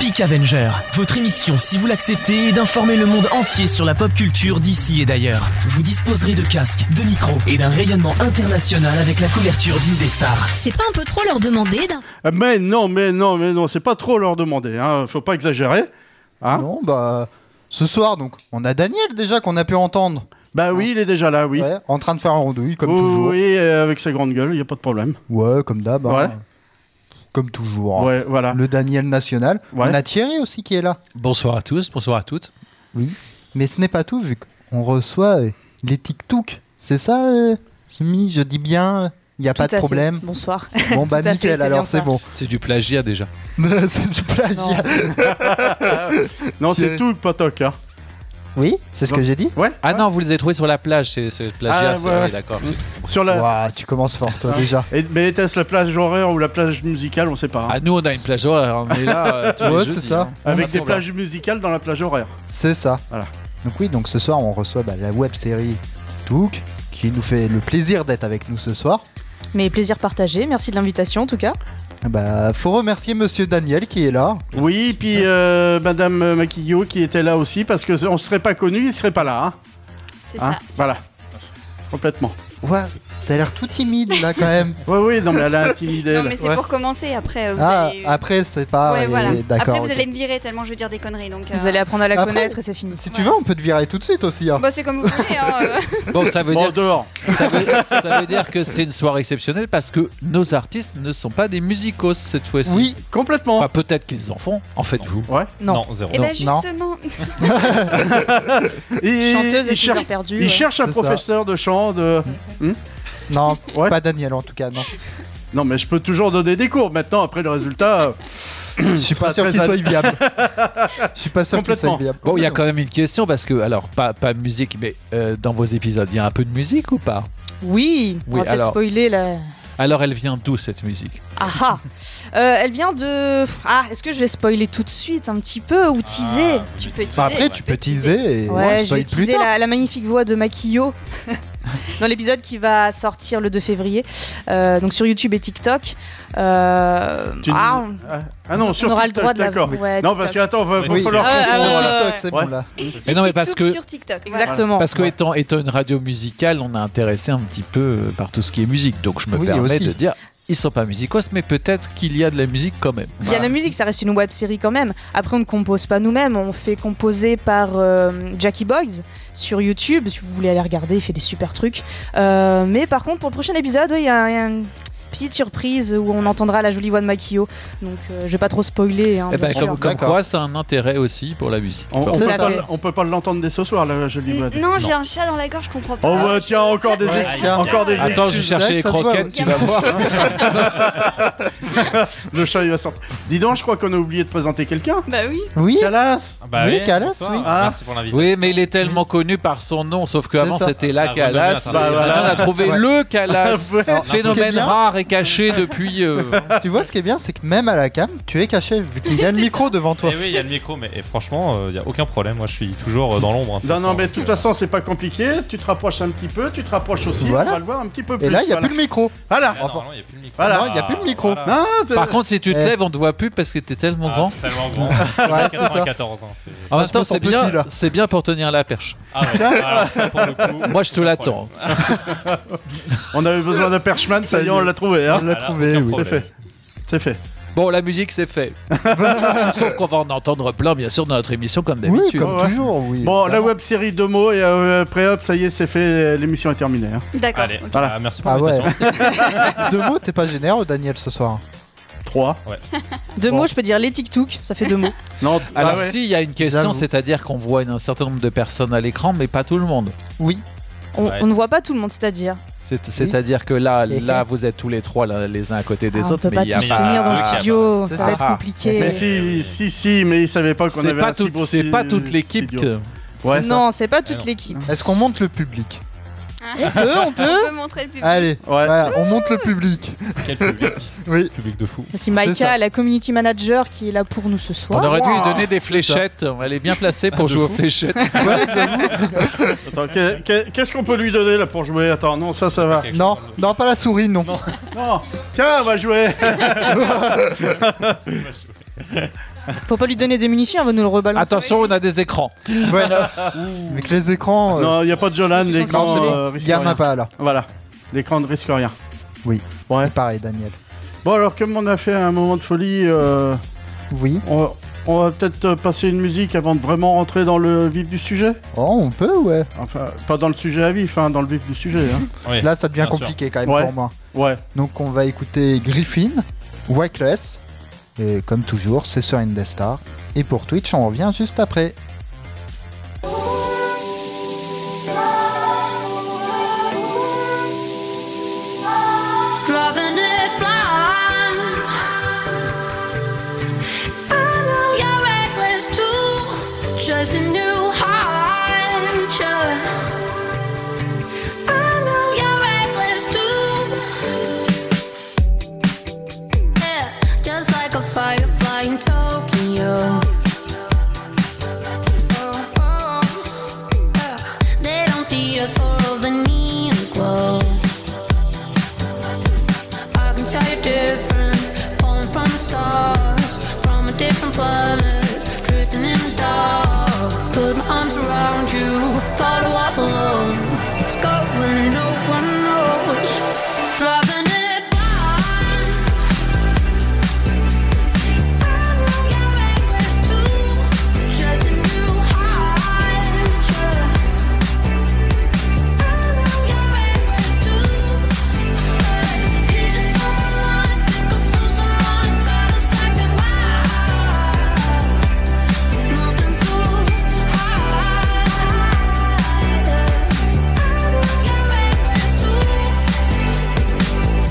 Peak Avenger, votre émission si vous l'acceptez est d'informer le monde entier sur la pop culture d'ici et d'ailleurs. Vous disposerez de casques, de micros et d'un rayonnement international avec la couverture d'Indestar. C'est pas un peu trop leur demander d'un- Euh, Mais non, mais non, mais non, c'est pas trop leur demander, hein, faut pas exagérer. Hein Non, bah. Ce soir, donc, on a Daniel déjà qu'on a pu entendre. Bah oui, il est déjà là, oui. Ouais, en train de faire un rondouille, comme oui, toujours. oui, euh, avec ses grandes gueules, il n'y a pas de problème. Ouais, comme d'hab. hein. Ouais. Comme toujours. hein. Ouais, voilà. Le Daniel national. Ouais. On a Thierry aussi qui est là. Bonsoir à tous, bonsoir à toutes. Oui. Mais ce n'est pas tout, vu qu'on reçoit euh, les TikTok. C'est ça, euh, Smi Je dis bien, il n'y a pas de Tout à fait. problème. Bonsoir. Bon, bah, Tout à fait, nickel, c'est bien alors c'est ça. bon. C'est du plagiat déjà. c'est du plagiat. Non, c'est c'est- tout, Patoc. Hein. Oui, c'est ce Non. que j'ai dit. Ah non, vous les avez trouvés sur la plage, c'est c'est le plagiat, Ah, c'est ouais, ah, ouais. d'accord. Mm. c'est- Sur la... Ah. Ouah, tu commences fort, toi, déjà. Et- mais était-ce la plage horaire ou la plage musicale, on sait pas. hein. Ah nous on a une plage horaire, on est là euh, tous les Ouais, jeudis, c'est ça. hein. Avec Ah, des bon, plages musicales dans la plage horaire. C'est ça. Voilà. Donc oui, donc ce soir on reçoit bah, la web série Touk qui nous fait le plaisir d'être avec nous ce soir. Mais plaisir partagé, merci de l'invitation en tout cas. Bah faut remercier Monsieur Daniel qui est là. Oui, puis euh, Madame euh, Maquillot qui était là aussi, parce que on serait pas connu, il serait pas là. Hein C'est Hein ça. voilà. Complètement. Ouais, ça a l'air tout timide là quand même. Oui, oui, non, mais elle a intimidé. Non, là. mais c'est ouais. pour commencer. Après, euh, vous ah allez. après c'est pas Ouais, et- voilà. d'accord. Après, vous ok. allez me virer tellement je vais dire des conneries. Donc, euh, Vous allez apprendre à la Après- connaître et c'est fini. Si tu veux on peut te virer tout de suite aussi. hein. bah, c'est comme vous voulez. Hein, euh. bon. Bon, ça veut, Bon, dire que, dehors. ça, veut, ça veut dire que c'est une soirée exceptionnelle parce que nos artistes ne sont pas des musicos cette fois-ci. Oui. Complètement. Enfin peut-être qu'ils en font, en fait vous. Ouais. Non. zéro. Et bah, Non. justement, Et- Chanteuse il, et cher- chanteur perdu. il ouais. cherche un C'est ça. Mm. professeur de chant. De... hmm? Non, Ouais. pas Daniel en tout cas non. Non, mais je peux toujours donner des cours. Maintenant, après le résultat, euh, Je suis pas sera sûr très qu'il ad- soit viable. Je suis pas sûr qu'il soit Complètement. viable. Bon, il y a quand même une question parce que, alors, pas, pas musique, mais euh, dans vos épisodes, il y a un peu de musique ou pas Oui, on Oui, va peut-être alors. spoiler la. Alors, elle vient d'où cette musique Ah ah Euh, Elle vient de. Ah, est-ce que je vais spoiler tout de suite un petit peu ou teaser tu peux teaser. Bah, après tu peux teaser et Ouais, on je vais spoil plus teaser tard. la, la magnifique voix de Maquillot dans l'épisode qui va sortir le 2 février, euh, donc sur YouTube et TikTok. Euh, tu ah, dis- Ah, ah non, sur on aura le TikTok, droit de la d'accord. ouais, Non, TikTok. parce que attends, va, va Oui. falloir Ah, qu'on- ah, ouais, ouais, TikTok, ouais. c'est Ouais. bon là. Mais non, mais parce que, Sur TikTok. voilà. Exactement. parce que étant, étant une radio musicale, on est intéressé un petit peu euh, par tout ce qui est musique. Donc, je me Oui, permets aussi. de dire, ils sont pas musicos, mais peut-être qu'il y a de la musique quand même. Il y a la musique, ça reste une web série quand même. Après, on ne compose pas nous-mêmes, on fait composer par euh, Jackie Boys sur YouTube. Si vous voulez aller regarder, il fait des super trucs. Euh, mais par contre, pour le prochain épisode, ouais, il y a un- une petite surprise où on entendra la jolie voix de Makio. Donc, euh, je vais pas trop spoiler. hein, Eh ben, bien sûr. comme, comme D'accord. quoi, c'est un intérêt aussi pour la musique. On, on C'est peut ça. pas, l- on peut pas l'entendre dès ce soir, là, je dis. Mm, Non, j'ai un chat dans la gorge, je comprends pas. Oh, bah, tiens, encore des, Ouais, ex- tiens. encore des Attends, je excuses, cherchais les ça se voit, croquettes, ouais. tu vas voir. Le chat, il va sortir. Dis donc, je crois qu'on a oublié de présenter quelqu'un. Ah Bah oui. Oui. Calas Bah Oui, oui, Calas, bonsoir. oui. Ah. Merci pour l'invitation. Oui, mais il est tellement connu par son nom, sauf qu'avant C'est ça. c'était la Ah, Calas. Renaud Bernard, Et voilà. maintenant, on a trouvé Ouais. le Calas. Alors, ce qui est Phénomène bien- rare et caché depuis. euh, Tu vois, ce qui est bien, c'est que même à la cam, tu es caché vu qu'il y a le micro devant Eh toi. oui, il y a le micro, mais et franchement, il n'y a aucun problème. Moi, je suis toujours euh, dans l'ombre. hein, Non, non, façon, mais de donc, toute euh, façon, c'est pas compliqué. Tu te rapproches un petit peu, tu te rapproches aussi. Voilà. On va le voir un petit peu plus. Et là, il n'y a voilà. plus le micro. Voilà. là, enfin- normalement, il n'y a plus le micro. Ah, Voilà. Non, il y a plus le micro. voilà. Non, t'es- Par contre, si tu te Eh. lèves, on te voit plus parce que t'es tellement Ah, grand. c'est tellement grand. Ouais, c'est ça. 94 ans. c'est- En même se temps, pose en c'est petit, là. bien, c'est bien pour tenir la perche. Ah ouais, alors, ça, pour le coup, Moi, je te aucun l'attends. problème. on avait besoin de Perchman, ça y est, on l'a trouvé. On Hein. l'a Voilà, trouvé, aucun oui. C'est problème. fait. C'est fait. Bon, la musique, c'est fait. Sauf qu'on va en entendre plein, bien sûr, dans notre émission, comme Oui, d'habitude. comme Ouais. toujours, oui. Bon, la Évidemment. web série deux mots et euh, après hop, ça y est, c'est fait, l'émission est terminée. hein. D'accord. Allez, ok. Voilà. ah, merci pour Ah ouais. l'invitation. Ah. Deux mots, t'es pas généreux, Daniel, ce soir. Trois. Deux Bon. mots, je peux dire les TikTok, ça fait deux mots. Non, t- Alors, ah ouais. s'il y a une question, J'avoue. c'est-à-dire qu'on voit une- un certain nombre de personnes à l'écran, mais pas tout le monde. Oui. On, Ouais. on ne voit pas tout le monde, c'est-à-dire. C'est- C'est-à-dire que là, Et- là, vous êtes tous les trois là, les uns à côté des Ah, on autres, peut pas mais il y a tous pas- tenir dans le Ah, studio, c'est ça, ça. va être compliqué. Mais si, si, si, mais ils savaient pas qu'on Ah. C'est avait pas, un si toute- beau c'est si- pas toute l'équipe. studio. que- Ouais, ça- non, c'est pas Ah toute non. l'équipe. Est-ce qu'on monte le public On peut, on On peut. peut montrer le public. Allez, Ouais. voilà, on monte le public. Quel public. Oui. Public de fou. Merci C'est ça. Maïka, la community manager qui est là pour nous ce On soir. aurait dû lui Wow. donner des fléchettes. Elle est bien placée Ah, pour De jouer aux fou. fléchettes. Attends, que- que- qu'est-ce qu'on peut lui donner là pour jouer Attends, non, ça, ça va. Quelque Non, chose non, pas la souris, non. Non, tiens, on va jouer. de- Faut pas lui donner des munitions, elle va nous le rebalancer. Attention, on a des écrans. Ouais. Avec les écrans, euh, Non, il n'y a pas de Jolan, Je me suis l'écran sensibilisée. euh, il risque y en a rien. pas là. Voilà, l'écran ne risque rien. Ouais. C'est Pareil, Daniel. Bon, alors, comme on a fait un moment de folie, euh, Oui. on, on va peut-être euh, passer une musique avant de vraiment rentrer dans le vif du sujet. Oh, on peut, ouais. Enfin, pas dans le sujet à vif, hein, dans le vif du sujet. hein. Oui. Là, ça devient Bien sûr. compliqué quand même Ouais. pour moi. Ouais, Donc, on va écouter Griffin, Wycless. Et comme toujours, c'est sur Indestar. Et pour Twitch, on revient juste après. Driving it blind. I know you're reckless too, just a new high. Sure. I know you're reckless too. Yeah, just like a firefly in Tokyo. Oh, oh, yeah. They don't see us for all the neon glow. I can tell you're different. Falling from the stars, from a different planet, drifting in the dark. Put my arms around you, thought I was alone. It's going, no one knows. Driving it blind. I know you're reckless too, just a new high. I know you're reckless too. Hidden summer lights, fickle Susan lines, got us acting wild. Nothing to hide. I know you're reckless too.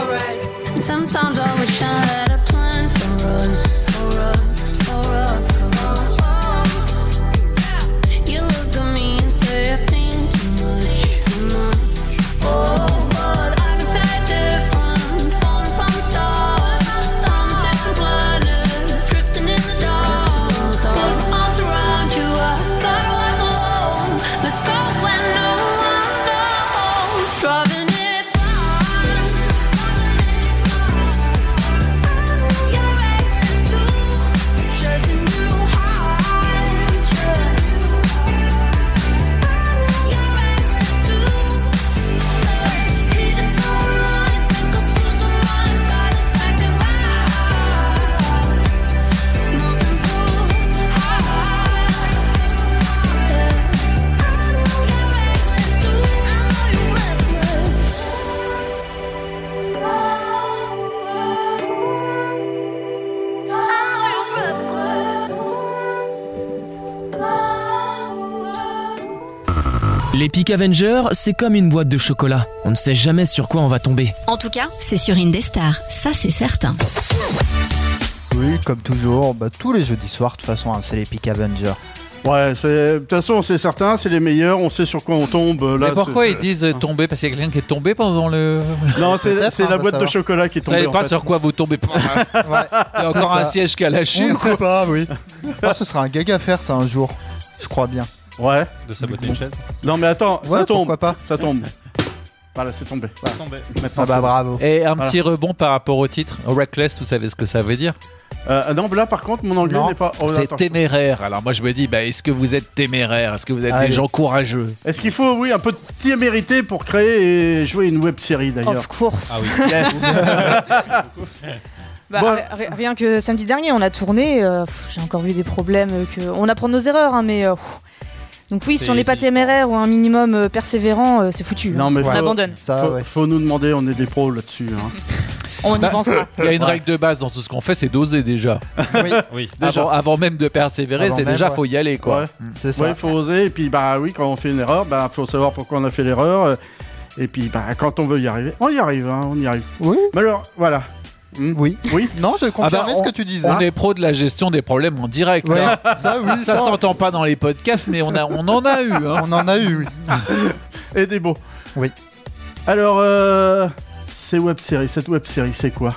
Alright. And sometimes I wish I had a plan for us, for us, for us, for us. You look at me and say I think too much, too much. Oh, but I can tell different. Falling from the stars, from a different planet, drifting in the dark. Put arms around you, I thought I was alone. Let's go when no one knows. Driving it blind. I know you're reckless too, just a new high. I know you're reckless too. Hidden sunlights, fickle Susan lines, got us acting wild. Nothing to hide. I know you're reckless too. I know you're reckless. I know you're reckless. L'Epic Avenger, c'est comme une boîte de chocolat. On ne sait jamais sur quoi on va tomber. En tout cas, c'est sur Indestar, ça c'est certain. Oui, comme toujours, bah, tous les jeudis soirs, de toute façon, hein, c'est l'Epic Avenger. ouais, c'est- de toute façon, c'est certain, c'est les meilleurs, on sait sur quoi on tombe. euh, Là, Mais pourquoi c'est- ils disent euh, tomber Parce qu'il y a quelqu'un qui est tombé pendant le. Non, c'est Peut-être, c'est hein, la on va boîte de savoir. chocolat qui est Vous tombée. savez en pas fait. sur quoi vous tombez. Il Ouais. y a encore ça. un siège qui a lâché. On ou ne quoi sait pas, oui. Ah, ce sera un gag à faire, ça, un jour. Je crois bien. Ouais. De saboter une chaise. Non, mais attends, Ouais, ça tombe. pourquoi pas Ça tombe. Voilà, c'est tombé. Voilà. Tombé. Maintenant, Ah bah c'est bon. bravo. Et un Voilà. petit rebond par rapport au titre. Reckless, vous savez ce que ça veut dire Euh, non, là, par contre, mon anglais Non, n'est pas. Oh, C'est attends. téméraire. Alors moi je me dis, bah, est-ce que vous êtes téméraire Est-ce que vous êtes Allez. des gens courageux Est-ce qu'il faut, oui, un peu de témérité pour créer et jouer une web série d'ailleurs Of Ah course. oui. Ah Bah, Bon. ri- ri- Rien que samedi dernier, on a tourné. euh, pff, J'ai encore vu des problèmes. euh, Que... On apprend de nos erreurs, hein, mais. euh, pff. donc, oui, si C'est- on n'est pas c'est- téméraire ou un minimum euh, persévérant, euh, c'est foutu. Non, hein. mais on faut, abandonne. Ça, faut- ouais. faut nous demander, on est des pros là-dessus. hein. On y Bah, pense pas. Il y a une règle de base dans tout ce qu'on fait, c'est d'oser déjà. Oui, Oui. Déjà. Avant, avant même de persévérer, Avant c'est même, déjà ouais. Mm. faut y aller quoi. Ouais. c'est ça. Ouais, faut oser. Et puis, bah oui, quand on fait une erreur, bah faut savoir pourquoi on a fait l'erreur. euh, Et puis, bah quand on veut y arriver, on y arrive, hein, on y arrive. Oui, Mais alors, voilà. Hmm. oui. Oui. Ah Non, je confirme bah, ce que tu disais. On est pro de la gestion des problèmes en direct. Ouais, là. ça, oui, Ça s'entend pas dans les podcasts, mais on, a, on en a eu. hein. on en a eu, oui. Et des beaux. Oui. Alors, euh, ces web séries, cette web série, c'est quoi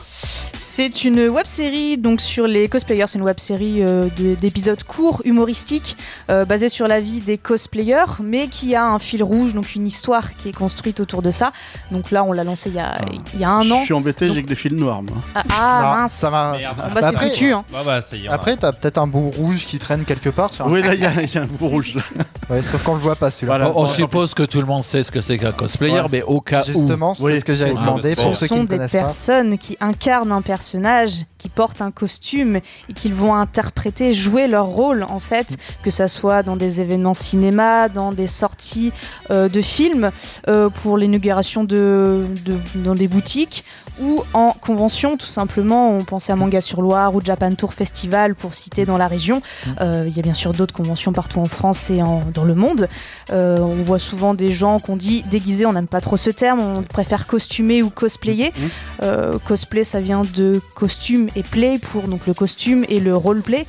C'est une web série donc sur les cosplayers. C'est une web série euh, d'épisodes courts, humoristiques, euh, basée sur la vie des cosplayers, mais qui a un fil rouge, donc une histoire qui est construite autour de ça. Donc là, on l'a lancé il y a, il y a un Ah. Je an. suis embêté, j'ai que des fils noirs, moi. Ah, ah, Non, mince. ça m'a- Merde. Bah, c'est Après- foutu. Hein. Bah, bah, ça y est. on a- Après, t'as peut-être un bout rouge qui traîne quelque part. sur un- Oui, là, il y, a- il y a un bout rouge. Là. Ouais, sauf qu'on le voit pas celui-là. Voilà. Oh, On, on suppose que tout le monde sait ce que c'est qu'un cosplayer, Ouais. mais au cas Justement, c'est Oui. ce que j'avais Ah, demandé bah, pour c'est ceux Ce qui sont ne des connaissent pas. personnes qui incarnent un personnage, qui portent un costume et qu'ils vont interpréter, jouer leur rôle en fait, que ça soit dans des événements cinéma, dans des sorties euh, de films, euh, pour l'inauguration de, de- dans des boutiques ou en convention tout simplement. On pensait à Manga sur Loire ou Japan Tour Festival pour citer dans la région. Euh, Il y a bien sûr d'autres conventions partout en France et en- dans le monde. Euh, on voit souvent des gens qu'on dit déguisés, on n'aime pas trop ce terme, on préfère costumer ou cosplayer. Mhm. Euh, cosplay, ça vient de costume et play pour donc le costume et le roleplay,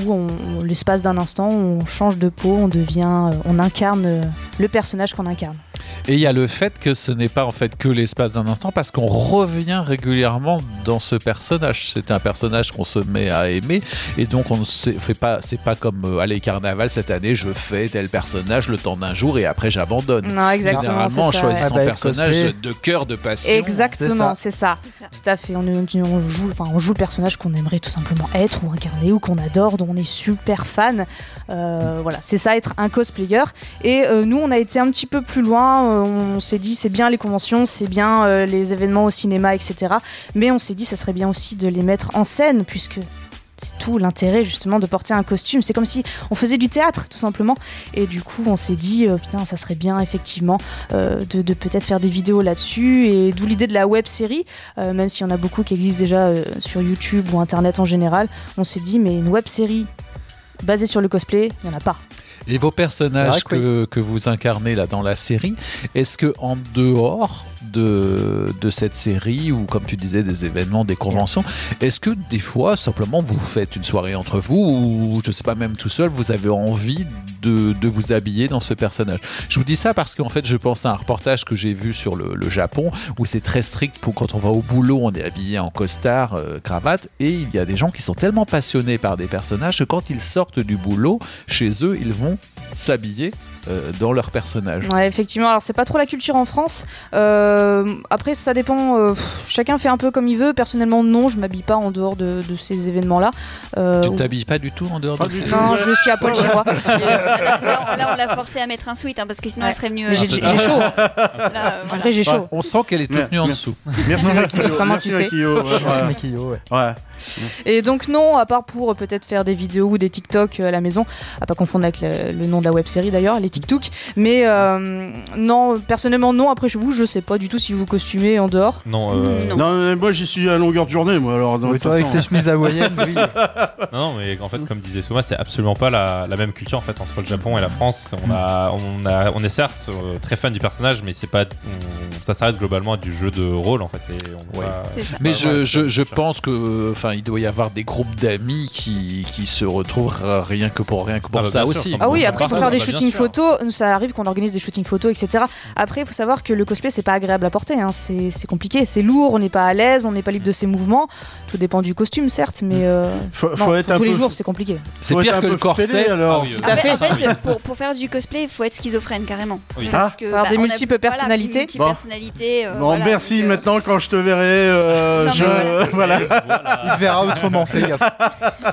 où on, on- l'espace d'un instant, on change de peau, on devient, euh, on incarne euh, le personnage qu'on incarne. Et il y a le fait que ce n'est pas en fait que l'espace d'un instant, parce qu'on revient régulièrement dans ce personnage. C'est un personnage qu'on se met à aimer, et donc on ne sait- fait pas. C'est pas comme euh, allez carnaval cette année, je fais tel personnage le temps d'un jour et après j'abandonne. Non, exactement, Généralement, on c'est ça. choisit ouais. son Ah bah, personnage cosplay. de cœur, de passion. Exactement, c'est ça. C'est ça. Tout à fait, on, est- on joue, enfin, on joue le personnage qu'on aimerait tout simplement être ou incarner ou qu'on adore, dont on est super fan. Euh, voilà, c'est ça être un cosplayer. Et euh, nous, on a été un petit peu plus loin. Euh, on s'est dit, c'est bien les conventions, c'est bien euh, les événements au cinéma, etc. Mais on s'est dit, ça serait bien aussi de les mettre en scène, puisque c'est tout l'intérêt justement de porter un costume. C'est comme si on faisait du théâtre, tout simplement. Et du coup, on s'est dit, euh, putain, ça serait bien effectivement euh, de, de peut-être faire des vidéos là-dessus. Et d'où l'idée de la web série. Euh, même s'il y en a beaucoup qui existent déjà euh, sur YouTube ou Internet en général, on s'est dit, mais une web série basée sur le cosplay, il n'y en a pas. Et vos personnages C'est vrai que, que vous incarnez là dans la série, est-ce que en dehors de, de cette série ou comme tu disais des événements, des conventions, est-ce que des fois simplement vous faites une soirée entre vous ou je sais pas même tout seul, vous avez envie de, de vous habiller dans ce personnage Je vous dis ça parce qu'en fait je pense à un reportage que j'ai vu sur le, le Japon où c'est très strict pour quand on va au boulot, on est habillé en costard, euh, cravate et il y a des gens qui sont tellement passionnés par des personnages que quand ils sortent du boulot chez eux, ils vont s'habiller euh, dans leur personnage. Ouais, effectivement, alors c'est pas trop la culture en France. Euh, après, ça dépend, euh, pff, chacun fait un peu comme il veut. Personnellement, non, je m'habille pas en dehors de, de ces événements-là. Euh, Tu t'habilles pas du tout en dehors Pas de du tout. non, je suis à poil chez moi. euh, Là, on- là, on l'a forcé à mettre un sweat hein, parce que sinon elle serait venue. euh, J'ai j'ai- j'ai chaud. là, euh, voilà. Après, j'ai chaud. Ah. On sent qu'elle est toute Merde, nue en merde. dessous. Merci, Makio. Comment Merci, tu sais Makio. Ouais, Merci, ouais. Makio, ouais. Ouais. Et donc non, à part pour euh, peut-être faire des vidéos ou des TikTok euh, à la maison, à pas confondre avec le, le nom de la web série d'ailleurs, les TikTok. Mais euh, non, personnellement non. Après je vous, je sais pas du tout si vous costumez en dehors. Non, euh, Non. Non, mais moi j'y suis à longueur de hein. journée, moi. Alors, dans Ouais, le toi, avec tes chemises hawaïennes, oui. Euh, non, mais en fait, comme disait Thomas, c'est absolument pas la, la même culture en fait entre le Japon et la France. On a, on a, on est certes euh, très fan du personnage, mais c'est pas, on- ça s'arrête globalement à du jeu de rôle en fait. Et on Ouais. va- C'est ça. Mais Bah, Ouais, je, ouais, je- c'est je sûr. pense que, enfin, il doit y avoir des groupes d'amis qui, qui se retrouvent euh, rien que pour rien que pour Ah bah, ça bien sûr, aussi. comme Ah oui, Bon, après il faut parfait, faire des bah, bien shootings sûr. photos. Nous, Ça arrive qu'on organise des shootings photos, etc. Après il faut savoir que le cosplay c'est pas agréable à porter. hein. C'est c'est compliqué, c'est lourd, on n'est pas à l'aise, on n'est pas libre de ses mouvements. Tout dépend du costume certes, mais euh, Faut, non, faut être un tous les peu- jours c'est compliqué. C'est faut être pire un que peu le corset. fêlé, alors. Ah oui, euh, Tout à fait. Après, en fait, pour, pour faire du cosplay, il faut être schizophrène carrément. Oui. Ah. Parce que, bah, Avoir des on a- multiples voilà, personnalités. multiples Bon. personnalités, euh, Bon, voilà, merci. donc, euh, Maintenant, quand je te verrai, euh, Non, mais je. voilà. voilà. Il te verra autrement, fais gaffe.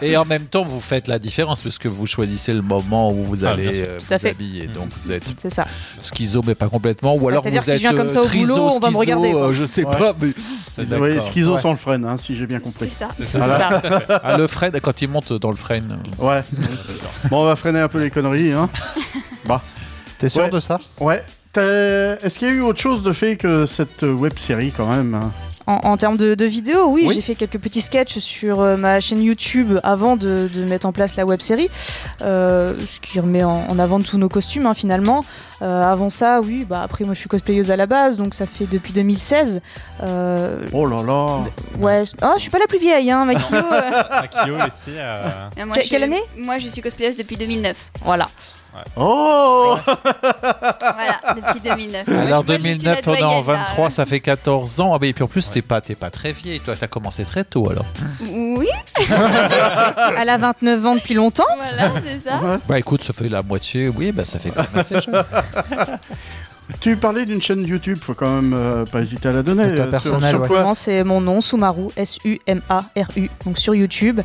Et en même temps, vous faites la différence puisque vous choisissez le moment où vous Ah, Mm-hmm. allez euh, Tout à vous fait. habiller. Donc vous êtes C'est ça. schizo, mais pas complètement. Ou alors vous c'est-à-dire que si je êtes viens comme ça euh, au triso, boulot, on va me schizo, regarder, quoi. euh, je sais Ouais. pas. mais- C'est Vous voyez, d'accord. schizo Ouais. sans le frein, hein, si j'ai bien C'est compris. ça. C'est ça. C'est Voilà. ça. Ah, le frein, quand il monte dans le frein. Ouais. bon, on va freiner un peu les conneries. Hein. T'es sûr Ouais. de ça Ouais. T'as- Est-ce qu'il y a eu autre chose de fait que cette web série quand même hein En, en termes de, de vidéos, oui, Oui. j'ai fait quelques petits sketchs sur euh, ma chaîne YouTube avant de, de mettre en place la web série, euh, ce qui remet en, en avant tous nos costumes hein, finalement. Euh, avant ça, oui, bah après moi je suis cosplayeuse à la base, donc ça fait depuis 2016. Euh, Oh là là. ouais, je- oh, je suis pas la plus vieille, hein, Makio. euh, Akio, ici, euh, Euh, moi, Que- je- quelle année Moi, je suis cosplayeuse depuis 2009. voilà. Oh Voilà, depuis 2009. Alors Moi, je- moi, je suis la 2009, on est en doyenne, là. 23, ça fait 14 ans. Ah mais puis en plus, t'es pas, t'es pas très vieille. Toi, t'as commencé très tôt alors. Oui, Elle a 29 ans depuis longtemps. voilà, c'est ça. Bah écoute, ça fait la moitié. Oui, bah ça fait quand même assez jeune. Tu parlais d'une chaîne YouTube, faut quand même euh, pas hésiter à la donner. Pour ta Euh, sur- personnelle, sur ouais. quoi Vraiment, c'est mon nom, Soumaru, S-U-M-A-R-U, donc sur YouTube.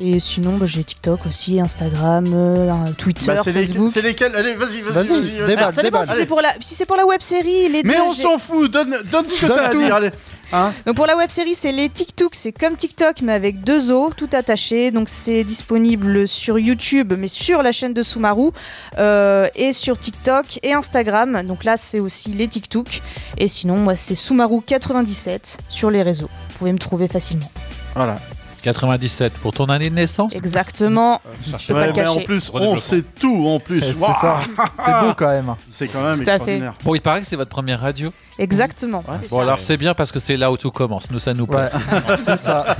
Et sinon, bah, j'ai TikTok aussi, Instagram, euh, Twitter, Bah, c'est les- Facebook. c'est lesquels Allez, vas-y, vas-y, Vas-y, vas-y. vas-y. débat. Alors, ça dépend si Allez. c'est pour la si c'est pour la web série les Mais deux, on j'ai- s'en fout, donne, donne ce que Donne t'as à tout. dire. Allez. Hein donc pour la web série c'est les TikTok c'est comme TikTok mais avec deux O tout attaché donc c'est disponible sur YouTube mais sur la chaîne de Soumaru euh, et sur TikTok et Instagram donc là c'est aussi les TikTok et sinon moi c'est Soumaru 97 sur les réseaux vous pouvez me trouver facilement 97 pour ton année de naissance. exactement Cherche C'est Euh, Ouais, pas mais en caché. plus, on Redéveloppons. sait tout en plus. Eh, C'est Waouh, ça, c'est beau quand même. c'est quand même Tout à fait. extraordinaire. Bon, il paraît que c'est votre première radio. exactement Bon alors c'est bien parce que c'est là où tout commence. Nous ça nous plaît. Ouais, c'est ça.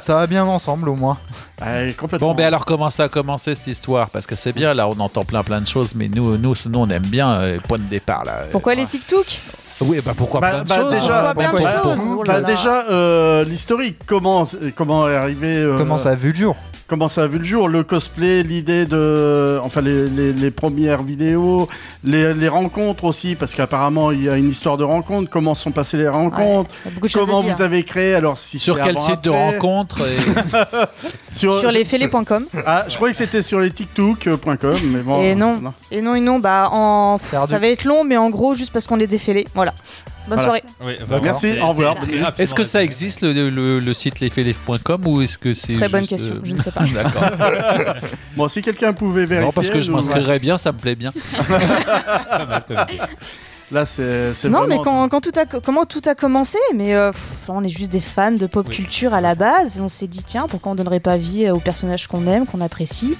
Ça va bien ensemble au moins. Allez, complètement. Bon, ben alors comment ça a commencé cette histoire Parce que c'est bien, là on entend plein plein de choses, mais nous, nous, nous on aime bien euh, les points de départ là. pourquoi les TikTok Oui, bah pourquoi Bah- plein de bah, choses déjà- hein, Pourquoi plein de pourquoi- choses pour- Oh Bah, là là. déjà, euh, l'historique, comment, comment est arrivé. euh, Comment ça a vu le jour comment ça a vu le jour, le cosplay, l'idée de, enfin les, les- les premières vidéos, les, les rencontres aussi, parce qu'apparemment il y a une histoire de rencontres, comment sont passées les rencontres, Il y a beaucoup de choses comment à dire. vous avez créé, alors si Sur c'est quel avant, site de après, rencontre et- sur, sur lesfélés.com Ah, je croyais que c'était sur les tiktok.com, mais bon. Et non. Et non, et non, bah en... pff, Perdu. ça va être long, mais en gros, juste parce qu'on est défélé. Voilà. Bonne Voilà. soirée. Oui, Bah, merci, c'est- au revoir. c'est très rapidement Est-ce que ça résumé. existe le, le- le site lesfelef.com ou est-ce que c'est. Très bonne juste, question, euh, je ne sais pas. D'accord. Bon, si quelqu'un pouvait vérifier. Non, parce que je nous- m'inscrirais bien, ça me plaît bien. Pas mal, quand même. Là, c'est c'est Non, mais vraiment- quand, quand tout a, co- comment tout a commencé Mais euh, pff, on est juste des fans de pop Oui. culture à la base. Et on s'est dit, tiens, pourquoi on donnerait pas vie euh, aux personnages qu'on aime, qu'on apprécie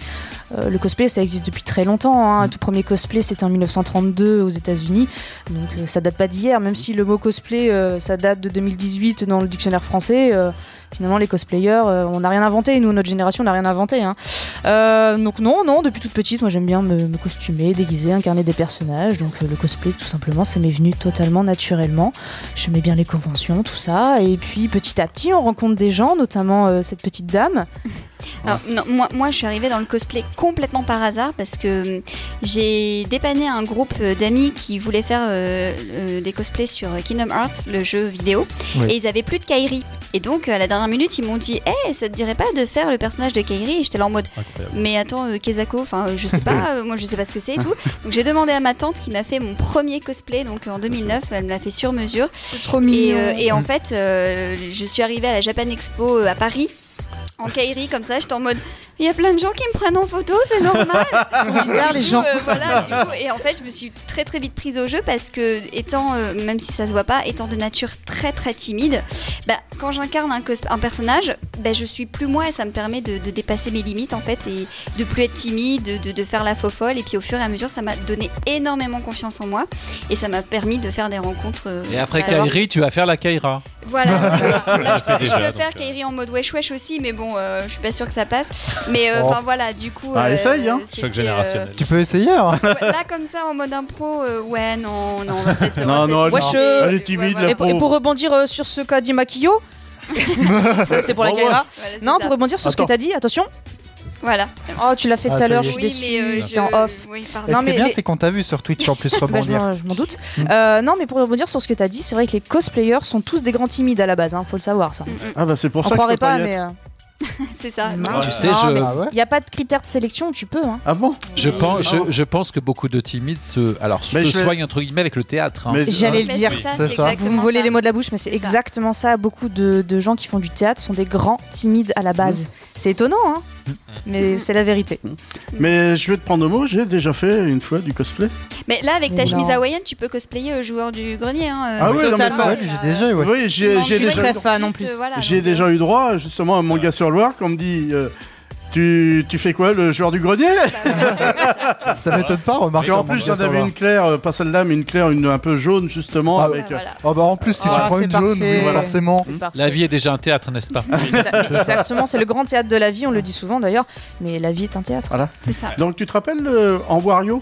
Euh, Le cosplay, ça existe depuis très longtemps. hein. Mm. Le tout premier cosplay, c'était en 1932 aux États-Unis. Donc euh, ça date pas d'hier, Mm. même si le mot cosplay, euh, ça date de 2018 dans le dictionnaire français. euh, finalement, les cosplayers, euh, on n'a rien inventé. Nous, notre génération, on n'a rien inventé. hein. Euh, donc non, non, depuis toute petite, moi j'aime bien me, me costumer, déguiser, incarner des personnages. Donc euh, le cosplay, tout simplement, ça m'est venu totalement naturellement. J'aimais bien les conventions, tout ça. Et puis petit à petit, on rencontre des gens, notamment euh, cette petite dame. Alors, non, moi, moi, je suis arrivée dans le cosplay complètement par hasard parce que hum, j'ai dépanné un groupe euh, d'amis qui voulaient faire euh, euh, des cosplays sur Kingdom Hearts, le jeu vidéo, Oui. et ils avaient plus de Kairi. Et donc, euh, à la dernière minute, ils m'ont dit Hé, ça te dirait pas de faire le personnage de Kairi Et j'étais là en mode Incroyable. mais attends, euh, Kezako, enfin, euh, je sais pas, euh, moi je sais pas ce que c'est et tout. Donc j'ai demandé à ma tante qui m'a fait mon premier cosplay, donc en 2009, elle me l'a fait sur mesure. Trop Et, euh, et en fait, euh, je suis arrivée à la Japan Expo euh, à Paris. En Kairi, comme ça, j'étais en mode. Il y a plein de gens qui me prennent en photo, c'est normal. Ils sont bizarres les Du coup, gens. euh, voilà, du coup, et en fait, je me suis très très vite prise au jeu parce que, étant, euh, même si ça se voit pas, étant de nature très très timide, bah, quand j'incarne un, cos- un personnage, bah, je suis plus moi et ça me permet de, de dépasser mes limites en fait et de plus être timide, de, de- de faire la faux folle. Et puis au fur et à mesure, ça m'a donné énormément confiance en moi et ça m'a permis de faire des rencontres. euh, Et après d'avoir- Kairi, tu vas faire la Kaira. Voilà, c'est ça. Là, je, peux- je déjà, peux donc, faire euh. Kairi en mode wesh wesh aussi, mais bon, euh, je suis pas sûre que ça passe. Mais euh, Oh. enfin voilà, du coup. Bah, euh, essaye, hein. c'était, Choc générationnel. Tu peux essayer hein euh, ouais, là, comme ça, en mode impro, euh, ouais, non, non, on va peut-être. on va Non, non, Oh, peut-être elle- se lancer. elle est timide, Ouais, voilà. Et, pour- et pour rebondir euh, sur ce qu'a dit Makio. ça c'était pour la Bon, caméra. Voilà, c'est Non, ça. pour rebondir sur ce Attends. que t'as dit, attention. Voilà. Oh, tu l'as fait Ah, tout à ça l'heure, y je est. suis Oui, déçue. mais euh, J'étais en je- off. Oui, Et pardon. Non, Ce qui est mais bien, les- c'est qu'on t'a vu sur Twitch en plus Bah, je rebondir. m'en- je m'en doute. Mm. Euh, non, mais pour rebondir sur ce que tu as dit, c'est vrai que les cosplayers sont tous des grands timides à la base, hein, faut le savoir Mm, ça. Ah bah c'est pour On ça que croirait je peux pas, y être. mais euh, C'est ça. Non. Tu Ouais. sais, Non, je, Ah ouais il n'y a pas de critères de sélection, tu peux. Hein. Ah bon je, pense, Ah. je, je pense que beaucoup de timides se, alors, Mais se je vais- soignent entre guillemets avec le théâtre. hein. Mais- J'allais le Mais dire. c'est ça, euh, C'est c'est ça. Vous exactement me volez ça. les mots de la bouche, mais c'est C'est ça. exactement ça. Beaucoup de, de gens qui font du théâtre sont des grands timides à la base. C'est étonnant, hein mais c'est la vérité. Mais je vais te prendre au mot, j'ai déjà fait une fois du Euh, cosplay. Mais là, avec ta Mais chemise non. hawaïenne, tu peux cosplayer euh, joueur du grenier. Hein, Ah euh, oui, non, mais totalement. Ouais, j'ai déjà eu, ouais. Oui, Il j'ai manque j'ai je suis juste déjà très le- fan en juste, plus. euh, voilà, J'ai donc, déjà eu droit justement à mon vrai. gars sur Loire qu'on me dit euh, Tu, tu fais quoi, le joueur du grenier Ça m'étonne pas, remarque. Et en plus, j'en avais une claire, euh, pas celle-là, mais une claire une, un peu jaune, justement, Ah, avec... euh, Ouais, voilà. Oh bah en plus, si tu Ah, prends c'est une jaune, parfait. oui, forcément. C'est parfait. La vie est déjà un théâtre, n'est-ce pas Exa- Exactement, c'est le grand théâtre de la vie, on le dit souvent d'ailleurs, mais la vie est un théâtre. C'est ça. Donc, tu te rappelles euh, en Wario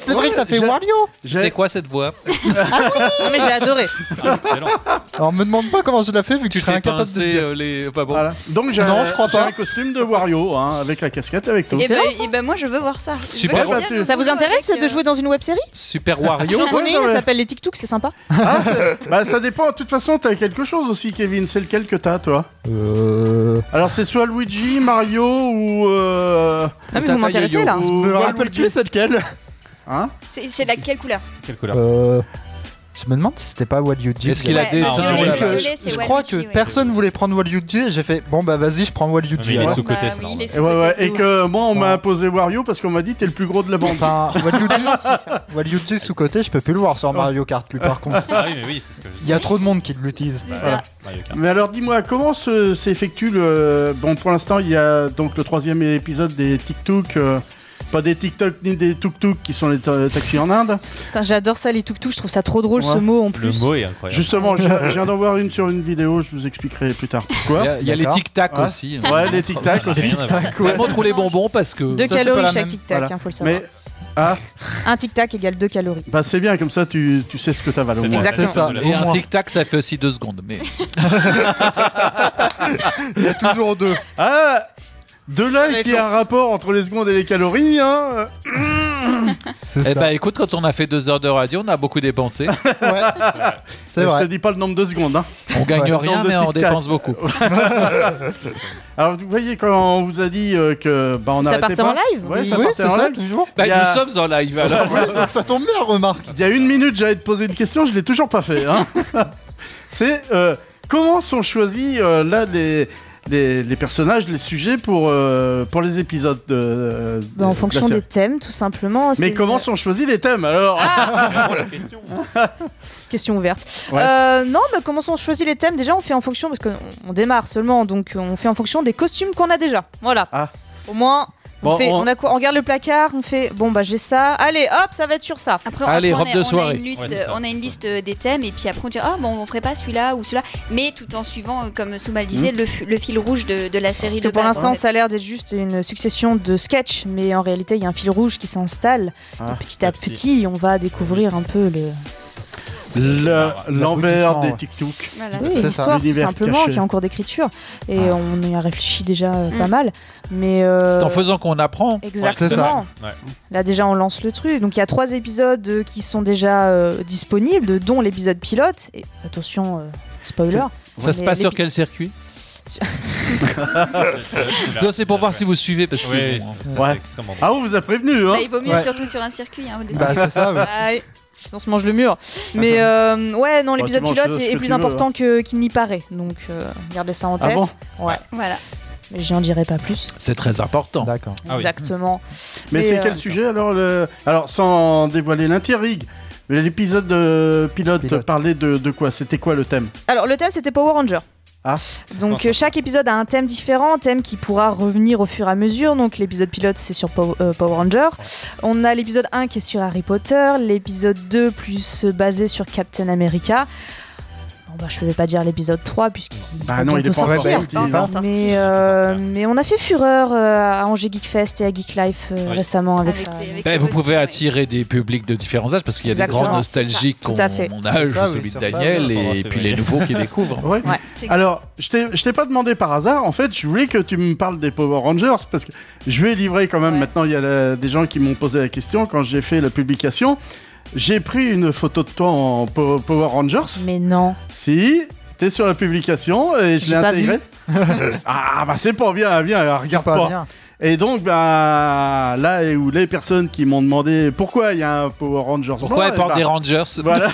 C'est vrai que t'as fait j'ai- Wario C'était J'ai- quoi cette voix Ah, mais j'ai adoré. Ah, excellent. Alors me demande pas comment je l'ai fait vu que je Tu serais t'es incapable de pincé dire. euh, les. Enfin bon. Voilà. Donc, j'ai Non, je crois j'ai pas. un costume de Wario, hein, avec la casquette, avec tout. Et C'est ben, vrai, et ben, moi je veux voir ça. Je veux Super. qu'il y ait Ouais, bah, de tu- Ça vous nouveau intéresse avec, de euh, jouer dans une web série Super Ah, Wario J'en connais non, une, mais- elle s'appelle Les Tic Toucs, c'est sympa. Ah, c'est- bah, ça dépend. De toute façon, t'as quelque chose aussi, Kevin. C'est lequel que t'as, toi Euh... Alors, c'est soit Luigi, Mario ou. euh, Non, Ah, mais Tata vous m'intéressez Yo-Yo. là. ou Me Waluigi. rappelle plus c'est lequel Hein C'est c'est la quelle couleur Quelle couleur Euh... Je me demande si c'était pas Waluigi. Est-ce qu'il a Ouais, des violet, teintes violet, voilà. violet, c'est Je crois Waluigi, que ouais. personne voulait prendre Waluigi et j'ai fait bon bah vas-y je prends Ah, mais Waluigi. il est alors. sous Bah côté, oui, c'est il normal. est Et, ouais, ouais. sous-côté, et c'est que moi, on Ouais. m'a imposé Wario parce qu'on m'a dit t'es le plus gros de la bande. Enfin, Ah, Waluigi, Waluigi sous côté, je peux plus le voir sur Mario Kart lui par contre. Ah oui, mais oui, c'est ce que je Il dis. y a trop de monde qui l'utilise. C'est Voilà. ça. Bah, Mario Kart. Mais alors dis-moi, comment se- s'effectue le... Bon, pour l'instant, il y a donc le troisième épisode des TikTok. euh, Pas des TikTok ni des tuk-tuk qui sont les ta- taxis en Inde. Putain, j'adore ça, les Tuk Toucs, je trouve ça trop drôle Ouais. ce mot en Le plus. mot est incroyable. Justement, je je viens d'en voir une sur une vidéo, je vous expliquerai plus tard Il y pourquoi. a, il y a les D'accord. tic-tac Ouais. aussi. Ouais, les tic-tac Ça n'a aussi. rien à voir. Vraiment trop les bonbons parce que. Deux c'est pas calories la chaque même. Tic Tac, Voilà. hein, faut le savoir. Mais ah, Un Tic Tac égale deux calories. bah c'est bien comme ça, tu, tu sais ce que t'avales au C'est moins. bon. Exactement. C'est ça. Ah, Et Au un moins. tic-tac, ça fait aussi deux secondes. Mais Il y a toujours deux. Ah, de là qu'il y a un rapport entre les secondes et les calories, hein. C'est eh ça. ben, écoute, quand on a fait deux heures de radio, on a beaucoup dépensé. Ouais. C'est Je te vrai. dis pas le nombre de secondes. Hein. On gagne Ouais. rien, Dans le mais on tic-tac. dépense beaucoup. Alors vous voyez quand on vous a dit euh, que bah on Ça arrêtait partait pas. en live Ouais, ça oui, partait c'est en ça live. toujours. Bah, Il y a- Nous sommes en live alors. Donc Ah, ça tombe bien, remarque. Il y a une minute, j'allais te poser une question, je l'ai toujours pas fait. hein. C'est euh, comment sont choisis euh, là les, les, les personnages, les sujets pour, euh, pour les épisodes de, euh, Bah, en de la fonction série. des thèmes, tout simplement. Mais c'est- comment sont choisis les thèmes alors Question ouverte. Ouais. Euh, non, mais comment on choisit les thèmes Déjà, on fait en fonction, parce qu'on on démarre seulement, donc on fait en fonction des costumes qu'on a déjà. Voilà. Ah. Au moins, on, Bon, fait, on- on a quoi On regarde le placard, on fait, bon, bah j'ai ça, allez, hop, ça va être sur ça. Après, Allez, après, robe on, a, de on a soirée. une liste, Ouais, c'est ça. on a une liste euh, des thèmes et puis après on dit ah bon on ferait pas celui-là ou celui-là, mais tout en suivant euh, comme Soumal disait le, fu- le fil rouge de, de la série Parce que de pour base, l'instant, en fait. ça a l'air d'être juste une succession de sketchs, mais en réalité, il y a un fil rouge qui s'installe. Ah. Et petit à Petit. petit, on va découvrir un peu le... Le- L'aboutissement, L'envers des ouais. TikTok. Voilà. Oui, C'est ça, l'histoire, tout l'univers simplement, caché. qui est en cours d'écriture. Et on y a réfléchi déjà euh, Mm. pas mal. Mais. euh, C'est en faisant qu'on apprend. c'est ça. Exactement. Ouais. Là déjà on lance le truc. Donc il y a trois épisodes euh, qui sont déjà euh, disponibles, dont l'épisode pilote. Et attention, euh, spoiler. Ça se Mais passe sur l'épi- quel circuit Sur- Non, c'est pour voir si vous suivez parce que. Oui, bon, ça, Ouais. c'est extrêmement drôle. Ah, on vous a prévenu, hein Bah, il vaut mieux Ouais. surtout sur un circuit. hein, au dessus. Bah c'est ça. ouais. Aïe. on se mange le mur. Mais euh, ouais, non, l'épisode tu manges pilote ce est, est que plus tu veux, hein. important que- qu'il n'y paraît. Donc euh, gardez ça en Ah tête. ouais, voilà. mais j'en dirai pas plus. C'est très important. D'accord. Ah oui. Exactement. Mais Mais, c'est euh, quel sujet alors le... Alors sans dévoiler l'intrigue, mais l'épisode de pilote, Pilote. parlait de, de quoi C'était quoi le thème Alors le thème c'était Power Ranger. Ah. Donc euh, chaque épisode a un thème différent, thème qui pourra revenir au fur et à mesure. Donc l'épisode pilote c'est sur Pow- euh, Power Ranger. On a l'épisode 1 qui est sur Harry Potter, l'épisode 2 plus euh, basé sur Captain America. Bon bah je vais pas dire l'épisode 3 puisqu'il Bah va non, il est bientôt pas encore sortir. sorti. Pas non encore sorti. Mais, euh, mais on a fait fureur euh, à Angers Geek Fest et à Geek Life euh, Oui. récemment avec, Avec ça. ses- avec Eh, Ben, ses vous pouvez costumes, ouais. attirer des publics de différents âges parce qu'il y a Exactement, des grands c'est ça. nostalgiques qu'on Tout à fait. mon âge, C'est ça, celui Ah oui, de sur ça, Daniel, ça, ça, et ça, puis ça, les ça. nouveaux qui découvrent. Ouais. Ouais. C'est- Alors, je t'ai- je t'ai pas demandé par hasard, en fait, je voulais que tu me parles des Power Rangers, parce que je vais livrer quand même, Ouais. maintenant il y a la- des gens qui m'ont posé la question quand j'ai fait la publication. J'ai pris une photo de toi en Po- Power Rangers. Mais non. Si, t'es sur la publication et je J'ai l'ai pas intégrée. ah bah c'est pas bien, bien, regarde C'est pas. bien. Et donc, bah, là où les personnes qui m'ont demandé pourquoi il y a un Power Rangers Pourquoi blanc, elle porte eh des bah, Rangers Voilà,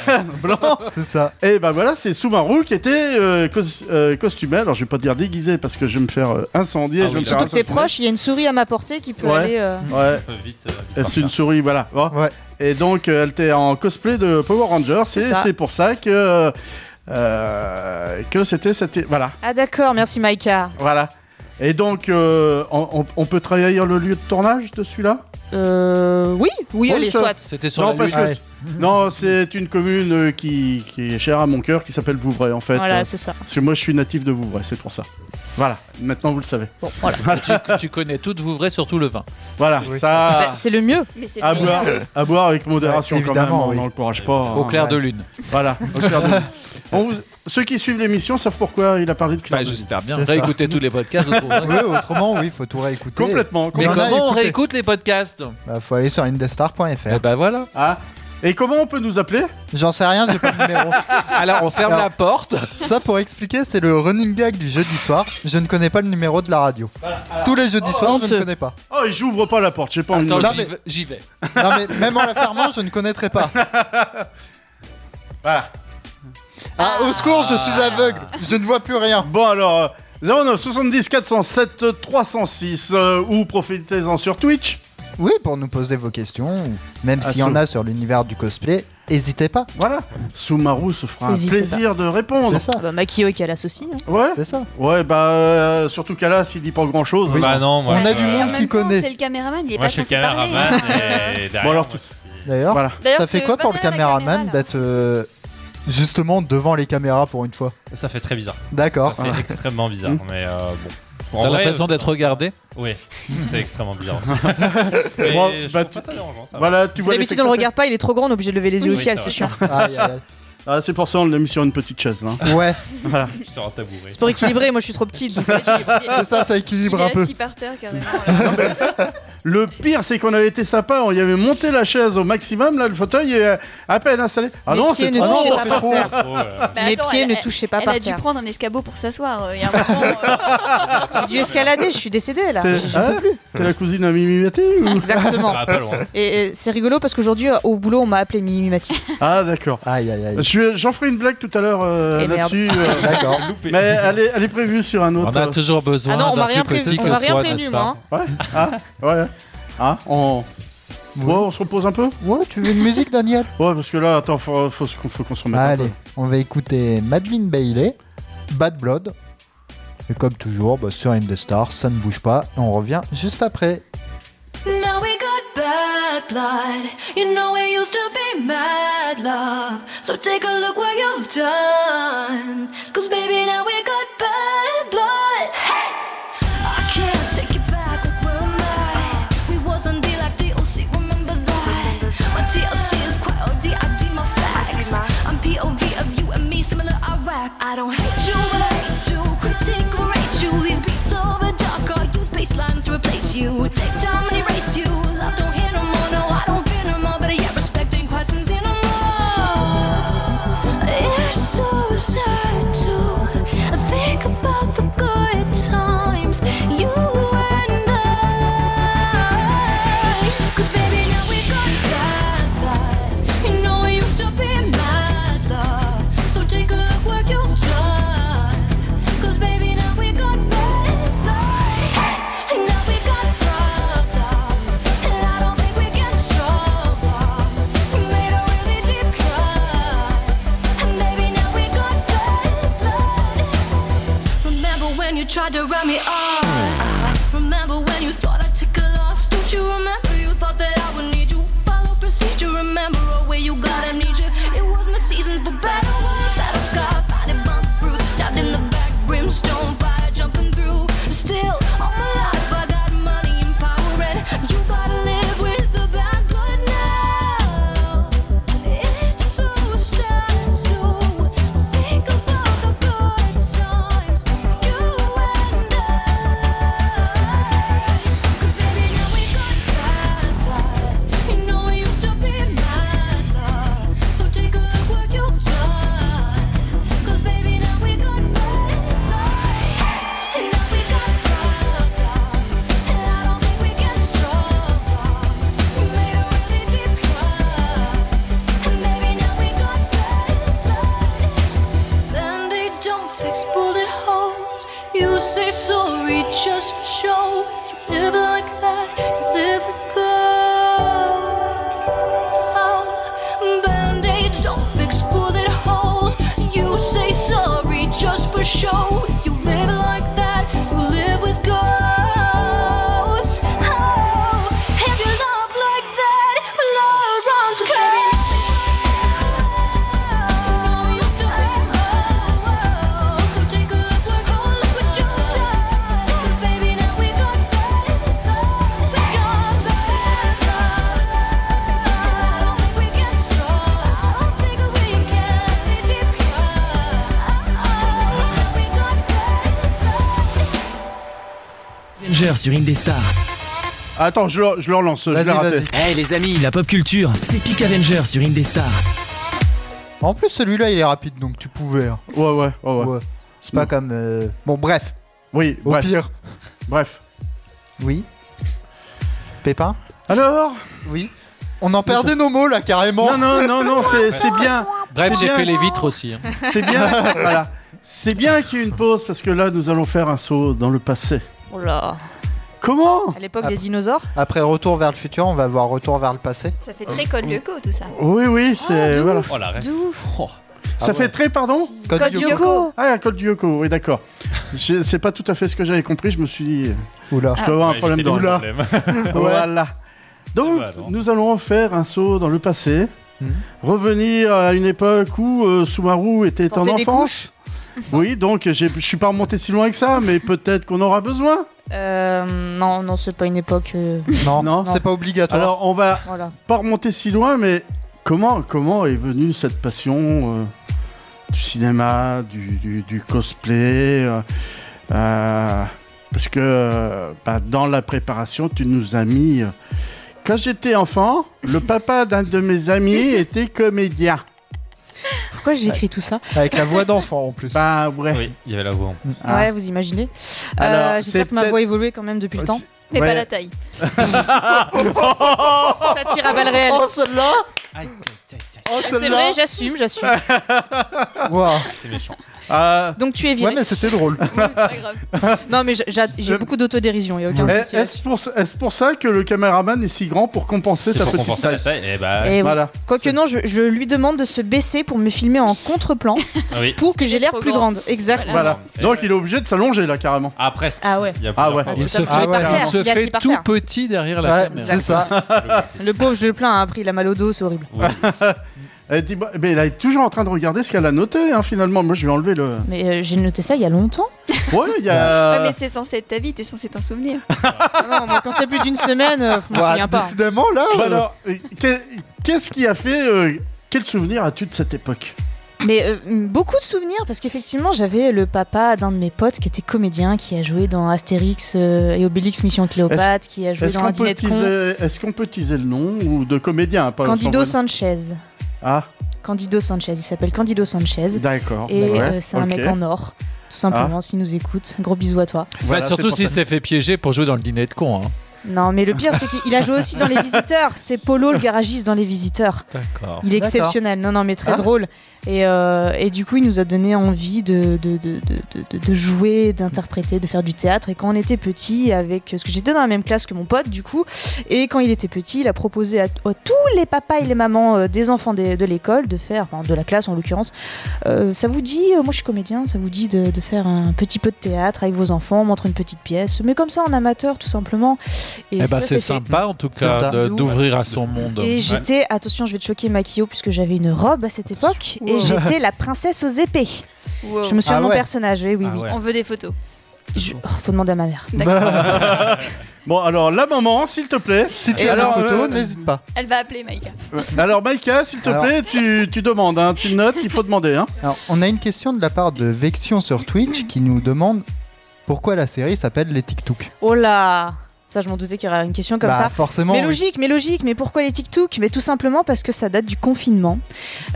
blanc. C'est ça. Et ben voilà, c'est Subaru qui était euh, cos- euh, costumé. Alors je vais pas dire déguisé parce que je vais me faire euh, incendier. Ah je vais oui, me faire Surtout que t'es assassiner. proche, il y a une souris à ma portée qui peut Ouais. aller. euh, Ouais, Vite, euh, vite par c'est une terre. souris, voilà. Bon. Ouais. Et donc euh, elle était en cosplay de Power Rangers. C'est Et ça. c'est pour ça que euh, que c'était cette voilà Ah d'accord, merci Maïka. voilà. Et donc, euh, on, on- on peut travailler le lieu de tournage de celui-là Euh, oui, oui, Oh, allez, ça- soit. C'était sur Non, la parce lune. que non, c'est une commune euh, qui, qui est chère à mon cœur, qui s'appelle Vouvray en fait. Euh, Voilà, c'est ça. parce que moi, je suis natif de Vouvray, c'est pour ça. Voilà. Maintenant, vous le savez. Bon, voilà. Tu, tu connais toutes, vous vrai, surtout le vin. Voilà. Ah. Oui. Ça. Bah, c'est le mieux. Mais c'est le À meilleur. boire, à boire avec modération Ouais, quand même, évidemment, on oui. n'encourage pas. Au hein. clair ouais. de lune. Voilà, au clair de lune. On vous- Ceux qui suivent l'émission savent pourquoi il a parlé de clair Bah, de lune. J'espère bien. C'est ça. Réécoutez tous les podcasts. vous trouverez. Oui, autrement, oui, faut tout réécouter. Complètement. Mais On en a comment on écouté. réécoute les podcasts Bah, faut aller sur indestar.fr. Eh ben voilà. Ah. Et comment on peut nous appeler J'en sais rien, j'ai pas le numéro. Ah, Alors on ferme Alors- la porte. Ça, pour expliquer, c'est le running gag du jeudi soir. Je ne connais pas le numéro de la radio. Tous les jeudis soirs, je Honteux. ne connais pas. Oh, j'ouvre pas la porte, j'ai pas envie de Attends, me- j'y vais- j'y vais. Non, mais même en la fermant, je ne connaîtrai pas. Voilà. Ah, au secours, je suis aveugle. Je ne vois plus rien. Bon alors, euh, 09 70 407 306 euh, ou profitez-en sur Twitch. Oui, pour nous poser vos questions, ou même Ah, s'il y en sous. a sur l'univers du cosplay, n'hésitez pas. Voilà. Soumaru se fera un N'hésitez plaisir de répondre. C'est ça, Ah Bah, Makio et Kalas aussi. hein. Ouais. c'est ça. Ouais, bah euh, surtout qu'Alas, il dit pas hein. grand chose. Bah non, moi, On je- a du Et en monde même qui temps, connaît. C'est le caméraman, il est Moi, pas je suis le censé parler. caméraman. Euh, et Eh, derrière, Bon, alors, moi, je suis- D'ailleurs, Voilà. d'ailleurs, ça fait tu- quoi bah pour le d'ailleurs, la caméraman caméra, là. d'être euh, justement devant les caméras pour une fois Ça fait très bizarre. D'accord. Ça fait extrêmement bizarre. Mais euh, bon. En T'as vrai, l'impression d'être regardé Oui, c'est extrêmement bizarre aussi. Mais Bon, je bah, trouve pas Ah, ça dérangeant. Ça va. Voilà, tu vois les D'habitude, on le sexes- regarde pas, il est trop grand, on est obligé de lever les yeux Oui, au ciel, c'est c'est vrai. chiant. Aïe, aïe, Ah, c'est pour ça on l'a mis sur une petite chaise là. aïe. Ouais, Voilà. Je sors un tabouret. C'est pour équilibrer, moi je suis trop petite. donc c'est- c'est ça, ça Il équilibre un est peu. assis par terre carrément. Le pire, c'est qu'on avait été sympa, on y avait monté la chaise au maximum, là, le fauteuil est euh, à peine installé. Ah Mes non, pieds c'est ne ah non, touchaient ça pas fait par trop. terre. Trop, euh, Bah, Mes attends, pieds elle- ne elle- touchaient pas Elle par a dû terre. prendre un escabeau pour s'asseoir. euh, il y a un moment, euh, J'ai dû escalader, je suis décédée là. T'es J'ai- hein T'es la cousine à Mimi Mati ou Exactement. ah, pas loin. Et et c'est rigolo parce qu'aujourd'hui euh, au boulot on m'a appelé Mimi Mati. Ah d'accord. Aïe, aïe, aïe. Je vais- J'en ferai une blague tout à l'heure euh, Eh merde. là-dessus, euh, D'accord. mais elle est, elle est prévue sur un On autre. euh, a toujours besoin Ah non, on m'a d'un rien plus prévu, petit on que m'a rien soi, n'est-ce prévenu moi. pas hein. Ah, Ouais. Hein on... Ouais, on se repose un peu Ouais, tu veux une musique, Daniel Ouais, parce que là, attends, faut, faut, se- faut qu'on se remette. un Allez, on va écouter Madeleine Bailey, Bad Blood. Et comme toujours, bah, sur Indestar, ça ne bouge pas. Et on revient juste après. Now we got bad blood. You know we used to be mad love. So take a look what you've done. Cause baby, now we got bad blood. Hey! I can't take it back. Look where am I? We wasn't D like DOC, remember that? My TLC is quite OD, I D my facts. I'm POV of you and me, similar Iraq. I don't hate you, but I hate you. Critique or rate you. These beats over dark, I use bass lines to replace you. Take time and erase you. Love don't hear no more, no, I don't fear no more. But I yet respecting quite sincere no more. It's so sad to think about the good times you and I. 'Cause baby, now we got bad blood. You know we used to be mad love. So take a look what you've done. 'Cause baby, now we got bad blood. And now we got problems. And I don't think we can solve 'em. We made a really deep cut. And baby, now we got bad blood. Remember when you tried to run me off? Remember when you thought I'd take a loss? Don't you remember you thought that I would need you? Follow procedure, remember a way you got amnesia. It was my season for better words, battle scars, body bump, bruise, stabbed in the back, brimstone fire jumping through. Still, all my life I got money and power, and you gotta live with the bad blood now. It's so sad to think about the good times you and I. 'Cause baby, now we got bad blood. You know we used to be mad love. So take a look what you've done. 'Cause baby, now we got bad blood. And now we got problems. And I don't think we can solve 'em. We made a really deep cut. And baby, now we got bad blood. Band-aids don't fix bullet holes. You say sorry just for show. If you live like that, you live with God. Band-aids don't fix bullet holes. You say sorry just for show. You live like that, you live with God. Oh, Oh, Avenger sur Indestar. Attends, je le, je le relance, je Vas-y, l'ai raté. vas-y. Eh les amis, la pop culture, c'est Peak Avenger sur Indestar. En plus, celui-là, il est rapide, donc tu pouvais. hein. Ouais, ouais, ouais, ouais. Ouais. C'est pas comme. euh, Bon, bref. Oui, Au bref, pire. bref. Oui. Pépin Alors Oui. On en perdait nos mots là carrément. Non, non, non, non, c'est c'est bien. Bref, C'est j'ai bien. fait les vitres aussi. hein. C'est bien. voilà. C'est bien qu'il y ait une pause parce que là, nous allons faire un saut dans le passé. Oh là. Comment À l'époque Ah. des dinosaures Après retour vers le futur, on va voir retour vers le passé. Ça fait très code Lyoko tout ça. Oui, oui, c'est. de voilà. Oh la ref. Ah De ouf. Ça fait très, pardon Code Code Lyoko. Lyoko. Ah, la colle du Yoko, oui, d'accord. J'ai- C'est pas tout à fait ce que j'avais compris, je me suis dit. Ah. Oula. Je dois avoir Ah. Ouais, un problème j'étais dans dans là. le Voilà. Donc, Ah bah, non. nous allons faire un saut dans le passé. Mhm. Revenir à une époque où euh, Sumaru était Porter en des enfance. Oui, donc j'ai- je suis pas remonté si loin que ça, mais peut-être qu'on aura besoin. Euh, non, non, c'est pas une époque. euh, Non, Non. c'est pas obligatoire. Alors, on va voilà. pas remonter si loin, mais comment, comment est venue cette passion euh, du cinéma, du, du- du cosplay euh, euh, Parce que euh, bah, dans la préparation, tu nous as mis. euh, quand j'étais enfant, le papa d'un de mes amis était comédien. Pourquoi j'ai écrit tout ça Avec la voix d'enfant en plus. Bah ouais. Oui, il y avait la voix. Ah. Ouais, vous imaginez. Euh, Alors, c'est J'espère que ma voix peut-être- évolué quand même depuis le temps. Mais Ouais. pas la taille. Ça tire à balles réelles. Oh celle-là Oh C'est celle-là vrai, j'assume, j'assume. Ouah. C'est méchant. Euh, Donc tu es viré. Ouais mais c'était drôle. Oui, c'est pas grave. Non, mais j'a- j'a- j'ai Je- beaucoup d'autodérision, il a aucun souci. est- Est-ce pour, est-ce pour ça que le caméraman est si grand pour compenser C'est sa pour petite compenser taille la taille. Eh bah, Et oui. Voilà. Quoique non, je, je lui demande de se baisser pour me filmer en contre-plan ah oui. pour que j'ai l'air trop plus grand. grande. Exact. Voilà. C'est Donc vrai. il est obligé de s'allonger là carrément. Ah, presque. Ah ouais. Il y a Ah plusieurs fois, ouais. Ah, oui. Il se totalement. fait, Ah ouais, il par se terre. Il est fait assis par tout terre. petit derrière la Ouais, caméra. c'est ça. Le pauvre, je le plains, hein, après il a mal au dos, c'est horrible. Elle dit, bah, mais elle est toujours en train de regarder ce qu'elle a noté hein, finalement. Moi je vais enlever le. Mais euh, j'ai noté ça il y a longtemps. Ouais, il y Ouais, a. mais c'est censé être ta vie, t'es censé t'en souvenir. Ah non, moi, quand c'est plus d'une semaine, euh, je m'en Bah, souviens pas. décidément là. Bah alors, euh, qu'est- qu'est-ce qui a fait. euh, quel souvenir as-tu de cette époque Mais euh, beaucoup de souvenirs, parce qu'effectivement, j'avais le papa d'un de mes potes qui était comédien, qui a joué dans Astérix euh, et Obélix Mission Cléopâtre, Bah, qui a joué Est-ce dans qu'on Un peut, dîner de cons. teaser- est-ce qu'on peut teaser le nom ou de comédien hein, pas Candido sans- Sanchez. Ah, Candido Sanchez, il s'appelle Candido Sanchez. d'accord. Et Ouais, euh, c'est un ok. Ah. mec en or, tout simplement, s'il nous écoute. Gros bisous à toi. Enfin, Voilà, c'est surtout pour s'il ça. s'est fait piéger pour jouer dans le dîner de con. hein. Non, mais le pire, c'est qu'il a joué aussi dans Les Visiteurs. C'est Polo, le garagiste dans Les Visiteurs. D'accord. Il est D'accord. exceptionnel. Non, non, mais très Ah. drôle. Et, euh, et du coup, il nous a donné envie de, de, de, de- de- de jouer, d'interpréter, de faire du théâtre. Et quand on était petit, avec. Parce que j'étais dans la même classe que mon pote, du coup. Et quand il était petit, il a proposé à, à tous les papas et les mamans euh, des enfants des- de, l'école de faire, enfin de la classe en l'occurrence, euh, ça vous dit, euh, moi je suis comédien, ça vous dit de, de faire un petit peu de théâtre avec vos enfants, on montre une petite pièce, mais comme ça en amateur tout simplement. Et Eh ça, ben, c'est c'est fait. sympa en tout C'est ça. cas de- De ouf. d'ouvrir à son monde. Et j'étais, attention, je vais te choquer, Makio, puisque j'avais une robe à cette époque, et j'étais la princesse aux épées. Wow. Je me suis Ah mon ouais. personnage, oui, oui, Ah oui. ouais. On veut des photos. Je- oh, faut demander à ma mère. Bon, alors la maman, s'il te plaît. Si tu Et as la alors, photo, euh, n'hésite pas. Elle va appeler Maïka. Alors, Maïka, s'il te Alors. plaît, tu, tu demandes, hein, tu notes, il faut demander. Hein. Alors, on a une question de la part de Vexion sur Twitch qui nous demande pourquoi la série s'appelle les TikTok. Oh là Ça, je m'en doutais qu'il y aurait une question comme bah, ça. forcément. Mais oui. logique, mais logique, mais pourquoi les TikTok Mais tout simplement parce que ça date du confinement.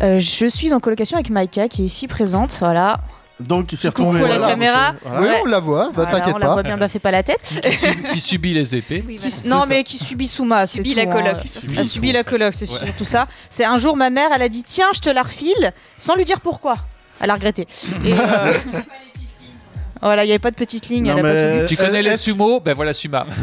Euh, je suis en colocation avec Maïka qui est ici présente, voilà. Donc, il s'est Tu comprends retrouvé. la voilà, caméra. donc, euh, Oui, voilà. Ouais. on la voit, bah, Voilà, on t'inquiète la pas. voit bien, bah fais pas la tête. Qui su- qui subit les épées. Oui, Qui- voilà. non ça. mais qui subit Souma, c'est Subit tout, la hein. coloc. Elle a Oui, subi en la fait. coloc, c'est sûr, Ouais. tout ça. C'est un jour, ma mère, elle a dit Tiens, je te la refile, sans lui dire pourquoi. Elle a regretté. Et, euh, voilà, il n'y avait pas de petite ligne, Non, elle a pas tout Ah, mais- lu. Tu connais Euh, les est-ce- sumo Ben voilà Suma.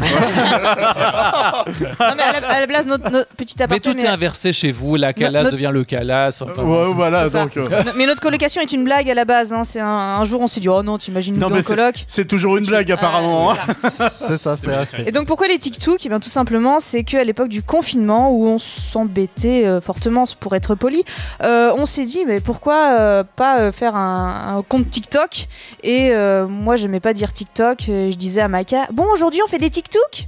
Non, mais elle, a, elle blase notre, notre petit Mais appartement. tout est inversé chez vous. La calasse notre- devient le calasse. Ouais, Enfin, bon, c'est- voilà, c'est ça. donc. euh, Mais notre colocation est une blague à la base. hein. C'est un, un jour, on s'est dit Oh non, t'imagines Non, nous deux mais en coloc. C'est toujours une Tu- blague, Ah, apparemment. c'est hein. ça. C'est ça, c'est respect. Et donc pourquoi les TikTok Eh bien tout simplement, c'est qu'à l'époque du confinement où on s'embêtait euh, fortement pour être poli, euh, on s'est dit mais pourquoi euh, pas euh, faire un, un compte TikTok Et euh, moi j'aimais pas dire TikTok, euh, je disais à Maïka bon aujourd'hui on fait des TikTok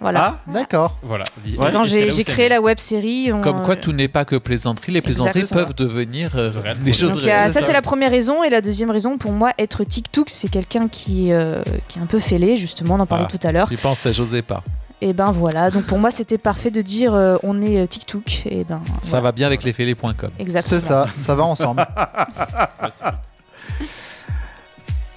Voilà. Ah, D'accord. Voilà. Ouais. Quand j'ai j'ai créé la web série, on, Comme quoi, tout n'est pas que plaisanterie. Les plaisanteries Exactement. peuvent devenir euh, Réel des projet. choses Donc, il y a- réelles. ça, c'est la première raison. Et la deuxième raison, pour moi, être TikTok, c'est quelqu'un qui, euh, qui est un peu fêlé, justement, on en parlait Ah. tout à l'heure. J'y pense à Josépa. Et ben voilà, donc pour moi, c'était parfait de dire euh, on est euh, TikTok. Et ben, Ça voilà. va bien avec les fêlés.com. Exactement. C'est ça, Ah, ça va ensemble.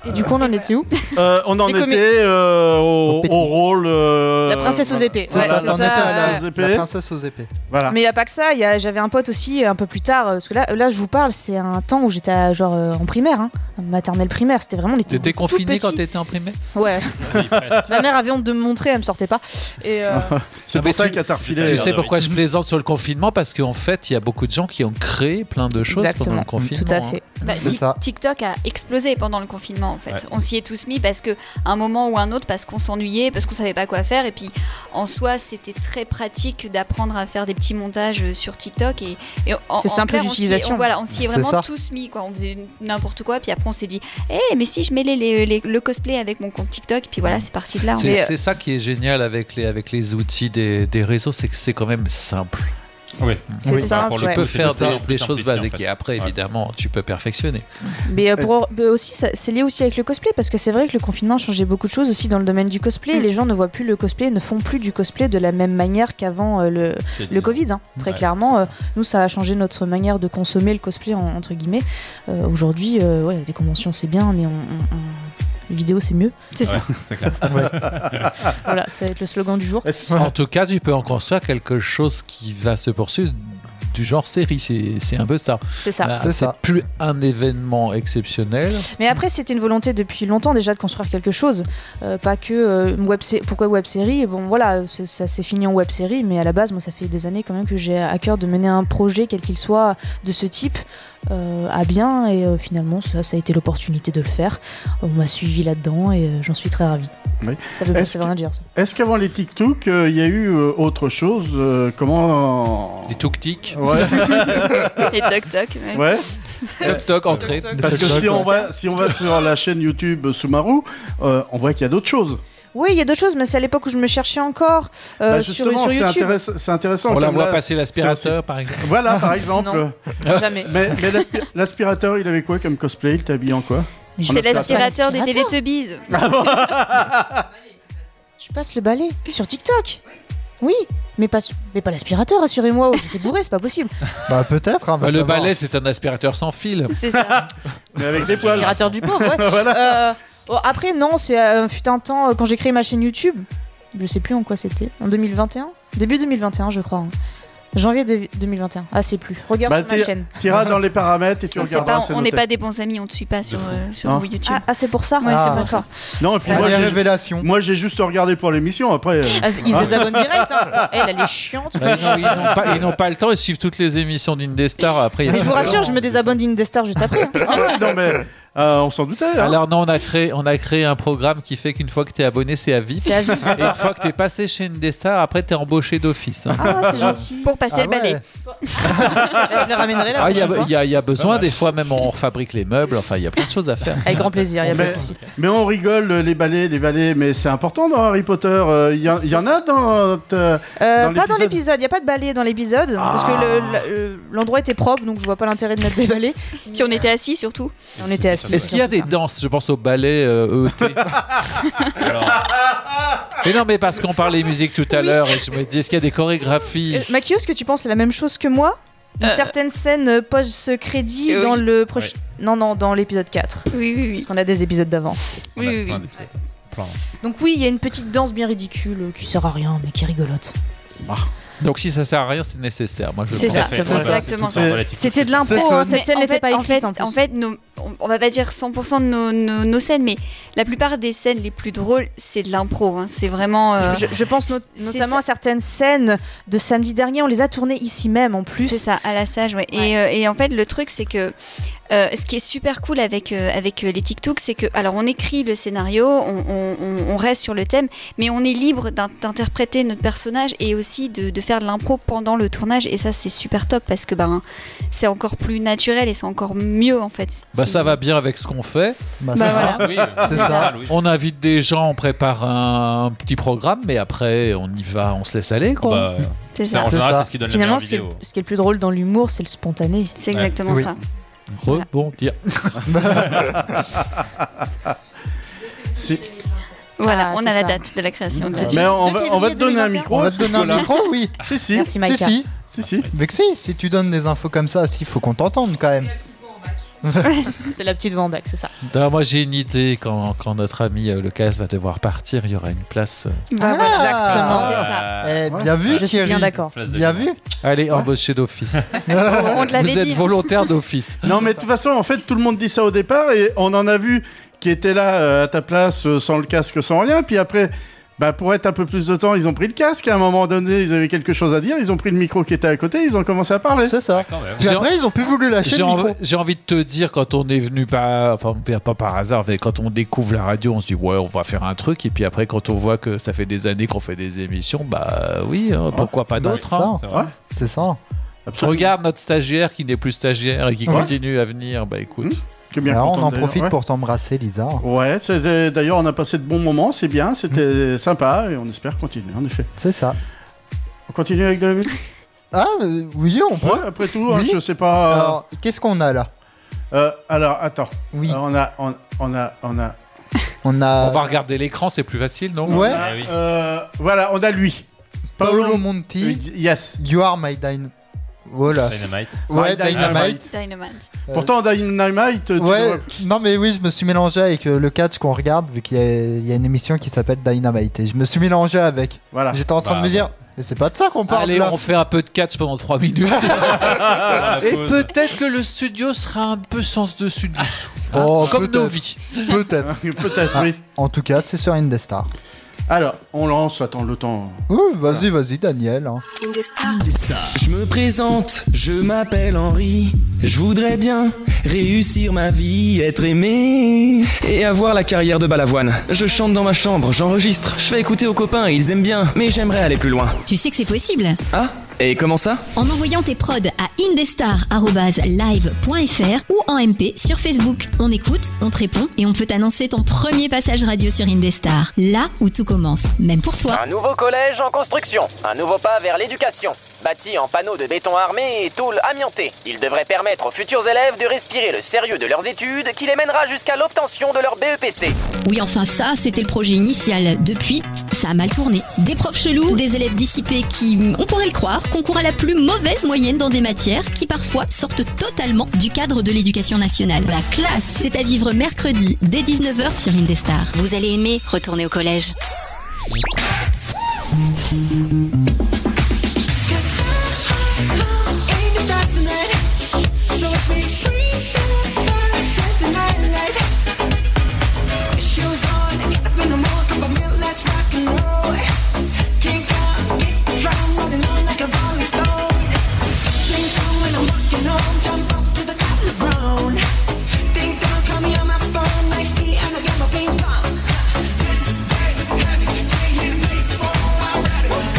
Et du coup, on en était où Euh, on en Les était comi- euh, au, Au pétrin. au rôle. euh, La princesse aux épées. C'est Ouais, ça, c'est t'en ça, étais à ouais. la, aux épées. la princesse aux épées. Voilà. Mais il n'y a pas que ça, il y a- j'avais un pote aussi euh, un peu plus tard, euh, parce que là, là je vous parle, c'est un temps où j'étais à- genre euh, en primaire, hein, maternelle primaire, c'était vraiment les T'étais confiné quand t'étais en primaire Ouais, ma mère avait honte de me montrer, elle me sortait pas. Et euh, C'est Ah, pour mais ça tu- qu'elle t'a refilé. tu Tu Ouais, sais euh, ouais, pourquoi je plaisante sur le confinement Parce qu'en fait, il y a beaucoup de gens qui ont créé plein de choses pendant exactement, le confinement. tout à hein. fait. Bah, C'est Tik- ça. TikTok a explosé pendant le confinement en fait. Ouais. On s'y est tous mis parce que à un moment ou un autre parce qu'on s'ennuyait, parce qu'on savait pas quoi faire et puis en soi c'était très pratique d'apprendre à faire des petits montages euh, sur TikTok et, et en- C'est en simple clair, on s'y est- d'utilisation. on- Voilà, on s'y est C'est vraiment ça. tous mis quoi. On faisait n'importe quoi puis après on s'est dit, eh mais si je mets les- les- les- le cosplay avec mon compte TikTok et puis voilà c'est parti de là. C'est Mais, euh, c'est ça qui est génial avec les, avec les outils des, des réseaux, c'est que c'est quand même simple. Mm. Oui. C'est Oui. simple, Pour le Tu ouais. peux c'est faire ça, des, en plus des choses simplifié, en basiques fait. et après, Ouais. évidemment, tu peux perfectionner. Mais euh, pour mais aussi, ça- c'est lié aussi avec le cosplay, parce que c'est vrai que le confinement a changé beaucoup de choses aussi dans le domaine du cosplay. Mm. Les gens ne voient plus le cosplay, ne font plus du cosplay de la même manière qu'avant euh, le, le Covid, hein, très Ouais. clairement. Euh, nous, ça a changé notre manière de consommer le cosplay, en- entre guillemets. Euh, Aujourd'hui, euh, ouais, les conventions, c'est bien, mais on. on- on- les vidéos, c'est mieux. c'est ça. C'est clair. Voilà, ça va être le slogan du jour. Est-ce- En tout cas, tu peux en construire quelque chose qui va se poursuivre du genre série. C'est c'est un peu ça. C'est ça. Là, c'est ça. Plus un événement exceptionnel. Mais après, c'était une volonté depuis longtemps déjà de construire quelque chose. Euh, pas que euh, une web sé- pourquoi web série Bon, voilà, c'est- ça s'est fini en web série, mais à la base, moi, ça fait des années quand même que j'ai à cœur de mener un projet, quel qu'il soit, de ce type. euh, à bien et euh, finalement ça ça a été l'opportunité de le faire on m'a suivi là-dedans et euh, j'en suis très ravie Oui. ça veut pas Est-ce ça veut que- rien dire ça. Est-ce qu'avant les TikTok, euh, il y a eu euh, autre chose euh, Comment Les tuk-tuk, Ouais. Et toc toc. ouais. ouais. toc-toc, entrée. Parce que TikTok, si on, ouais. va, si on va sur la chaîne YouTube Sumaru, euh, on voit qu'il y a d'autres choses. oui il y a d'autres choses mais c'est à l'époque où je me cherchais encore euh, Bah, sur, justement, sur c'est YouTube intéress- c'est intéressant. On la comme voit là- passer l'aspirateur, par exemple. Voilà, par exemple. Non. jamais Mais, mais l'aspi- l'aspirateur, il avait quoi comme cosplay Il t'habillait en quoi C'est l'aspirateur. l'aspirateur des L'aspirateur. Teletubbies. Ah Je passe le balai sur TikTok. Oui, mais pas, mais pas l'aspirateur, assurez-moi. oh, J'étais bourré, c'est pas possible. Bah peut-être. hein, va Bah, le savoir. balai, c'est un aspirateur sans fil. C'est ça. Mais avec des poils. L'aspirateur du pauvre, ouais. Euh, bon, après, non, c'est euh, fut un temps euh, quand j'ai créé ma chaîne YouTube. Je sais plus en quoi c'était. En 2021 Début 2021, je crois. hein. Janvier de- 2021. Ah, c'est plus. Regarde Bah, sur ma t'es- chaîne. T'iras dans les paramètres et tu On sait regarderas. pas, c'est on n'est noté. pas des bons amis, on ne te suit pas sur, fou. euh, sur Non. YouTube. Ah, ah, c'est pour ça. Ouais, Ah. c'est pour ça. Non, et puis pas moi, les j'ai- révélations. moi, j'ai juste regardé pour l'émission. Après, euh, Ah, il se désabonne direct. Hein. Elle, elle est chiante. Bah, ils n'ont- ils n'ont pas, ils n'ont pas le temps, ils suivent toutes les émissions d'Indestar. Après, il y a Mais je vous pas rassure, le temps. je me désabonne d'Indestar juste après. hein. ah ouais, non, mais euh, on s'en doutait. hein. Alors non, on a créé, on a créé un programme qui fait qu'une fois que t'es abonné, c'est à vie. C'est à vie. Et une fois que t'es passé chez Indestar, après t'es embauché d'office. hein. Ah, c'est gentil. Pour passer Ah le balai. ouais. Je le ramènerai là. Ah, il y a, il y a- il y a besoin, des fois même on fabrique les meubles, enfin il y a plein de choses à faire. Avec grand plaisir, il y a pas de Mais- souci. Mais on rigole, euh, les balais, les balais, mais c'est important dans Harry Potter. euh, Il y, a- il y en a dans. ta- Euh, Dans pas dans l'épisode. l'épisode, il n'y a pas de balai dans l'épisode, Ah. parce que le- le- euh, l'endroit était propre, donc je vois pas l'intérêt de mettre des balais. Puis on était assis surtout. On était assis. Est-ce qu'il y a des danses Je pense au ballet euh, ET. Alors, Mais non, mais parce qu'on parlait musique tout à l'heure et je me dis, est-ce qu'il y a des chorégraphies Euh, Makio, est-ce que tu penses la même chose que moi Une certaine scène euh, post-crédit Euh, oui. dans le proche... Non, non, dans l'épisode 4. Oui, oui, oui. Parce qu'on a des épisodes d'avance. on Oui, a oui, oui. plein d'épisodes. Plein. Donc oui, il y a une petite danse bien ridicule euh, qui sert à rien, mais qui est rigolote. Ah. Donc si ça sert à rien, c'est nécessaire. Moi, je C'est pense. ça, C'est- c'est c'est- exactement c'est- ça. c'est- relatif. C'était de C'est l'impro, fun. hein, cette Mais scène en n'était fait- pas en écrite fait, en, plus. en fait, nos- on- on va pas dire 100% de nos, nos- nos scènes, mais la plupart des scènes les plus drôles, c'est de l'impro. hein. C'est vraiment. euh, je, je pense not- c'est notamment ça. à certaines scènes de samedi dernier, on les a tournées ici même en plus. C'est ça, à la sage, ouais. Et, euh, et en fait, le truc, c'est que euh, ce qui est super cool avec, euh, avec euh, les TikTok, c'est que, alors, on écrit le scénario, on, on- on- on reste sur le thème, mais on est libre d'in- d'interpréter notre personnage et aussi de, de faire de l'impro pendant le tournage. Et ça, c'est super top parce que ben, c'est encore plus naturel et c'est encore mieux, en fait. Bah C'est- ça va bien avec ce qu'on fait. Bah, Bah, c'est voilà. ça. Oui, C'est ça. oui. On invite des gens, on prépare un petit programme, mais après on y va, on se laisse aller quoi. Bah, euh, C'est ça, ça. en C'est général, ça. c'est ce qui donne la Finalement, meilleure ce qui, est, vidéo. ce qui est le plus drôle dans l'humour, c'est le spontané. C'est exactement Oui. ça. Rebondir. Si. Voilà, Ah, on c'est a la ça. euh, date de la création de la Mais on va, on va te donner un micro. hein, On va te donner un Nicolas. micro, oui. Si, si, Merci, Si, Maïka. si. si, si. Mais que si, si tu donnes des infos comme ça, s'il faut qu'on t'entende quand même. Ah, C'est la petite Vanbeck, c'est ça. Non, moi j'ai une idée, quand, quand notre ami euh, Lucas va devoir partir, il y aura une place. euh, Bah, Ah, Exactement. c'est Eh, Ouais. bien vu, Je suis Thierry. bien d'accord. Place de Bien Guillaume. vu. Allez, embauchez d'office. On te Vous l'avait êtes dit. volontaire d'office. Non, mais de toute façon, en fait, tout le monde dit ça au départ et on en a vu qui étaient là euh, à ta place euh, sans le casque, sans rien. Puis après, bah, pour être un peu plus de temps, ils ont pris le casque. À un moment donné, ils avaient quelque chose à dire. Ils ont pris le micro qui était à côté. Ils ont commencé à parler. C'est ça. Quand même. Puis J'ai- après, ils ont plus voulu lâcher J'ai le env- micro. j'ai envie de te dire, quand on est venu, pas, enfin pas par hasard, mais quand on découvre la radio, on se dit ouais, on va faire un truc. Et puis après, quand on voit que ça fait des années qu'on fait des émissions, bah oui, hein, pourquoi pas bah, d'autres. ça. hein. C'est vrai. C'est ça. Absolument. Regarde notre stagiaire qui n'est plus stagiaire et qui Ouais. continue à venir. Bah écoute, Hmm. Que bien Alors, on content, en d'ailleurs. profite Ouais. pour t'embrasser, Lisa. Ouais, c'était- d'ailleurs, on a passé de bons moments, c'est bien, c'était sympa et on espère continuer, en effet. C'est ça. On continue avec de la musique Ah, euh, oui, on peut. Ouais, après tout, hein, Oui. je sais pas. euh, Alors, qu'est-ce qu'on a là euh, alors, attends. Oui, Alors, on a. On, on a. On a. on a on va regarder l'écran, c'est plus facile, non euh, Ouais. Ah oui. euh, voilà, on a lui. Paolo Paolo. Monti, Euh, Yes. You Are My Dynamite. Voilà. Dynamite. Ouais, My Dynamite. Dynamite. Dynamite. Euh, Pourtant, Dynamite. tu Ouais, vois- non mais oui, je me suis mélangé avec euh, le catch qu'on regarde, vu qu'il y, a- il y a une émission qui s'appelle Dynamite. Et je me suis mélangé avec. Voilà. J'étais en train Bah, de me dire, mais c'est pas de ça qu'on parle Allez, là. on fait un peu de catch pendant 3 minutes. Ah, la et pause. peut-être que le studio sera un peu sens dessus dessous. hein, Oh, comme peut-être. nos vies. Peut-être. Ah, Peut-être, oui. En tout cas, c'est sur Indestar. Alors, on lance, attends le temps. Ouh, vas-y, vas-y, Daniel. hein. Je me présente, je m'appelle Henri. Je voudrais bien réussir ma vie, être aimé et avoir la carrière de balavoine. Je chante dans ma chambre, j'enregistre, je fais écouter aux copains, ils aiment bien, mais j'aimerais aller plus loin. Tu sais que c'est possible Ah Et comment ça En envoyant tes prods à indestar.live.fr ou en MP sur Facebook. On écoute, on te répond et on peut t'annoncer ton premier passage radio sur Indestar. Là où tout commence, même pour toi. Ah, Un nouveau collège en construction, un nouveau pas vers l'éducation. Bâti en panneaux de béton armé et tôle amiantée, il devrait permettre aux futurs élèves de respirer le sérieux de leurs études qui les mènera jusqu'à l'obtention de leur E BEPC. Oui, enfin ça, c'était le projet initial. Depuis, ça a mal tourné. Des profs chelous, des élèves dissipés qui, on pourrait le croire, concourent à la plus mauvaise moyenne dans des matières qui parfois sortent totalement du cadre de l'éducation nationale. La classe, c'est à vivre mercredi dès 19h sur Indestar. Vous allez aimer retourner au collège. Ping pong. This is heavy, heavy, playing baseball. I'm ready.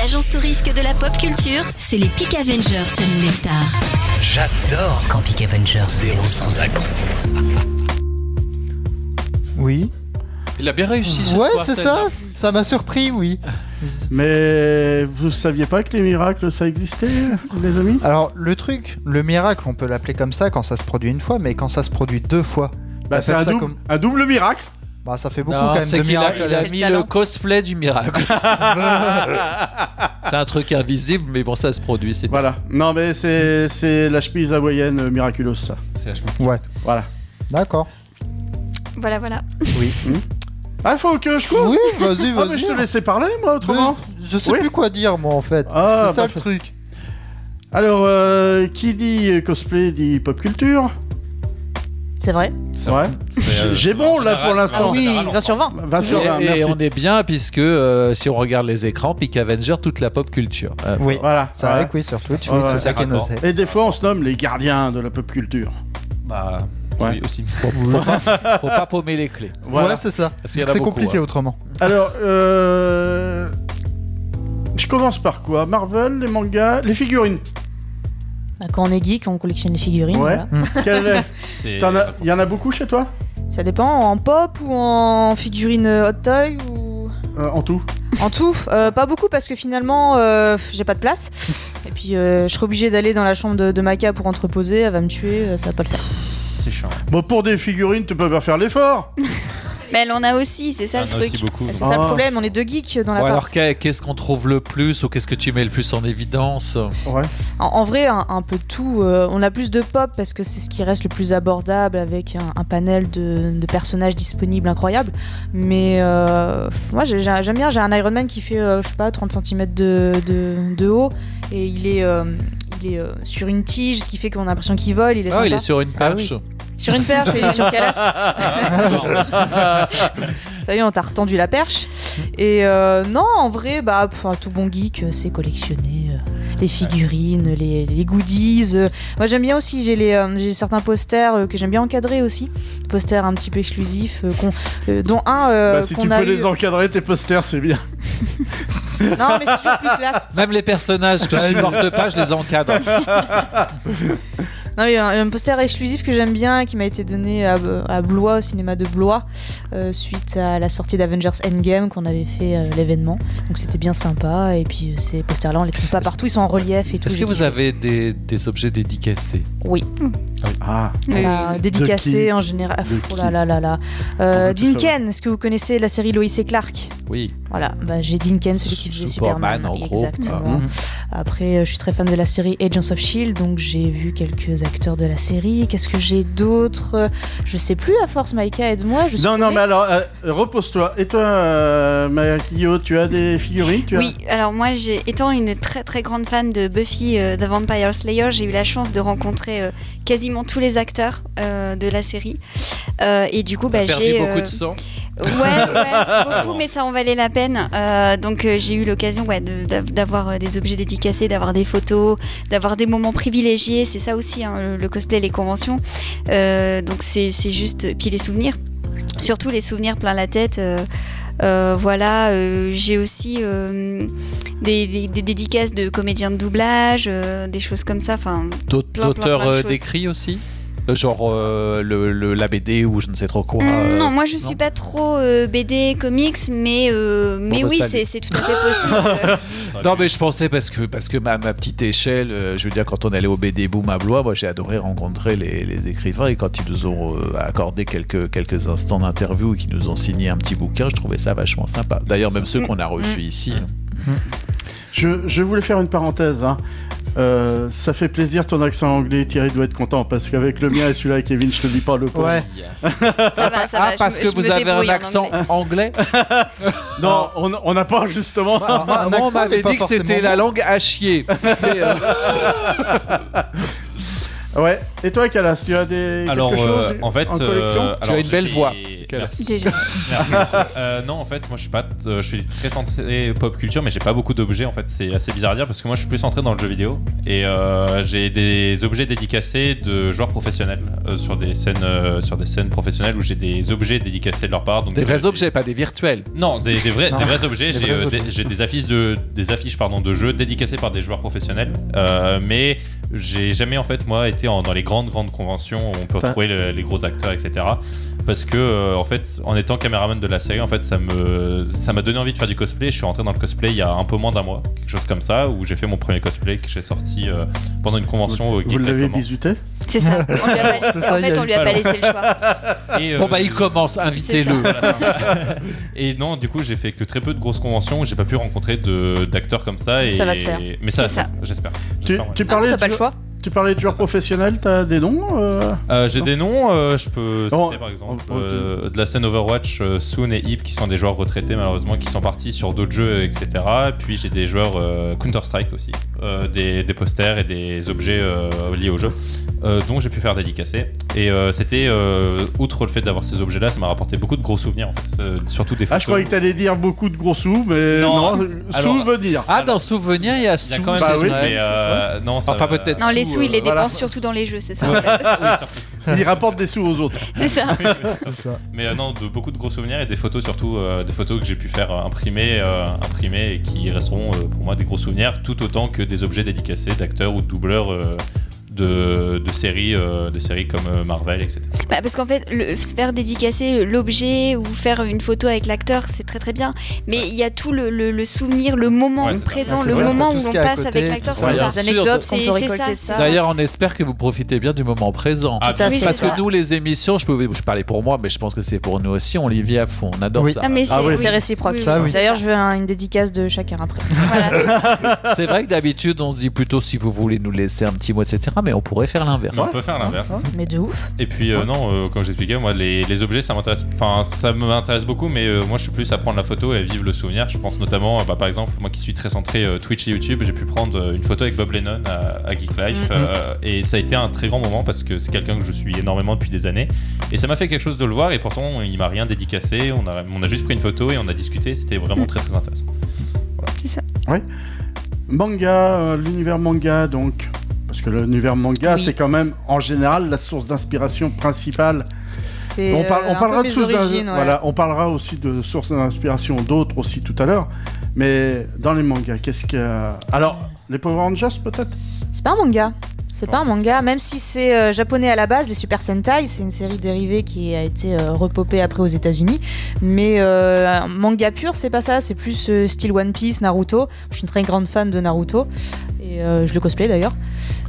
L'agence touristique de la pop culture, c'est les Peak Avengers sur Indestar. J'adore quand Peak Avengers se déroule sans accro. Oui. Il a bien réussi ce Ouais, soir, c'est celle-là. ça. Ça m'a surpris, oui. Mais vous saviez pas que les miracles ça existait, les amis Alors, le truc, le miracle, on peut l'appeler comme ça quand ça se produit une fois, mais quand ça se produit deux fois, Bah, c'est T'appelles un, ça double- comme- un double miracle. bah ça fait beaucoup Non, quand même c'est de qu'il a, miracles. il a C'est le mis talent. le cosplay du miracle. c'est un truc invisible, mais bon, ça se produit. C'est Voilà. Non, mais c'est c'est la chemise hawaïenne euh, miraculeuse, ça. C'est la chemise. Ouais, Voilà. d'accord. Voilà, voilà. Ah, faut que je cours Oui, vas-y, vas-y. Ah, mais je te laissais parler, moi, autrement. Mais Je sais Oui. plus quoi dire, moi, en fait. Ah, c'est ça bah, le faut- truc. Alors, euh, qui dit euh, cosplay dit pop culture. C'est vrai. Ouais. C'est, euh, J'ai en bon, là, pour général, l'instant. en Ah oui, général, on Bien sur 20. Vingt Et, sur vingt, et merci. on est bien puisque euh, si on regarde les écrans, Pick Avenger, toute la pop culture. Euh, Oui, Voilà. c'est vrai Ouais. que oui, sur Twitch, Ouais, oui, ouais, c'est c'est ça qui est raccord. nocé. Et des fois, on se nomme les gardiens de la pop culture. Bah, Ouais. oui, aussi. faut, pas, faut pas paumer les clés. Voilà. Ouais, c'est ça. Parce qu'il y en a C'est beaucoup, compliqué hein. autrement. Alors, euh... je commence par quoi Marvel, les mangas, les figurines. Bah, quand on est geek, on collectionne les figurines. Ouais. Mmh. voilà. Quel est- C'est- T'en as- Il y en a beaucoup chez toi Ça dépend en pop ou en figurine euh, hot toy ou Euh, En tout en tout. Euh, pas beaucoup parce que finalement euh, j'ai pas de place. Et puis euh, je serais obligée d'aller dans la chambre de, de Maca pour entreposer. Elle va me tuer, euh, ça va pas le faire. C'est chiant. Bon, pour des figurines, tu peux pas faire l'effort. Mais elle en a Ah, aussi, c'est ça Il y le en a aussi truc. beaucoup. Bah, donc. C'est ça Ah. le problème, on est deux geeks dans la Bon, alors qu'est- qu'est-ce qu'on trouve le plus ou qu'est-ce que tu mets le plus en évidence Ouais. En, en vrai, un, un peu tout. euh, on a plus de pop parce que c'est ce qui reste le plus abordable avec un, un panel de, de personnages disponibles incroyables. Mais euh, moi, j'ai- j'ai- j'aime bien. J'ai un Iron Man qui fait, euh, je sais pas, 30 cm de, de- de haut et il est. euh, il est euh, sur une tige, ce qui fait qu'on a l'impression qu'il vole. Il est, Ah, il sympa. est sur une Ah perche. sur une perche, il est sur Calas. T'as vu, on t'a retendu la perche. Et euh, non, en vrai, bah, pff, un tout bon geek, euh, c'est collectionner euh, les figurines, les, les goodies. euh. Moi, j'aime bien aussi, j'ai les, euh, j'ai certains posters euh, que j'aime bien encadrer aussi. Posters un petit peu exclusifs, euh, qu'on- euh, dont un euh, bah, si qu'on tu a peux eu- les encadrer, tes posters, c'est bien. Non, mais c'est toujours plus classe. Même les personnages que je supporte pas, je les encadre. Non, il y a un, un poster exclusif que j'aime bien, qui m'a été donné à, à Blois, au cinéma de Blois, euh, suite à la sortie d'Avengers Endgame, qu'on avait fait euh, l'événement. Donc c'était bien sympa. Et puis euh, ces posters-là, on les trouve pas Est-ce- partout, ils sont en relief et tout. Est-ce que j'ai vous kiffé. avez des, des objets dédicacés Ah, Euh, Oui, Voilà, oui, dédicacé qui en général. De Oh qui là là là là. On Euh, peut tout Dean Ken, est-ce que vous connaissez la série Lois et Clark Oui. Voilà, bah, j'ai Dean Ken, celui qui faisait Superman, Superman. en gros. Exactement. Après, euh, je suis très fan de la série Agents of Shield, E donc j'ai vu quelques acteurs de la série. Qu'est-ce que j'ai d'autre Je sais plus, à force, Maïka, aide-moi. Ah, je suis Non, non, paumée. mais alors, euh, repose-toi. Et toi, euh, Makio, tu as des figurines tu as- Oui, alors moi, j'ai, étant une très très grande fan de Buffy euh, The Vampire Slayer, j'ai eu la chance de rencontrer euh, quasiment tous les acteurs euh, de la série. Euh, et du coup, bah, T'as perdu j'ai. beaucoup euh, de sang. Ouais, ouais, beaucoup, mais ça en valait la peine. Euh, donc euh, j'ai eu l'occasion ouais, de- d'av- d'avoir euh, des objets dédicacés, d'avoir des photos, d'avoir des moments privilégiés. C'est ça aussi, hein, le, le cosplay, les conventions. Euh, donc c'est c'est juste. Puis les souvenirs, surtout les souvenirs plein la tête. euh, euh, voilà, euh, j'ai aussi euh, des, des- des dédicaces de comédiens de doublage, euh, des choses comme ça. Enfin, D'aut- plein, D'auteurs plein de euh, choses. d'écrits aussi Euh, Genre euh, le, le- la BD ou je ne sais trop quoi. euh, Mm, non, moi je suis non. pas trop euh, BD, comics, mais, euh, mais bah, oui, salut. c'est c'est tout à fait possible. Non mais je pensais parce que parce que ma, ma petite échelle, euh, je veux dire quand on allait au BD Boom à Blois, moi j'ai adoré rencontrer les, les écrivains et quand ils nous ont euh, accordé quelques quelques instants d'interview et qu'ils nous ont signé un petit bouquin, je trouvais ça vachement sympa. D'ailleurs même ceux qu'on a reçus ici. hein. Je, je voulais faire une parenthèse. hein. Euh, ça fait plaisir ton accent anglais, Thierry doit être content parce qu'avec le mien et celui-là, Kevin, je te dis pas le pauvre. Ouais. Ça va, ça va, Ah je parce me- que je me vous avez un débrouille en accent anglais. anglais. Non, on on n'a pas justement. Ah, Moi, un moi, on accent n'est m'avait pas dit que c'était forcément la bon. langue à chier. Mais, euh, Ouais. Et toi, Calas, tu as des Alors, quelque euh, chose en fait, en collection euh, Tu alors, as une j'ai belle des- voix. Quelle merci. Déjà. Merci beaucoup. Euh, non, en fait, moi je suis pas, t- euh, je suis très centré pop culture, mais j'ai pas beaucoup d'objets. En fait, c'est assez bizarre à dire parce que moi je suis plus centré dans le jeu vidéo et euh, j'ai des objets dédicacés de joueurs professionnels euh, sur des scènes, euh, sur des scènes professionnelles où j'ai des objets dédicacés de leur part. Donc Des de- vrais objets, pas des virtuels. Non, des, des vrais, Non. des vrais objets. Des J'ai vrais euh, des, objets. j'ai des affiches de, des affiches pardon de jeux dédicacées par des joueurs professionnels, Euh, mais j'ai jamais en fait moi été en- dans les grandes grandes conventions où on peut T'as- retrouver le- les gros acteurs etc. Parce que euh, en fait, en étant caméraman de la série, en fait, ça me ça m'a donné envie de faire du cosplay. Je suis rentré dans le cosplay il y a un peu moins d'un mois, quelque chose comme ça, où j'ai fait mon premier cosplay que j'ai sorti euh, pendant une convention au Vous Geek l'avez Performance. bisuté C'est ça. On lui a pas laissé, en Ça y fait, est. on lui a pas laissé le choix. Et, euh, Bon bah il commence, invitez-le. Voilà, c'est ça. et non, du coup, j'ai fait que très peu de grosses conventions où j'ai pas pu rencontrer de- d'acteurs comme ça. Et, Ça va se faire. Mais ça, va C'est se ça. faire, j'espère. tu, J'espère, ouais. tu Ah, parlais t'as pas de le choix. tu parlais de joueurs professionnels, t'as des noms euh Euh, j'ai des noms, euh, je peux Non, citer par exemple on- on te- euh, de la scène Overwatch, euh, Soon et Hip qui sont des joueurs retraités malheureusement qui sont partis sur d'autres jeux, etc. Puis j'ai des joueurs euh, Counter-Strike aussi, euh, des, des posters et des objets euh, liés au jeu, euh, dont j'ai pu faire dédicacer. Et euh, c'était, euh, outre le fait d'avoir ces objets-là, ça m'a rapporté beaucoup de gros souvenirs en fait, euh, surtout des photos. Ah, je croyais que t'allais dire beaucoup de gros sous, mais Non, non, alors- sous veut dire. Ah dans Souvenir il y a Il y a Sous. quand même Bah des oui, sous, ouais. mais euh, non, ça Enfin, va- peut-être. Non, les Sous, sous, il les euh, dépense voilà. surtout dans les jeux, c'est ça. en fait. Oui, surtout. Il rapporte des sous aux autres. C'est ça. C'est ça. Mais euh, non, de beaucoup de gros souvenirs et des photos surtout, euh, des photos que j'ai pu faire euh, imprimer, euh, imprimer et qui resteront euh, pour moi des gros souvenirs, tout autant que des objets dédicacés d'acteurs ou de doubleurs euh, de, de séries, euh, de séries comme euh, Marvel, etc. Bah, parce qu'en fait, le, se faire dédicacer l'objet ou faire une photo avec l'acteur, c'est très très bien. Mais il y a tout le, le- le souvenir, le moment Ouais, c'est présent, ça. le Ouais, moment tout où ce on qu'il y a à passe côté, avec l'acteur, tout ça. c'est ça. Les anecdotes qu'on C'est- peut c'est récolter ça, de c'est ça. D'ailleurs on espère que vous profitez bien du moment présent. Ah, Tout à oui, fait. Parce c'est ça. que nous, les émissions, je, peux, je parlais pour moi, mais je pense que c'est pour nous aussi, on les vit à fond, on adore Oui. ça. Ah, mais c'est Ah oui. C'est réciproque. Oui, oui, Ça, oui. c'est D'ailleurs, je veux un- une dédicace de chacun après. Voilà, c'est ça. C'est vrai que d'habitude, on se dit plutôt si vous voulez nous laisser un petit mot, etc. Mais on pourrait faire l'inverse. Mais on peut faire l'inverse. Mais de ouf. Et puis euh, non, euh, comme j'expliquais, moi les, les objets ça m'intéresse, enfin ça m'intéresse beaucoup, mais euh, moi je suis plus à prendre la photo et à vivre le souvenir. Je pense notamment, euh, bah, par exemple, moi qui suis très centré euh, Twitch et YouTube, j'ai pu prendre euh, une photo avec Bob Lennon à, à Geek Life, euh, et ça a été un très grand moment parce que c'est quelqu'un que je suis énormément depuis des années, et ça m'a fait quelque chose de le voir, et pourtant il m'a rien dédicacé, on a, on a juste pris une photo et on a discuté, c'était vraiment très très intéressant. Manga, euh, l'univers manga, donc. Parce que l'univers manga, Oui. c'est quand même, en général, la source d'inspiration principale. C'est on, parle- euh, on un parlera peu de mes sources d'ins- origines. ouais. voilà, on parlera aussi de sources d'inspiration d'autres aussi tout à l'heure. Mais dans les mangas, qu'est-ce qu'il y a Alors, les Power Rangers, peut-être C'est pas un manga. C'est pas un manga, même si c'est euh, japonais à la base, les Super Sentai, c'est une série dérivée qui a été euh, repopée après aux États-Unis. Mais euh, un manga pur, c'est pas ça, c'est plus euh, style One Piece, Naruto. Je suis une très grande fan de Naruto et euh, je le cosplay d'ailleurs.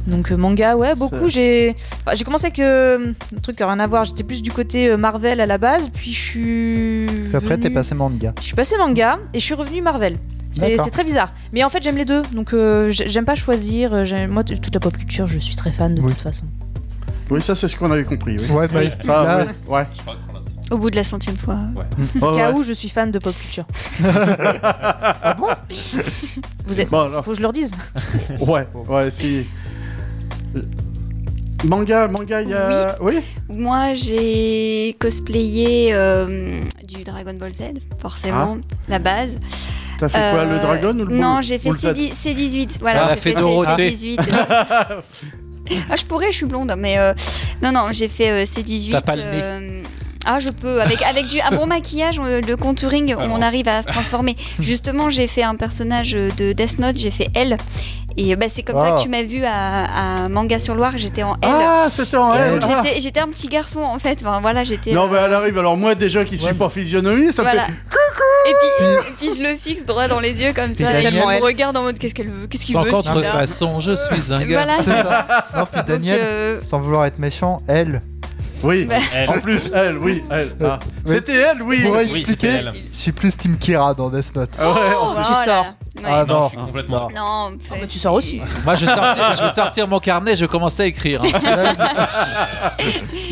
Donc euh, manga, ouais, beaucoup. J'ai enfin, j'ai commencé avec euh, un truc qui n'a rien à voir. J'étais plus du côté euh, Marvel à la base, puis je suis. Puis après, t'es venue- passé manga. je suis passée manga et je suis revenue Marvel. C'est D'accord. c'est très bizarre. Mais en fait, j'aime les deux. Donc, euh, j'ai- j'aime pas choisir. euh, j'aime- Moi, t- toute la pop culture, je suis très fan de Oui. toute façon. Oui, ça, c'est ce qu'on avait compris. Oui. Ouais, bah, Ah, là, oui, ouais. Je crois qu'on a- Au bout de la centième fois. Ouais, Cas ouais. où je suis fan de pop culture. Vous êtes. Bon, alors, Faut que je leur dise. Ouais, ouais, si. Euh, Manga, manga, il y a. Oui, Moi, j'ai cosplayé euh, du Dragon Ball Z, forcément, la base. Ah. T'as fait quoi, le Euh, dragon ou le Non, boule- j'ai fait ou le Z C10 C18. Voilà, Elle a j'ai fait fait Dorothée. C18. ah, je pourrais, je suis blonde, mais euh, non, non, j'ai fait euh, C18. T'as pas le nez. euh, ah, je peux. Avec, avec du, un bon maquillage, euh, le contouring, Ah, on Alors. arrive à se transformer. Justement, j'ai fait un personnage euh, de Death Note, j'ai fait L. Et euh, bah, c'est comme ça que Ah. tu m'as vu à, à Manga sur Loire, j'étais en L. Ah, c'était en Et L. donc, ah. j'étais- j'étais un petit garçon en fait. Enfin, voilà, j'étais. Non, euh, mais elle arrive. Alors, moi, déjà qui suis Ouais, pas physionomiste, ça voilà. fait. Et puis, et puis je le fixe droit dans les yeux comme ça. Et il Daniel- me regarde en mode qu'est-ce qu'elle veut, qu'est-ce qu'il Sans veut. celui-là contrefaçon, je suis un gars. Voilà, c'est ça. Non, puis Donc, Daniel, euh, sans vouloir être méchant, elle, Euh, Oui, Bah. Elle. en plus, elle, oui, elle. ah. Oui. C'était elle, oui. Pour Oui, expliquer, c'était elle. je suis plus Team Kira dans Death Note. Ah ouais, oh, tu voilà. sors. Ah Non, non. je suis complètement. Non, en fait, mais tu sors aussi. Moi, je vais, sortir, je vais sortir mon carnet, je vais commencer à écrire. hein.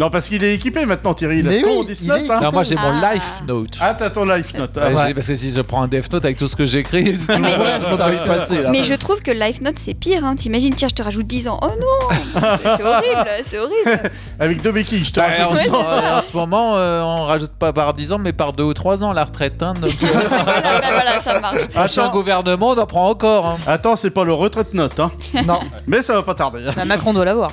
Non, parce qu'il est équipé maintenant, Thierry. Il a Mais son oui, il Disney. est hein. Non, moi, j'ai mon Ah. life note. Ah, t'as ton life note. Ouais, Ah, ouais. j'ai- Parce que si je prends un Death Note avec tout ce que j'écris, tout le monde mais- tout le monde peut y passer. là. Mais je trouve que Life Note c'est pire. Hein. T'imagines, tiens, je te rajoute 10 ans. Oh non C'est c'est horrible, c'est horrible. Avec deux béquilles, je te Bah, en, raconte. ce- en ce moment, euh, on rajoute pas par 10 ans, mais par 2 ou 3 ans la retraite. Hein, donc, euh, voilà, bah, voilà, ça marche. prochain gouvernement, on en prend encore. hein. Attends, c'est pas le retraite note, hein. Non, Mais ça va pas tarder. Bah, Macron doit l'avoir.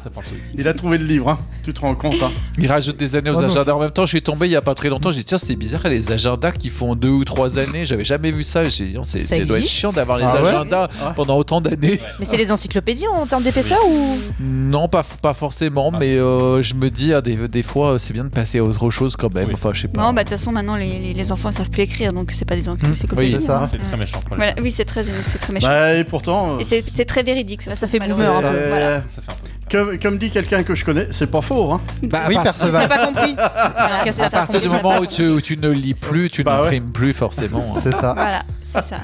C'est pas politique. Il a trouvé le livre, hein. Tu te rends compte, hein. Il rajoute des années aux Oh non. agendas. En même temps, je suis tombé il y a pas très longtemps. J'ai dit, tiens, c'est bizarre, les agendas qui font 2 ou 3 années. J'avais jamais vu ça. J'ai dit, non, c'est- ça Ça doit être existe chiant d'avoir les Ah ouais agendas pendant autant d'années. Mais c'est les encyclopédies en termes d'épaisseur ou Non, pas, f- pas Ah. forcément, mais euh, je me dis, ah, des, des fois, euh, c'est bien de passer à autre chose quand même. Oui. Enfin, je sais pas. Non, bah de toute façon, maintenant les, les, les enfants ils savent plus écrire, donc c'est pas des Mmh. encyclopédies. c'est ça. C'est très méchant. pour les Voilà, oui, c'est très, c'est très méchant. Bah, et pourtant. euh, Et c'est c'est très véridique. Ça fait malheureusement. boomer un peu, euh, Voilà. gens. Ça fait un peu. comme, comme dit quelqu'un que je connais, c'est pas faux, hein. Bah, oui, à, part- T'as Perceval. pas compris Voilà, qu'est-ce que à t'as pas partir du compris moment où tu, où tu ne lis plus, tu Bah ouais. n'imprimes plus forcément. hein. C'est ça. Voilà, c'est ça.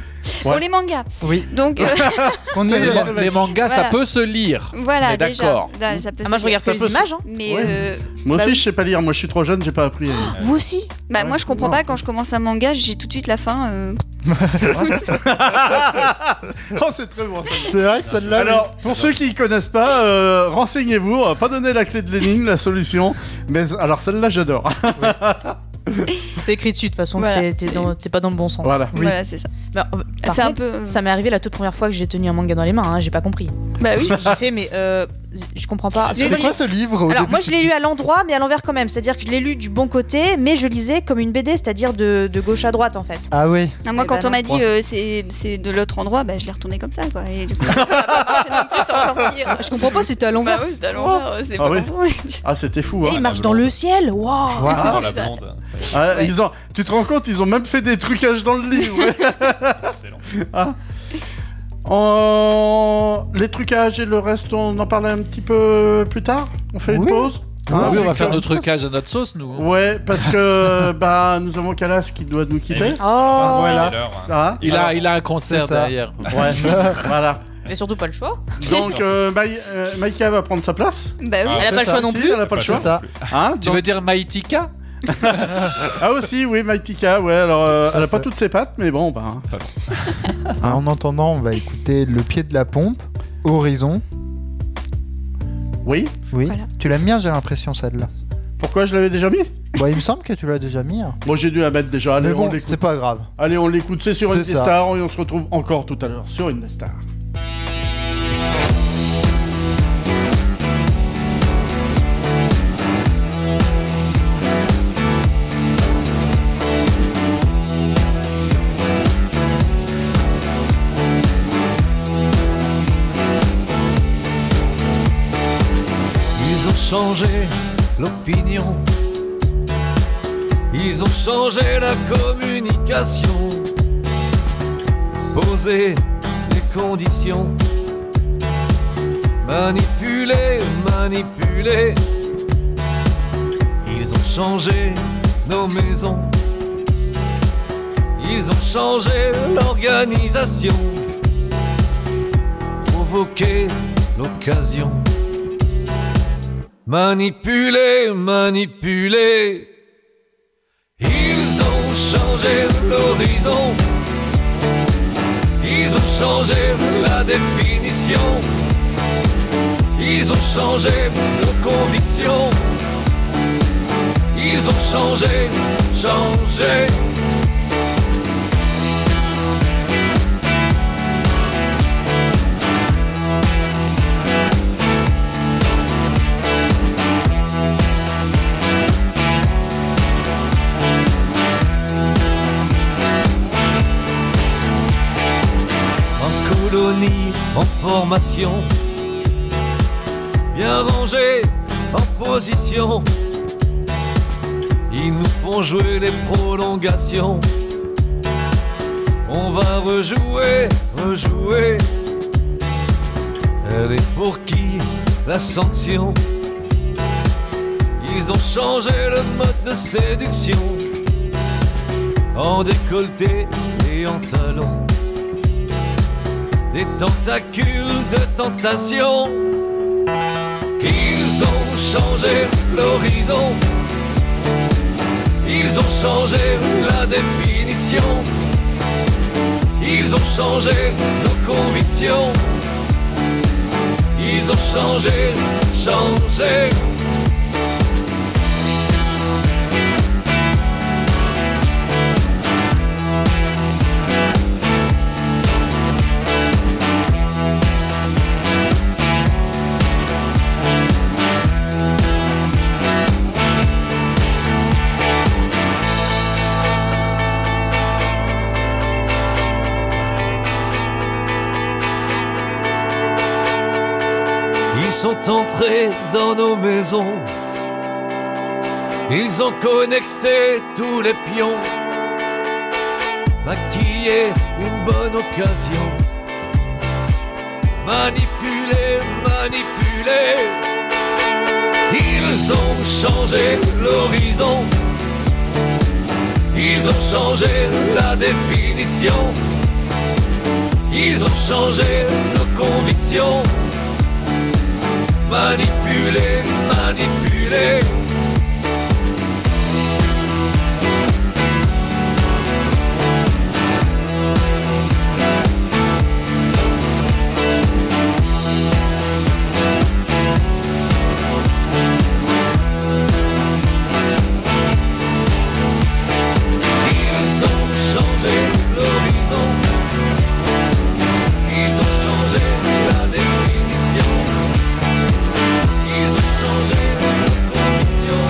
Bon, Oh, les mangas. Oui. Donc, euh, Qu'on y C'est Les, est. man- les mangas, ça Voilà. peut se lire. On voilà, est déjà. d'accord. Da- ça peut Ah, Moi se je regarde Ça que peut les se- images. hein. Mais Ouais. euh, Moi Bah aussi, oui. je sais pas lire. Moi, je suis trop jeune, j'ai pas appris. Vous aussi bah, moi je comprends Non. pas quand je commence un manga, j'ai tout de suite la fin. euh. oh, c'est très bon, ça. C'est vrai que celle-là. Alors, pour ceux qui ne connaissent pas, euh, renseignez-vous. On va pas donner la clé de l'énigme, la solution. Mais alors, celle-là, j'adore. C'est écrit dessus de toute façon, que Voilà. c'est- t'es dans- t'es pas dans le bon sens. voilà. Voilà, c'est ça. Bah, par C'est un contre, peu- Ça m'est arrivé la toute première fois que j'ai tenu un manga dans les mains, hein, j'ai pas compris. Bah oui. J'ai fait, mais euh, je comprends pas. C'est quoi ce livre au Alors début moi je l'ai lu à l'endroit mais à l'envers quand même, c'est-à-dire que je l'ai lu du bon côté mais je lisais comme une BD, c'est-à-dire de, de gauche à droite en fait. Ah oui. Non, moi, Eh quand ben on m'a non. dit euh, c'est c'est de l'autre endroit, bah, je l'ai retourné comme ça. Quoi. Et du coup, ça a pas marché non plus, c'est encore pire. Ah. Je comprends pas, c'était à Bah l'envers. oui, c'est à l'envers, c'est Ah pas oui. compris. Ah, c'était fou. Et Hein. il marche dans le ciel, waouh Waouh. Dans la c'est ça. blonde. Ah, ils ont... Tu te rends compte, ils ont même fait des trucages dans le livre. Ah. Excellent. En- Les trucages et le reste, on en parle un petit peu plus tard. On fait une Oui. pause. Ah oui, on va d'accord. faire notre trucage à notre sauce, nous. Ouais, parce que bah nous avons Calas qui doit nous quitter. oui. Bah, Oh Voilà. Et l'heure, hein. Ah, Il, a, il a un concert C'est ça. derrière. ouais, voilà. Mais surtout pas le choix. Donc euh, Maï- euh, Maïka va prendre sa place. Bah oui. Ah. Elle a C'est pas le ça, choix non si, plus. Elle Bah, a pas le Pas choix. C'est ça. Hein, Tu donc- veux dire Maïtika Ah aussi, oui, Maïtika, ouais. Alors, euh, Ça elle a pas peut. toutes ses pattes, mais bon, bah. Ah, En entendant, on va écouter Le pied de la pompe, Horizon. Oui. Oui. Voilà. Tu l'aimes bien, j'ai l'impression, celle-là. Pourquoi je l'avais déjà mis Bon, Bah, il me semble que tu l'as déjà mis. hein. Bon, j'ai dû la mettre déjà. Allez, Mais on bon, c'est l'écoute. pas grave. Allez, on l'écoute. C'est sur C'est une ça. star et on se retrouve encore tout à l'heure sur une star. Ils ont changé l'opinion. Ils ont changé la communication. Posé des conditions. Manipulé, manipulé. Ils ont changé nos maisons. Ils ont changé l'organisation. Provoqué l'occasion. Manipuler, manipuler. Ils ont changé l'horizon. Ils ont changé la définition. Ils ont changé nos convictions. Ils ont changé, changé. en colonie, en formation, bien rangés, en position. Ils nous font jouer les prolongations. On va rejouer, rejouer. Elle est pour qui la sanction Ils ont changé le mode de séduction. En décolleté et en talons. Des tentacules de tentation. Ils ont changé l'horizon. Ils ont changé la définition. Ils ont changé nos convictions. Ils ont changé, changé. Ils sont entrés dans nos maisons. Ils ont connecté tous les pions. Maquillé une bonne occasion. Manipulé, manipulé. Ils ont changé l'horizon. Ils ont changé la définition. Ils ont changé nos convictions. Manipuler, manipuler. Ils ont changé l'horizon. Ils ont changé la définition. Ils ont changé nos convictions.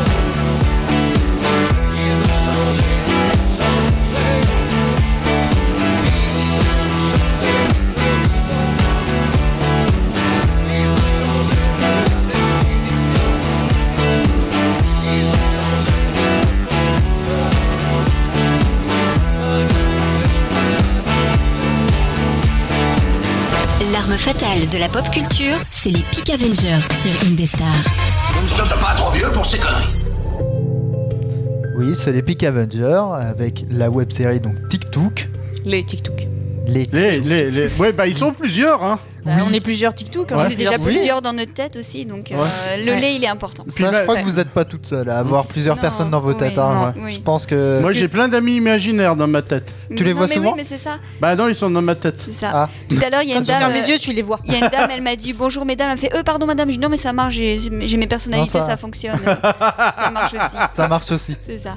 Ils ont changé, changé. Ils ont changé l'horizon. Ils ont changé la définition. Ils ont changé nos convictions. L'arme fatale de la pop culture, c'est les Peak Avengers sur Indestar. Nous ne sommes pas trop vieux pour ces conneries. Oui, c'est les Peak Avengers avec la web série donc TikTok. Les TikTok. Les... Les, les, les- Ouais, bah ils sont plusieurs, hein. Bah, on est plusieurs TikTok. Ouais. On est déjà Oui. plusieurs dans notre tête aussi, donc euh, le Ouais. lait il est important. Ça, je bah- crois que vous n'êtes pas toute seule à avoir plusieurs Non, personnes dans vos oui, têtes. hein, non, ouais. oui. Je pense que. Moi j'ai plein d'amis imaginaires dans ma tête. Tu les Non, vois mais souvent Oui, mais c'est ça, Bah non, ils sont dans ma tête. c'est ça. Ah. Tout à l'heure, il y a Quand une tu dame. fermes les yeux, tu les vois. Il y a une dame, elle m'a dit bonjour mesdames, elle me fait euh pardon madame, je dis non mais ça marche, j'ai j'ai mes personnalités, Non, ça- ça... fonctionne. ça marche aussi, Ça marche aussi. c'est ça.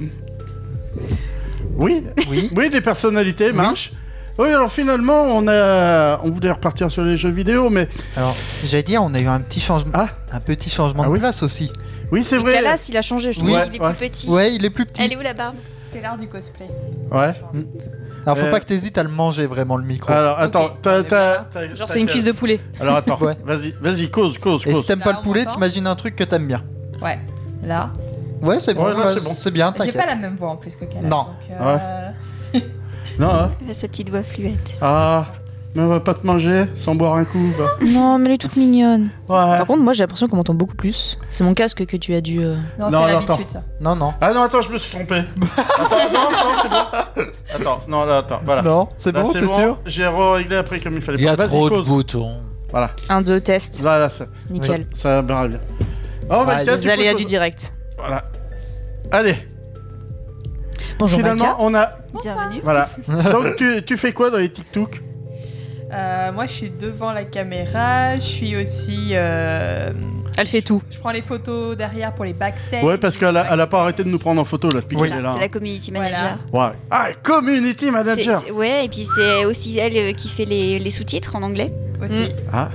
Oui, Oui. oui, les personnalités marchent. Oui, alors finalement, on a, on voulait repartir sur les jeux vidéo, mais Alors, j'allais dire, on a eu un petit changement, Ah. un petit changement Ah de oui. place aussi. oui, c'est vrai. Calas, il a changé, je Oui. trouve. Ouais, il est ouais. plus petit. Ouais, il est plus petit. Elle est où la barbe C'est l'art du cosplay. Ouais. Alors, faut Euh. pas que t'hésites à le manger vraiment le micro. Alors attends, t'as, t'as- t'as- Genre, t'as- c'est une cuisse de poulet. Alors attends, Ouais. vas-y, vas-y, cause, cause, Et si cause. t'aimes pas Là, le on poulet, m'entend t'imagines un truc que t'aimes bien. Ouais. Là. Ouais, c'est bon, Ouais, là, bah, c'est bon. c'est bien, J'ai pas t'inquiète. la même voix en plus que Calas. Non. donc, euh, Non, hein. Elle a sa petite voix fluette. ah, mais on va pas te manger sans boire un coup. Non, mais elle est toute mignonne. va. Par Ouais. contre, moi, j'ai l'impression qu'on m'entend beaucoup plus. C'est mon casque que tu as dû. euh, Non, Non, c'est non, l'habitude. ça. Non, non. Ah non, attends, je me suis trompé. attends, non, non, c'est bon. Attends, non, là, attends, voilà. Non, c'est Là, bon, c'est t'es sûr J'ai réglé après comme il fallait. Il y pas. a Vas-y, trop de cause. boutons. Un, deux, test. Là, là, ça, Nickel. ça va bien. Oh, Ah, Malika, les tu Les peux aléas cause- du direct. Voilà. Allez, Bonjour, finalement, Malka. on a. Bienvenue. Voilà. Donc, tu, tu fais quoi dans les TikTok Euh, moi, je suis devant la caméra. Je suis aussi. euh, Elle fait tout. je prends les photos derrière pour les backstage. Ouais, parce qu'elle a, elle a pas arrêté de nous prendre en photo, là, depuis C'est qu'elle ça, est là. c'est la community Voilà. manager. Ouais. Ah, community C'est- manager. c'est- ouais, et puis c'est aussi elle euh, qui fait les, les sous-titres en anglais. Mm. Aussi. Ah.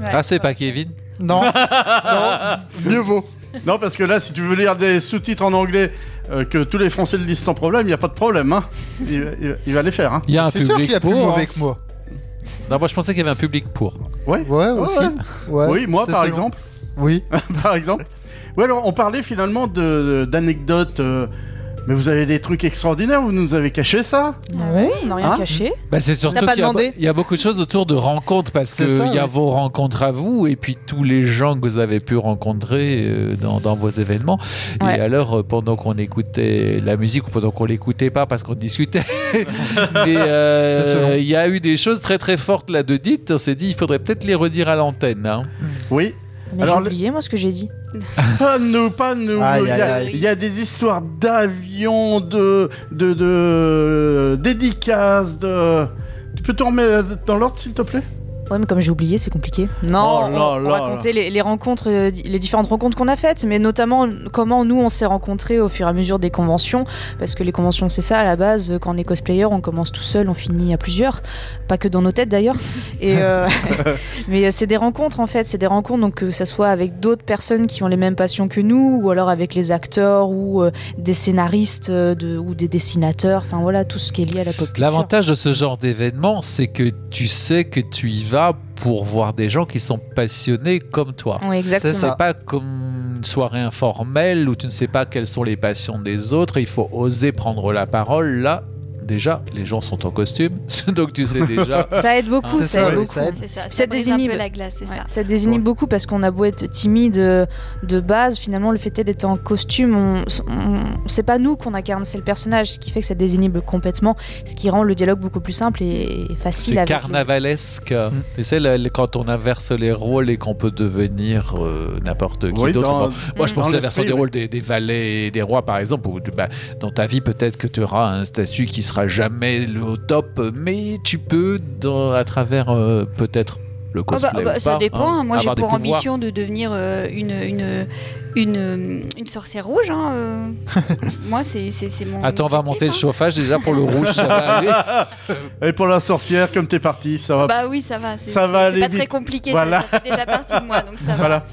Ouais, Ah, c'est ça. pas Kevin Non. non. Mieux vaut. Non, parce que là, si tu veux lire des sous-titres en anglais euh, que tous les Français le lisent sans problème, il n'y a pas de problème. Hein. Il, il- il va les faire. Hein. Il y a un Je suis sûr qu'il y public a plus pour. hein. mauvais que moi. Non, moi je pensais qu'il y avait un public pour. Ouais. Ouais, aussi. ouais. Ouais, oui, moi, c'est par selon. exemple. Oui. par exemple. Ouais, alors, on parlait finalement de- d'anecdotes euh, Mais vous avez des trucs extraordinaires, vous nous avez caché ça Ah On n'a rien Hein caché. Bah, c'est surtout On l'a pas qu'il y a, demandé. il y a beaucoup de choses autour de rencontres parce C'est qu'il ça, y a ouais. vos rencontres à vous et puis tous les gens que vous avez pu rencontrer euh, dans, dans vos événements. Ouais. Et alors, euh, pendant qu'on écoutait la musique ou pendant qu'on l'écoutait pas parce qu'on discutait, mais, euh, C'est selon. il y a eu des choses très très fortes là de dites. On s'est dit, il faudrait peut-être les redire à l'antenne. hein. Oui. Mais j'ai Alors, oublié, moi, ce que j'ai dit. Pas nous, pas nous. Aïe, Il y, aïe, a- aïe. il y a des histoires d'avions, de, de, de dédicaces, de. Tu peux t'en remettre dans l'ordre, s'il te plaît Ouais, mais comme j'ai oublié, c'est compliqué. Non, Oh là on, on là racontait les, les rencontres, euh, di- les différentes rencontres qu'on a faites, mais notamment comment nous on s'est rencontrés au fur et à mesure des conventions, parce que les conventions c'est ça à la base. euh, Quand on est cosplayer, on commence tout seul, on finit à plusieurs, pas que dans nos têtes d'ailleurs. Et euh, mais euh, c'est des rencontres en fait, c'est des rencontres donc euh, que ça soit avec d'autres personnes qui ont les mêmes passions que nous, ou alors avec les acteurs ou euh, des scénaristes euh, de, ou des dessinateurs. Enfin voilà, tout ce qui est lié à la pop culture. L'avantage de ce genre d'événement, c'est que tu sais que tu y vas pour voir des gens qui sont passionnés comme toi. Oui, exactement. C'est pas comme une soirée informelle où tu ne sais pas quelles sont les passions des autres. Il faut oser prendre la parole. Là, déjà, les gens sont en costume, donc tu sais déjà. Ah, Ça aide beaucoup, C'est ça, ça, aide oui, beaucoup. ça aide. C'est ça, Ça ça brise un désinhibe. peu la glace, c'est Ouais, ça. ça désigne Ouais. beaucoup parce qu'on a beau être timide euh, de base, finalement le fait est d'être en costume, on, on- c'est pas nous qu'on incarne, c'est le personnage, ce qui fait que ça désinhibe complètement, ce qui rend le dialogue beaucoup plus simple et et facile. C'est avec les- carnavalesque. Mm. Tu sais, le- le- quand on inverse les rôles et qu'on peut devenir euh, n'importe qui Oui, d'autre. dans- Bon, moi, je Mm. pense dans à la version l'esprit, des oui. rôles des, des valets et des rois, par exemple, où tu- bah, dans ta vie, peut-être que tu auras un statut qui sera jamais le au top, mais tu peux, dans- à travers euh, peut-être le Oh, cosplay bah, bah, ou ça pas, dépend. hein, hein. Moi, j'ai avoir des pour pouvoirs. ambition de devenir euh, une, une, une, euh, une sorcière rouge. hein, euh. Moi, c'est c'est- c'est mon. Attends, on va objectif, monter le hein. chauffage déjà pour le rouge. ça va aller. Et pour la sorcière, comme t'es parti, ça va. Bah oui, ça va. C'est Ça c'est- va c'est aller pas vite. très compliqué. Voilà. Ça, ça fait déjà partie de moi, donc ça va. voilà.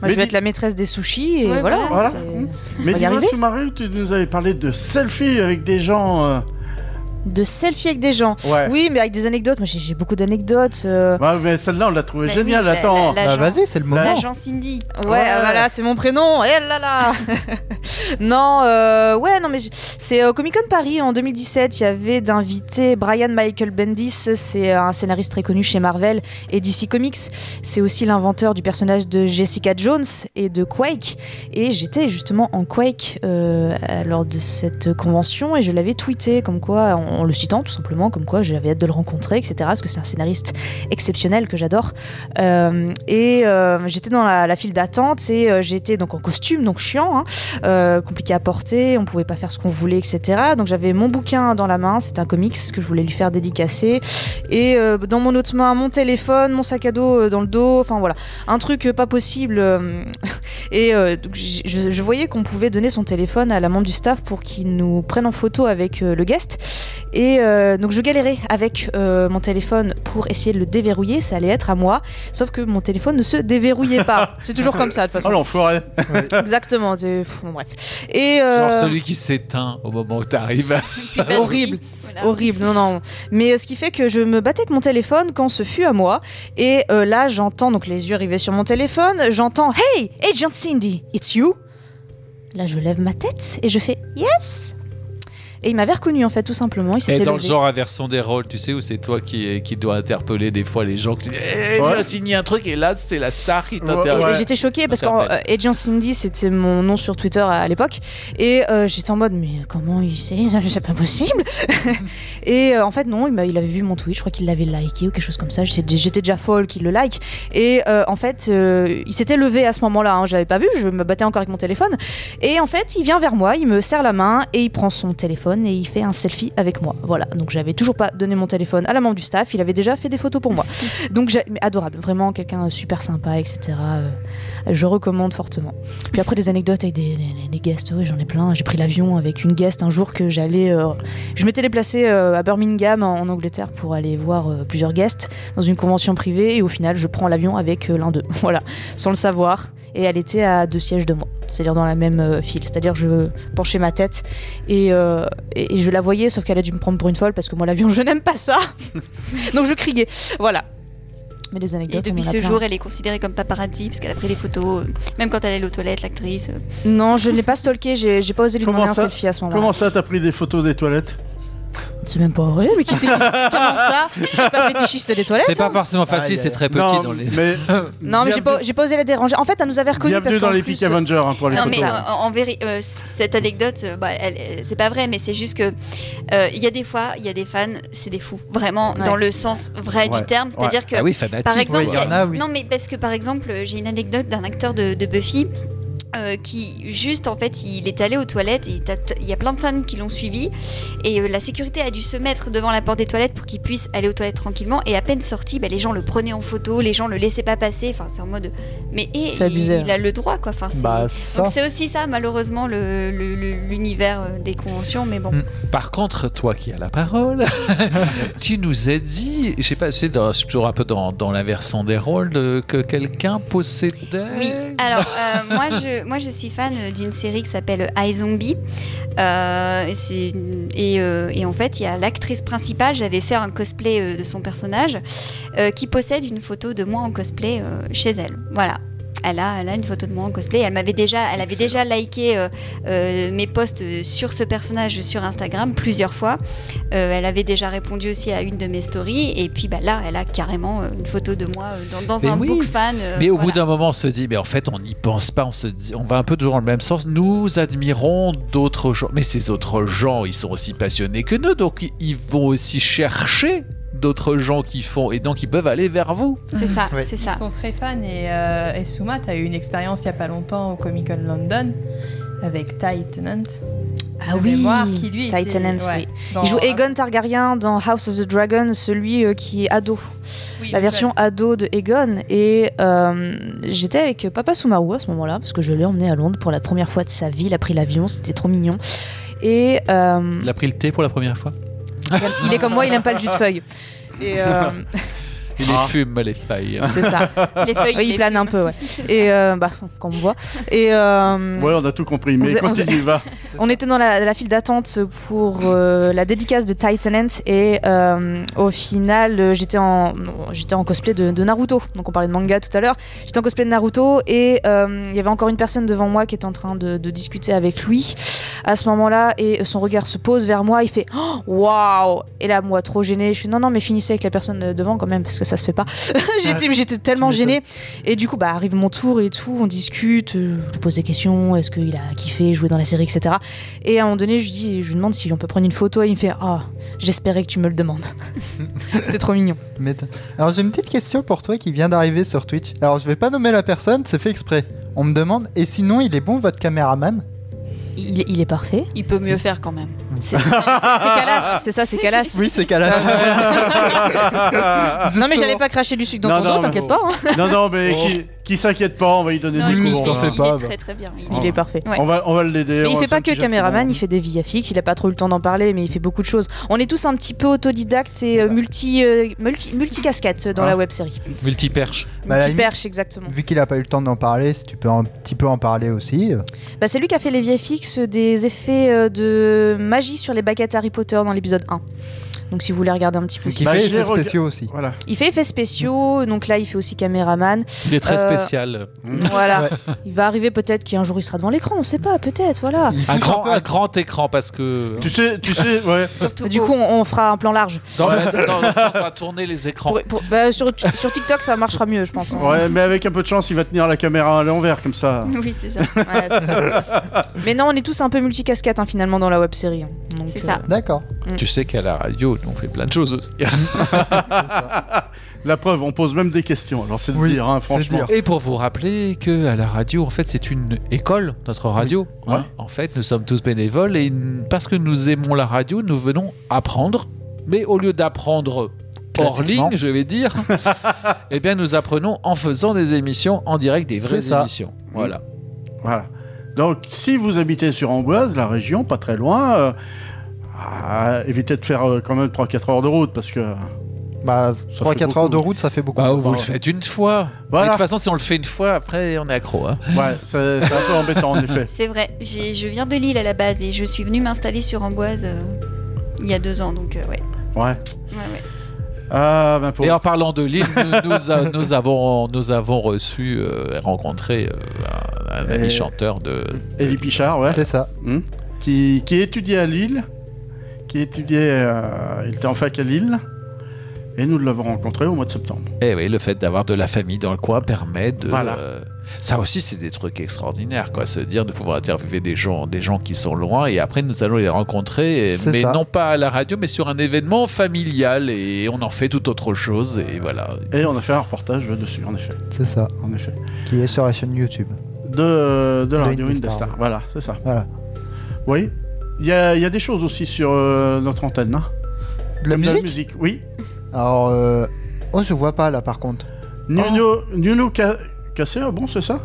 Moi, je vais Mais être la maîtresse des sushis et Ouais, voilà. voilà, c'est- va Mais y dis-moi, arriver. Soumaré, tu nous avais parlé de selfie avec des gens. euh, De selfie avec des gens. Ouais. Oui, mais avec des anecdotes. Moi, j'ai j'ai beaucoup d'anecdotes. euh, Ouais, mais celle-là, on l'a trouvée Bah oui, géniale. la- Attends. la- Bah, l'agent- vas-y, c'est le moment. L'agent hein, Cindy. Ouais, Ouais. voilà, c'est mon prénom. Eh là là. non, euh, ouais, non mais j- c'est au Comic Con Paris en 2017. Il y avait d'invité Brian Michael Bendis. C'est euh, un scénariste très connu chez Marvel et DC Comics. C'est aussi l'inventeur du personnage de Jessica Jones et de Quake. Et j'étais justement en Quake euh, lors de cette convention et je l'avais tweeté comme quoi, en, en le citant tout simplement, comme quoi j'avais hâte de le rencontrer, etc. Parce que c'est un scénariste exceptionnel que j'adore. Euh, et euh, j'étais dans la, la file d'attente et euh, j'étais donc en costume, donc chiant, hein, euh, compliqué à porter, on pouvait pas faire ce qu'on voulait, etc. Donc j'avais mon bouquin dans la main, c'était un comics que je voulais lui faire dédicacer. Et euh, dans mon autre main, mon téléphone, mon sac à dos euh, dans le dos, enfin voilà, un truc euh, pas possible. euh, et euh, donc, j- je, je voyais qu'on pouvait donner son téléphone à la membre du staff pour qu'il nous prenne en photo avec euh, le guest. Et euh, donc je galérais avec euh, mon téléphone pour essayer de le déverrouiller, ça allait être à moi. Sauf que mon téléphone ne se déverrouillait pas. C'est toujours comme ça de toute Oh façon. l'enfoiré. Exactement. c'est- pff, bon, bref. Et Genre euh, celui qui s'éteint au moment où t'arrives. Puis batterie. Horrible. Voilà. Horrible, non, non. Mais euh, ce qui fait que je me battais avec mon téléphone quand ce fut à moi. Et euh, là, j'entends, donc les yeux rivés sur mon téléphone, j'entends Hey, Agent Cindy, it's you Là, je lève ma tête et je fais Yes Et il m'avait reconnu, en fait, tout simplement. Il Et s'était dans le levé. genre inversion des rôles, tu sais, où c'est toi qui, qui dois interpeller des fois les gens. qui disent Eh, Ouais. viens signer un truc, et là, c'est la star qui Ouais, t'interroge. ouais. Et J'étais choquée parce Interpelle. qu'Agent Cindy, c'était mon nom sur Twitter à, à l'époque. Et euh, j'étais en mode, mais comment il sait ça C'est pas possible. et euh, en fait, non, il, m'a- il avait vu mon tweet. Je crois qu'il l'avait liké ou quelque chose comme ça. J'étais j'étais déjà folle qu'il le like. Et euh, en fait, euh, il s'était levé à ce moment-là. Hein, je l'avais pas vu. Je me battais encore avec mon téléphone. Et en fait, il vient vers moi. Il me serre la main et il prend son téléphone et il fait un selfie avec moi. Voilà. Donc, j'avais toujours pas donné mon téléphone à la membre du staff. Il avait déjà fait des photos pour moi. Donc, j'ai- mais adorable. Vraiment, quelqu'un euh, super sympa, etc. Euh, je recommande fortement. Puis après des anecdotes avec des, des- des guests, oui j'en ai plein. J'ai pris l'avion avec une guest un jour que j'allais, euh, je m'étais déplacée euh, à Birmingham en, en Angleterre pour aller voir euh, plusieurs guests dans une convention privée et au final je prends l'avion avec euh, l'un d'eux, voilà, sans le savoir. Et elle était à deux sièges de moi, c'est-à-dire dans la même euh, file. C'est-à-dire je penchais ma tête et, euh, et- et je la voyais, sauf qu'elle a dû me prendre pour une folle parce que moi l'avion je n'aime pas ça, donc je criais, voilà. Mais les Et anecdotes, on depuis en a ce plein. jour, elle est considérée comme paparazzi parce qu'elle a pris des photos, euh, même quand elle allait aux toilettes, l'actrice. euh. Non, je ne l'ai pas stalké, j'ai j'ai pas osé lui Comment demander un ça selfie à ce moment-là. Comment ça, t'as pris des photos des toilettes C'est même pas vrai, mais qui c'est qui commande ça Ah, Je suis pas fétichiste des toilettes. C'est pas hein. forcément facile, c'est très petit Non, dans les. mais- Non, mais j'ai pas, j'ai pas osé la déranger. En fait, elle nous avait reconnus parce Bienvenue qu'en dans les plus, euh, Peak Avengers hein, pour les Non, mais photos. euh, en, vérité, cette anecdote, euh, bah, elle- elle- c'est pas vrai, mais c'est juste que euh, il y a des fois, il y a des fans, c'est des fous, vraiment Ouais. dans le sens vrai Ouais. du terme, c'est-à-dire que Ah oui, fanatique. Par exemple, Oui, il y a- il y en a, oui. non mais parce que par exemple, euh, j'ai une anecdote d'un acteur de, de Buffy. euh, qui juste en fait il est allé aux toilettes et t'as- t- il y a plein de fans qui l'ont suivi et euh, la sécurité a dû se mettre devant la porte des toilettes pour qu'il puisse aller aux toilettes tranquillement et à peine sorti bah, les gens le prenaient en photo les gens le laissaient pas passer enfin c'est en mode mais hé, C'est il, abusé. hein. il a le droit quoi enfin Ah, c'est- Bah, ça. donc c'est aussi ça malheureusement le- le- le- l'univers euh, des conventions mais bon Mm. Par contre, toi qui as la Oh parole, tu nous as dit, je sais pas, c'est dans- c'est toujours un peu dans, dans l'inversion des rôles, de- que quelqu'un possédait. Oui, alors euh, moi, je, moi je suis fan euh, d'une série qui s'appelle iZombie. Euh, c'est une- et, euh, et en fait, il y a l'actrice principale, j'avais fait un cosplay euh, de son personnage, euh, qui possède une photo de moi en cosplay euh, chez elle. Voilà. Elle a, elle a une photo de moi en cosplay. Elle m'avait déjà, elle avait déjà liké euh, euh, mes posts sur ce personnage sur Instagram plusieurs fois. Euh, elle avait déjà répondu aussi à une de mes stories. Et puis bah, là, elle a carrément euh, une photo de moi euh, dans, dans Mais un oui. book fan. euh, Mais au voilà. bout d'un moment, on se dit, mais en fait, on n'y pense pas, on se dit, on va un peu toujours dans le même sens. Nous admirons d'autres gens, mais ces autres gens, ils sont aussi passionnés que nous, donc ils- ils vont aussi chercher d'autres gens qui font, et donc ils peuvent aller vers vous. C'est ça, Ouais. c'est Ils ça. sont très fans et, euh, et Souma, t'as eu une expérience il y a pas longtemps au Comic Con London avec Ty Tennant. Ah de oui, mémoire, qui lui Ty était- Tennant, ouais, oui. dans- Il joue Aegon Targaryen dans House of the Dragon, celui euh, qui est ado. Oui, la version ado de Egon. Et euh, j'étais avec Papa Sumaru à ce moment-là, parce que je l'ai emmené à Londres pour la première fois de sa vie. Il a pris l'avion, c'était trop mignon. Et euh, Il a pris le thé pour la première fois. il aime- il est comme moi, il aime pas le jus de feuille. Et euh, Il Ah. les fume, les pailles. c'est ça. Les feuilles. Oui, il plane un peu, ouais. Et euh, bah, quand on me voit. Et euh, Ouais, on a tout compris, mais On s'est- on continue, va. On était dans la, la file d'attente pour euh, la dédicace de Titanant et euh, au final euh, j'étais en non, j'étais en cosplay de, de Naruto donc on parlait de manga tout à l'heure j'étais en cosplay de Naruto et euh, il y avait encore une personne devant moi qui était en train de, de discuter avec lui à ce moment-là et son regard se pose vers moi il fait Oh, waouh et là moi trop gênée je suis non non mais finissez avec la personne de- devant quand même parce que ça se fait pas j'étais j'étais tellement gênée et du coup bah arrive mon tour et tout on discute euh, je lui pose des questions est-ce qu'il a kiffé jouer dans la série etc et à un moment donné, je, dis, je lui demande si on peut prendre une photo et il me fait Ah, j'espérais que tu me le demandes. C'était trop mignon. Mais t- Alors j'ai une petite question pour toi qui vient d'arriver sur Twitch. Alors je vais pas nommer la personne, c'est fait exprès. On me demande, et sinon il est bon votre caméraman Il, est- il est parfait. Il peut mieux faire quand même. C'est c'est- c'est calasse, c'est ça, c'est calasse. Ah, Oui c'est Calas. Non, mais j'allais pas cracher du sucre dans Non, ton non, dos, mais- t'inquiète pas. hein. Non, non, mais Oh. qui, qui s'inquiète pas, on va lui donner Non, des il- cours. t'en hein. fais Il pas, est bah. très très bien. Il est- Il est parfait. Ouais. On va, on va l'aider. Mais on il va fait pas que s'inquiéter caméraman, il pour- fait des VFX, il a pas trop eu le temps d'en parler, mais il fait beaucoup de choses. On est tous un petit peu autodidactes et euh, multi, euh, multi, multicasquettes dans Ah. la web série. Multiperche. Bah, à la Multiperche, exactement. Vu qu'il a pas eu le temps d'en parler, si tu peux un petit peu en parler aussi. euh, Bah, c'est lui qui a fait les VFX des effets euh, de magie sur les baguettes Harry Potter dans l'épisode 1. Donc si vous voulez regarder un petit peu Qui Bah, fait je l'ai effets rega- spéciaux aussi. Voilà. Il fait effets spéciaux, donc là il fait aussi caméraman. Il est très Euh, spécial. Mmh. Voilà. Ouais. Il va arriver peut-être qu'un jour il sera devant l'écran, on sait pas, peut-être, voilà. Il Un touche grand, peu à- un grand écran parce que euh, Tu sais, tu sais, ouais. Surtout Du beau. coup, on, on fera un plan large. dans, dans le sens, on va tourner les écrans. Pour- pour- bah, sur, sur TikTok, ça marchera mieux, je pense. hein. Ouais, mais avec un peu de chance, il va tenir la caméra à l'envers comme ça. Oui, c'est ça. Ouais, c'est ça. Mais non, on est tous un peu multicasquettes hein, finalement dans la web série. hein. euh, C'est ça. D'accord. Tu sais qu'à la radio, nous, on fait plein de choses aussi. La preuve, on pose même des questions. Alors c'est de Oui, dire, hein, c'est de franchement. dire. Et pour vous rappeler que à la radio, en fait, c'est une école, notre radio. Oui. hein. Ouais. En fait, nous sommes tous bénévoles et n- parce que nous aimons la radio, nous venons apprendre. Mais au lieu d'apprendre hors Classiquement. ligne, je vais dire, eh bien, nous apprenons en faisant des émissions en direct, des C'est vraies ça. émissions. Voilà. Voilà. Donc, si vous habitez sur Amboise, la région, pas très loin, euh, ah, évitez de faire euh, quand même 3-4 heures de route parce que. Bah, fait 3-4 heures de beaucoup. route, ça fait beaucoup. Bah, de vous le temps. faites une fois. Mais de Voilà. toute façon, si on le fait une fois, après, on est accro. hein. Ouais, c'est c'est un peu embêtant en effet. C'est vrai. J'ai- Je viens de Lille à la base et je suis venue m'installer sur Amboise euh, il y a deux ans. Donc, euh, ouais. Ouais. ouais, ouais. Ah, ben pour... Et en parlant de Lille, nous, nous a- nous avons, nous avons reçu euh, et rencontré euh, un, un ami Et- chanteur de. Élie Pichard, ouais. C'est ça. Hmm. qui, qui étudiait à Lille, qui étudiait, euh, il était en fac à Lille, et nous l'avons rencontré au mois de septembre. Eh oui, le fait d'avoir de la famille dans le coin permet de. Voilà. euh, ça aussi, c'est des trucs extraordinaires, quoi. Se dire de pouvoir interviewer des gens, des gens qui sont loin, et après nous allons les rencontrer, et- C'est mais ça. non pas à la radio, mais sur un événement familial, et on en fait tout autre chose, et voilà. Et on a fait un reportage dessus, en effet, C'est ça. en effet. Qui est sur la chaîne YouTube. De, de la De radio Indestar. Indestar, voilà, c'est ça. Voilà. Oui, il y a, il y a des choses aussi sur euh, notre antenne, hein. De la Comme musique oui. Alors, euh... oh, je vois pas là par contre. Oh. Nuno, Nuno Ca- Cassé, ah bon, c'est ça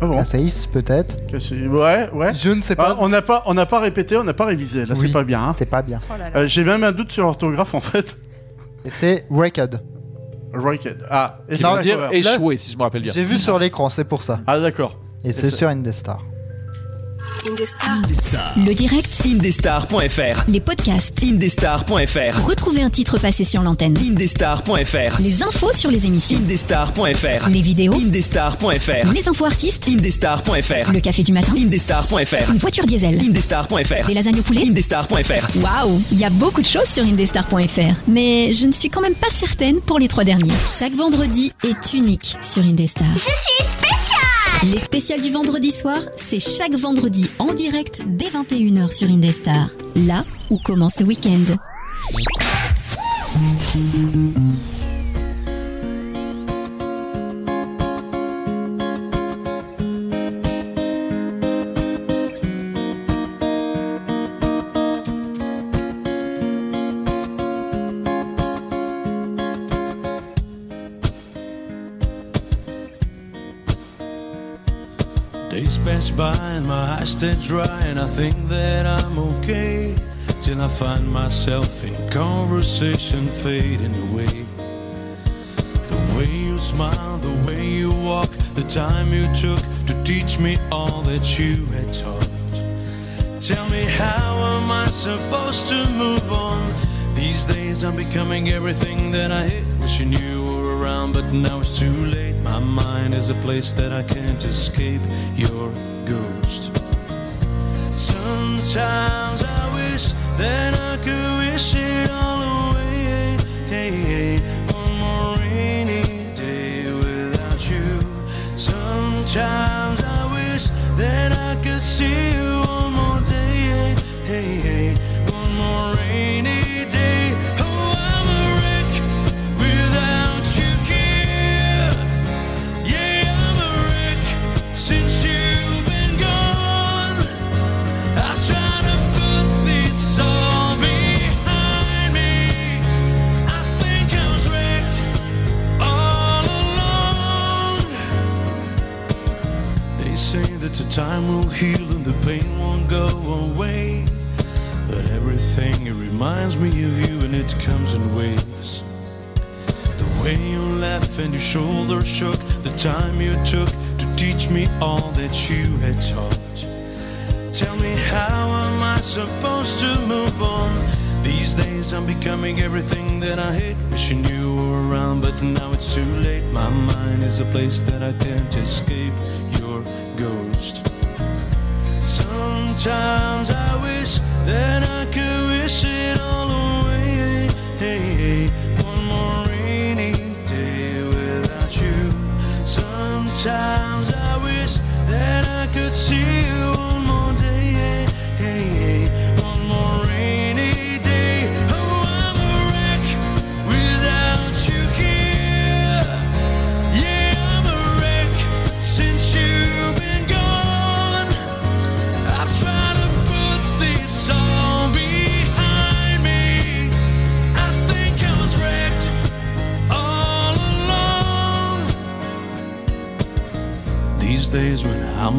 Ah bon, Euh, La Saïs peut-être. Cassé, ouais, ouais. Je ne sais Ah, pas. on n'a pas, on n'a pas répété, on n'a pas révisé. Là, Oui. c'est pas bien. hein. C'est pas bien. Oh là là. Euh, J'ai même un doute sur l'orthographe en fait. Et c'est Wrecked. Rocket. Ah, et Qui c'est veut la dire cover. échoué, si je me rappelle bien. J'ai vu sur l'écran, c'est pour ça. Ah, d'accord. Et c'est ça. sur Indestar. Indestar. Le direct, Indestar.fr. les podcasts. Indestar.fr. Retrouvez un titre passé sur l'antenne. Indestar.fr. Les infos sur les émissions. Indestar.fr. Les vidéos. Indestar.fr. Les infos artistes. Indestar.fr. Le café du matin. Indestar.fr. Une voiture diesel. Indestar.fr. Des lasagnes au poulet. Indestar.fr. Waouh, il y a beaucoup de choses sur indestar.fr, mais je ne suis quand même pas certaine pour les trois derniers. Chaque vendredi est unique sur Indestar. Je suis spéciale Les spéciales du vendredi soir, c'est chaque vendredi en direct dès 21h sur Indestar, là où commence le week-end. Days pass by and my eyes stay dry, and I think that I'm okay. Till I find myself in conversation fading away. The way you smile, the way you walk, the time you took to teach me all that you had taught. Tell me, how am I supposed to move on? These days I'm becoming everything that I hate, wishing you were around, but now it's too late. My mind is a place that I can't escape your ghost. Sometimes I wish that I could wish it all away. Hey, hey, one more rainy day without you. Sometimes I wish that I could see you one more day. Hey, hey, one more rainy day. Oh, I'm a wreck without you here. Yeah, I'm a wreck since you've been gone. I try to put this all behind me. I think I was wrecked all along. They say that the time will heal and the pain won't go away. But everything it reminds me of you and it comes in waves. The way you laugh and your shoulder shook, the time you took to teach me all that you had taught. Tell me, how am I supposed to move on? These days I'm becoming everything that I hate. Wishing you were around, but now it's too late. My mind is a place that I can't escape. Your ghost. Sometimes I wish that I could wish it all away. Hey, hey, one more rainy day without you. Sometimes I wish that I could see you one more day. Hey, hey, one more rainy day. Oh, I'm a wreck without you here. Yeah, I'm a wreck since you've been gone. I've tried to put this all behind me. I think I was wrecked all along. These days when I'm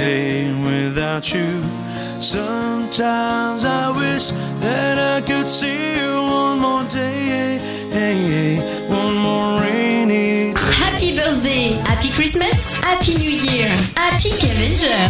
without you. Sometimes I wish that I could see you one more day, one more rainy day. Happy birthday, happy Christmas, happy New Year, happy Cavenger.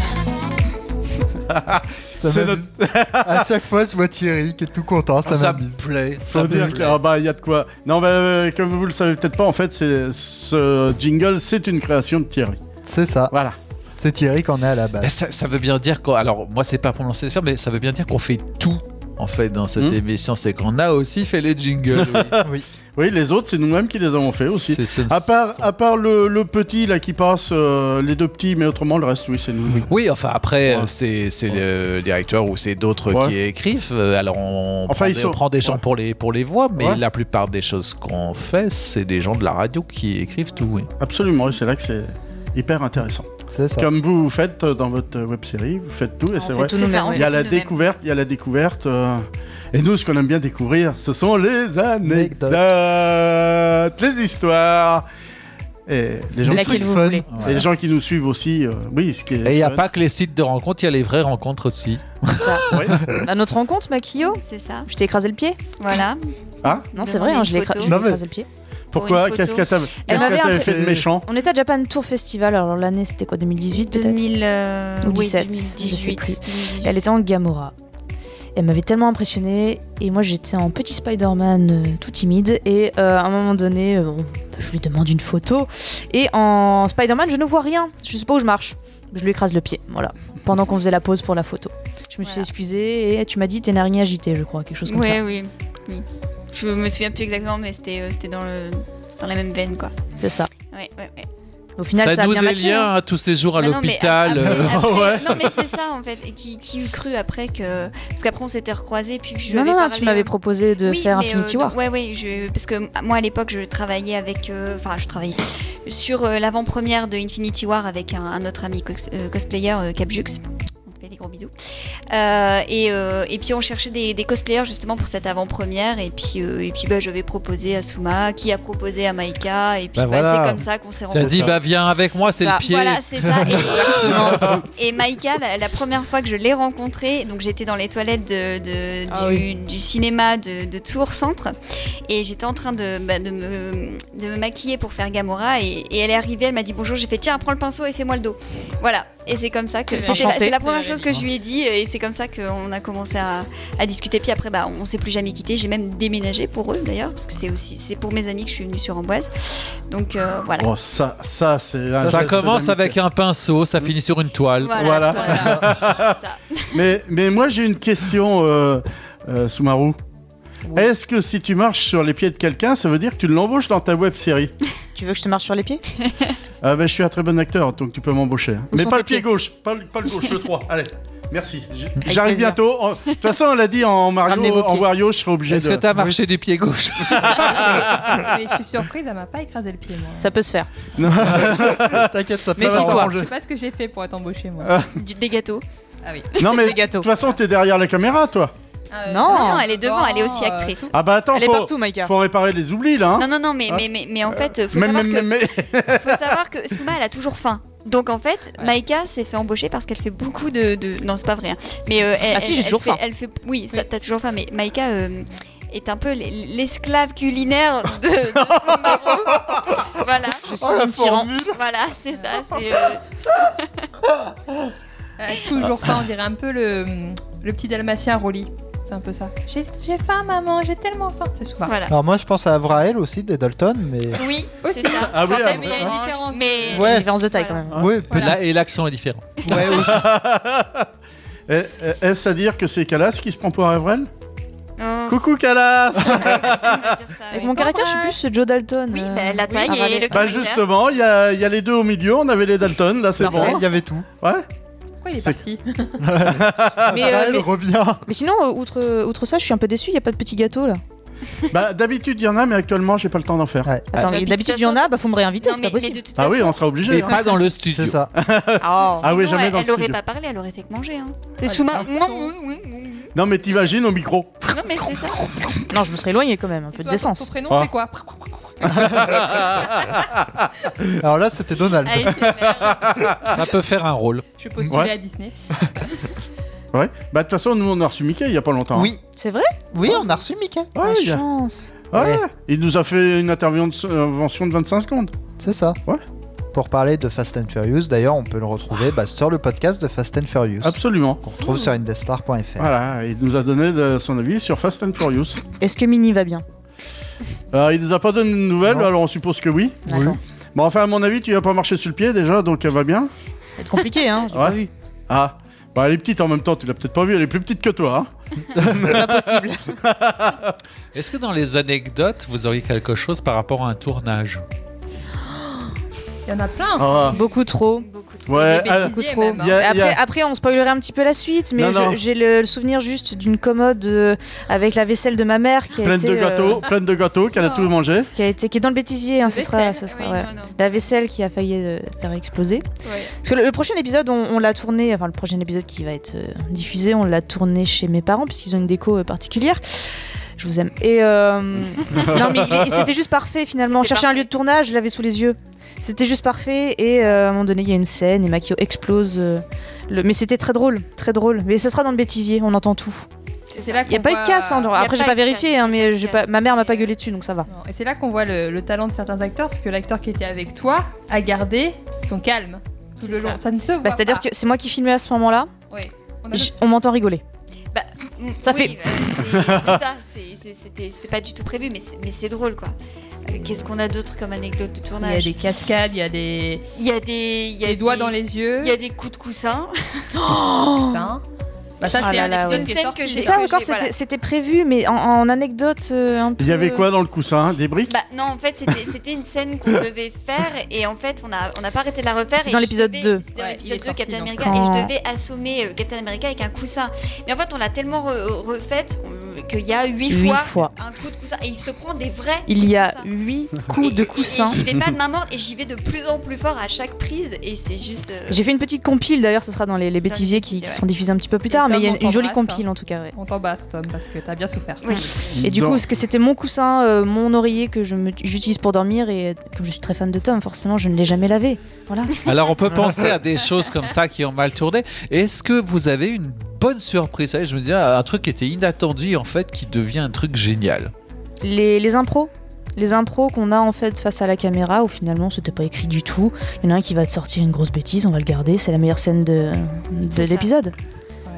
Ça C'est m'amuse. à chaque fois, je vois Thierry qui est tout content, Oh, ça, Ça me m'amuse. plaît. Ça veut dire qu'il ah bah, il y a de quoi. Non, bah, euh, comme vous le savez peut-être pas, en fait, c'est- ce jingle, c'est une création de Thierry. C'est ça. Voilà. C'est Thierry qu'on a à la Mais base. Eh, ça, ça veut bien dire qu'on. Alors, moi, c'est pas pour me lancer les fleurs, mais ça veut bien dire qu'on fait tout, en fait, dans cette Hmm. émission. C'est qu'on a aussi fait les jingles. oui. Oui. Oui, les autres, c'est nous-mêmes qui les avons fait aussi. Ah, C'est- ce ne À part, sont- à part le, le petit là qui passe, euh, les deux petits, mais autrement le reste, oui, c'est nous. Oui, enfin, après, Ouais. euh, c'est c'est le directeur ou c'est d'autres Ouais. qui écrivent. Euh, Alors, on, Enfin, prend, ils des, sont- on prend des gens Ouais. pour, les, pour les voix, mais Ouais. la plupart des choses qu'on fait, c'est des gens de la radio qui écrivent tout. Oui. Absolument, et c'est là que c'est hyper intéressant. C'est ça. Comme vous, vous faites euh, dans votre web série, vous faites tout, et c'est fait vrai. tout C'est nous-mêmes, ça, on Il y a fait la tout nous-mêmes. découverte, il y a la découverte. euh, Et nous, ce qu'on aime bien découvrir, ce sont les anecdotes, les histoires. Et les gens, Laquelle vous fun. voulez. et les gens qui nous suivent aussi, euh, oui, ce qui est. Et il n'y a fun. pas que les sites de rencontres, il y a les vraies rencontres aussi. Oui. À notre rencontre, Makio, C'est ça, je t'ai écrasé le pied voilà. Ah, Non, Devant c'est vrai, hein, une je l'ai écra- photo. je l'ai Non, mais- écrasé le pied. Pourquoi une Qu'est-ce photo. que t'avais Elle qu'est-ce que m'avait t'avais un peu- fait de méchant On était à Japan Tour Festival, alors l'année c'était quoi 2018 peut-être 2000, euh, Ou oui, 17, 2018. je sais 2018. Elle était en Gamora. Elle m'avait tellement impressionnée et moi j'étais en petit Spider-Man euh, tout timide et euh, à un moment donné euh, on- je lui demande une photo et en Spider-Man je ne vois rien, je sais pas où je marche, je lui écrase le pied, voilà, pendant qu'on faisait la pause pour la photo. Je me suis Voilà. excusée et tu m'as dit t'es une araignée agitée je crois, quelque chose comme Ouais, oui, oui. Je me souviens plus exactement, mais c'était euh, c'était dans, le, dans la même veine, quoi. ça. C'est ça. Ouais, ouais, ouais. Au final ça, ça a nous bien des matché. hein. liens à tous ces jours à Bah non, mais l'hôpital. après- euh, après- ouais. Non, mais c'est ça, en fait. Et qui, qui eût cru après que. Parce qu'après, on s'était recroisés, puis je lui Non, avais non, non, parlé, tu m'avais euh, proposé de Oui, faire mais, Infinity euh, War. Ouais, ouais, je, parce que m- moi à l'époque je travaillais avec, euh, enfin je travaillais sur euh, l'avant-première de Infinity War avec un, un autre ami cos- euh, cosplayer euh, Capjux. On te fait des gros bisous. Euh, et, euh, et puis on cherchait des, des cosplayers justement pour cette avant-première et puis euh, et puis bah j'avais proposé à Souma, qui a proposé à Maïka et puis Bah bah, voilà. c'est comme ça qu'on s'est T'as rencontrés. dit, bah viens avec moi, c'est Ça. le pied. Voilà, c'est ça. Et, Exactement. Et Maïka, la, la première fois que je l'ai rencontrée, donc j'étais dans les toilettes de, de- Ah du, oui. du cinéma de, de Tours Centre et j'étais en train de, bah, de, me, de me maquiller pour faire Gamora et, et elle est arrivée, elle m'a dit bonjour, j'ai fait tiens, prends le pinceau et fais-moi le dos. Voilà. Et c'est comme ça que Elle c'était la- s'enchantait. c'est la, première chose que je lui ai dit et c'est comme ça qu'on a commencé à, à discuter. Puis après, bah, on s'est plus jamais quitté. J'ai même déménagé pour eux d'ailleurs parce que c'est aussi c'est pour mes amis que je suis venue sur Amboise. Donc euh, voilà. Oh, ça, ça c'est. un Ça geste commence d'amitié. avec un pinceau, ça finit sur une toile. Voilà. Voilà. voilà. C'est ça. Mais, mais moi, j'ai une question, euh, euh, Soumarou. Est-ce que si tu marches sur les pieds de quelqu'un, ça veut dire que tu l'embauches dans ta web série Tu veux que je te marche sur les pieds Ah ben, je suis un très bon acteur, donc tu peux m'embaucher. hein. Où Mais sont pas tes le pied pieds gauche, pas le, pas le gauche, le 3. Allez, merci. J- J'arrive plaisir. bientôt. En- De toute façon, on l'a dit en Ramenez Mario, vos en pieds. Wario, je serai obligé Est-ce de. que t'as marché du pied gauche Mais je suis surprise, elle m'a pas écrasé le pied, moi. Ça peut se faire. Non. T'inquiète, ça Mais passe. va Méfie-toi. s'arranger. Je sais pas ce que j'ai fait pour être embauché, moi. Du- Des gâteaux. Ah. Non mais Des de gâteaux. toute façon, t'es derrière la caméra, toi. Ah, Non. ça, Non, elle est devant, elle est aussi euh, actrice. tout. Ah bah attends, Oh, Elle est faut, partout, Maïka. faut réparer les oublis là. hein. Non, non, non, mais, Hein mais, mais, mais en fait, faut, Mais- savoir mais- que, mais- mais- faut savoir que Souma, elle a toujours faim. Donc en fait, Maïka s'est fait embaucher parce qu'elle fait beaucoup de, de- Non, c'est pas vrai. hein. Mais euh, elle, Ah si, elle- j'ai elle toujours fait- faim. Elle fait... Oui, ça, t'as toujours faim, mais Maïka euh, est un peu l'es- l'esclave culinaire de, de Sumaru. voilà. Je suis Oh, la un tyran. Voilà, c'est ça. c'est, euh, Elle a Euh, toujours faim, on dirait un peu le, le petit dalmatien Rolly. C'est un peu ça. J'ai j'ai faim, maman, j'ai tellement faim. C'est souvent. Voilà. Alors moi, je pense à Avraël aussi, des Dalton, mais... Oui, Aussi. c'est ça. Ah oui, Quand ah, elle mais il y a une mange, différence. Mais... Il y a Ouais. une différence de taille quand Voilà. même. Oui, Voilà. Là, Et l'accent est différent. ouais, aussi. Eh, eh, Est-ce à dire que c'est Calas qui se prend pour Avril Oh, Coucou Calas on va dire ça, Avec ouais. mon caractère, je suis plus Joe Dalton. Oui, euh, bah, la taille Avraël. et le Bah caractère. justement, il y, a il y a les deux au milieu, on avait les Dalton, là c'est Parfait. bon. Il y avait tout. Ouais. Pourquoi il est C'est- euh, parti Mais, euh, Avraël mais- revient. mais sinon, euh, outre, outre ça, je suis un peu déçu. Il y a pas de petit gâteau là. Ah, Bah d'habitude il y en a, mais actuellement j'ai pas le temps d'en faire. Ouais. Attends, Ah, mais puis, d'habitude de toute il y en a. façon- Bah faut me réinviter, Non, c'est mais, pas mais possible. de toute Ah façon, oui, on sera obligé. Mais hein. pas dans le C'est studio. ça. Ah. Ah oui, Sinon, jamais elle, dans le elle aurait studio. pas parlé, elle aurait fait que manger. Hein. Ah, Et Souma, le mouah, son. mouah, mouah, mouah. Non mais t'imagines au micro. Non mais c'est ça. Non, je me serais éloigné quand même, un peu de Toi, Ton décence. prénom, Ah. c'est quoi Alors là, c'était Donald. ASMR. Ça peut faire un rôle. Je suis postulée Ouais. à Disney. Ouais. Bah, de toute façon, nous, on a reçu Mickey il y a pas longtemps. hein. Oui. C'est vrai Oui, on a reçu Mickey. Ouais, il y a- chance. Ah Ouais. Ouais. Il nous a fait une intervention de 25 secondes. C'est ça. Ouais. Pour parler de Fast and Furious, d'ailleurs, on peut le retrouver bah, sur le podcast de Fast and Furious. Absolument. Euh, On retrouve sur indestar.fr. Voilà, il nous a donné de- son avis sur Fast and Furious. Est-ce que Mini va bien Euh, il nous a pas donné de nouvelles, Non. alors on suppose que oui. D'accord. Bon, enfin, à mon avis, tu vas pas marcher sur le pied déjà, donc elle va bien. C'est compliqué, hein Ouais. Ah. Bah, elle est petite en même temps, tu l'as peut-être pas vue, elle est plus petite que toi. hein. C'est pas possible. Est-ce que dans les anecdotes, vous auriez quelque chose par rapport à un tournage Il y en a plein. Ah. Beaucoup trop. Ouais, Des bêtisiers Beaucoup trop. même, hein. Et après, après, on spoilerait un petit peu la suite, mais Non, je- non. j'ai le, le souvenir juste d'une commode euh, avec la vaisselle de ma mère qui a Pleine été, de gâteaux, euh, pleine de gâteaux, qu'elle a tout mangé. qui a été qui est dans le bêtisier, hein, ce sera, ce sera, ouais. la vaisselle qui a failli euh, faire exploser. Parce que le, le prochain épisode, on, on l'a tourné, enfin le prochain épisode qui va être euh, diffusé, on l'a tourné chez mes parents puisqu'ils ont une déco euh, particulière. Je vous aime. Et euh, non mais il- il- c'était juste parfait finalement. Chercher un lieu de tournage, je l'avais sous les yeux. C'était juste parfait et euh, à un moment donné, il y a une scène et Makio explose. euh, le... Mais c'était très drôle, très drôle. Mais ça sera dans le bêtisier, on entend tout. C'est là Il y a qu'on pas eu voit- de casse. hein, dans- Il y a Après, j'ai pas pas eu de vérifié, hein, mais j'ai pas... ma mère m'a pas gueulé dessus, donc ça va. Et c'est là qu'on voit le, le talent de certains acteurs, parce que l'acteur qui était avec toi a gardé son calme tout le long. Ça, ne se voit Bah, C'est-à-dire pas. que c'est moi qui filmais à ce moment-là. Oui. On a J- On m'entend rigoler. Ça fait- bah, C'est ça, c'est- c'est- c'était c'était pas du tout prévu, mais c'est- mais c'est drôle quoi. Euh, Qu'est-ce qu'on a d'autre comme anecdote de Il y a tournage des cascades, il y a des. Il y a des, il y a Des doigts des- dans les yeux. Il y a des coups de coussin. Ça. Bah, ça, Oh Ah c'est là un là, épisode ouais. qui est sorti. Une scène que Et j'ai- ça encore, voilà. c'était c'était prévu, mais en, en anecdote euh, un peu. Il y avait quoi dans le coussin Des briques Bah non, en fait, c'était c'était une scène qu'on devait faire et en fait, on a on n'a pas arrêté de la refaire. C'est et dans je l'épisode euh, devais- 2. C'est dans Ouais, il est l'épisode 2, sorti, Captain donc. America, et Quand- je devais assommer euh, Captain America avec un coussin. Mais en fait, on l'a tellement re- refaite on- qu'il y a 8 Huit fois, fois. un coup de coussin et il se prend des vrais. Il y a coussins. 8 coups de coussin. Et J'y vais pas de main morte et j'y vais de plus en plus fort à chaque prise et c'est juste. euh, J'ai fait une petite compile d'ailleurs, ce sera dans les, les bêtisiers qui, qui bêtisiers, seront diffusés un petit peu plus tard, Et mais il y a Tom, une, on une jolie t'embrasse, hein. compile en tout cas. ouais. On t'embrasse, Tom, parce que t'as bien souffert. ouais. Et du Dans- coup, est-ce que c'était mon coussin, euh, mon oreiller que je me- j'utilise pour dormir et euh, comme je suis très fan de Tom, forcément, je ne l'ai jamais lavé. Voilà. Alors on peut penser à des choses comme ça qui ont mal tourné. Est-ce que vous avez une bonne surprise Vous savez, Je me dis ah, un truc qui était inattendu en fait qui devient un truc génial. Les, les impros les impros qu'on a en fait face à la caméra où finalement c'était pas écrit du tout. Il y en a un qui va te sortir une grosse bêtise, on va le garder, c'est la meilleure scène de, de C'est ça. l'épisode.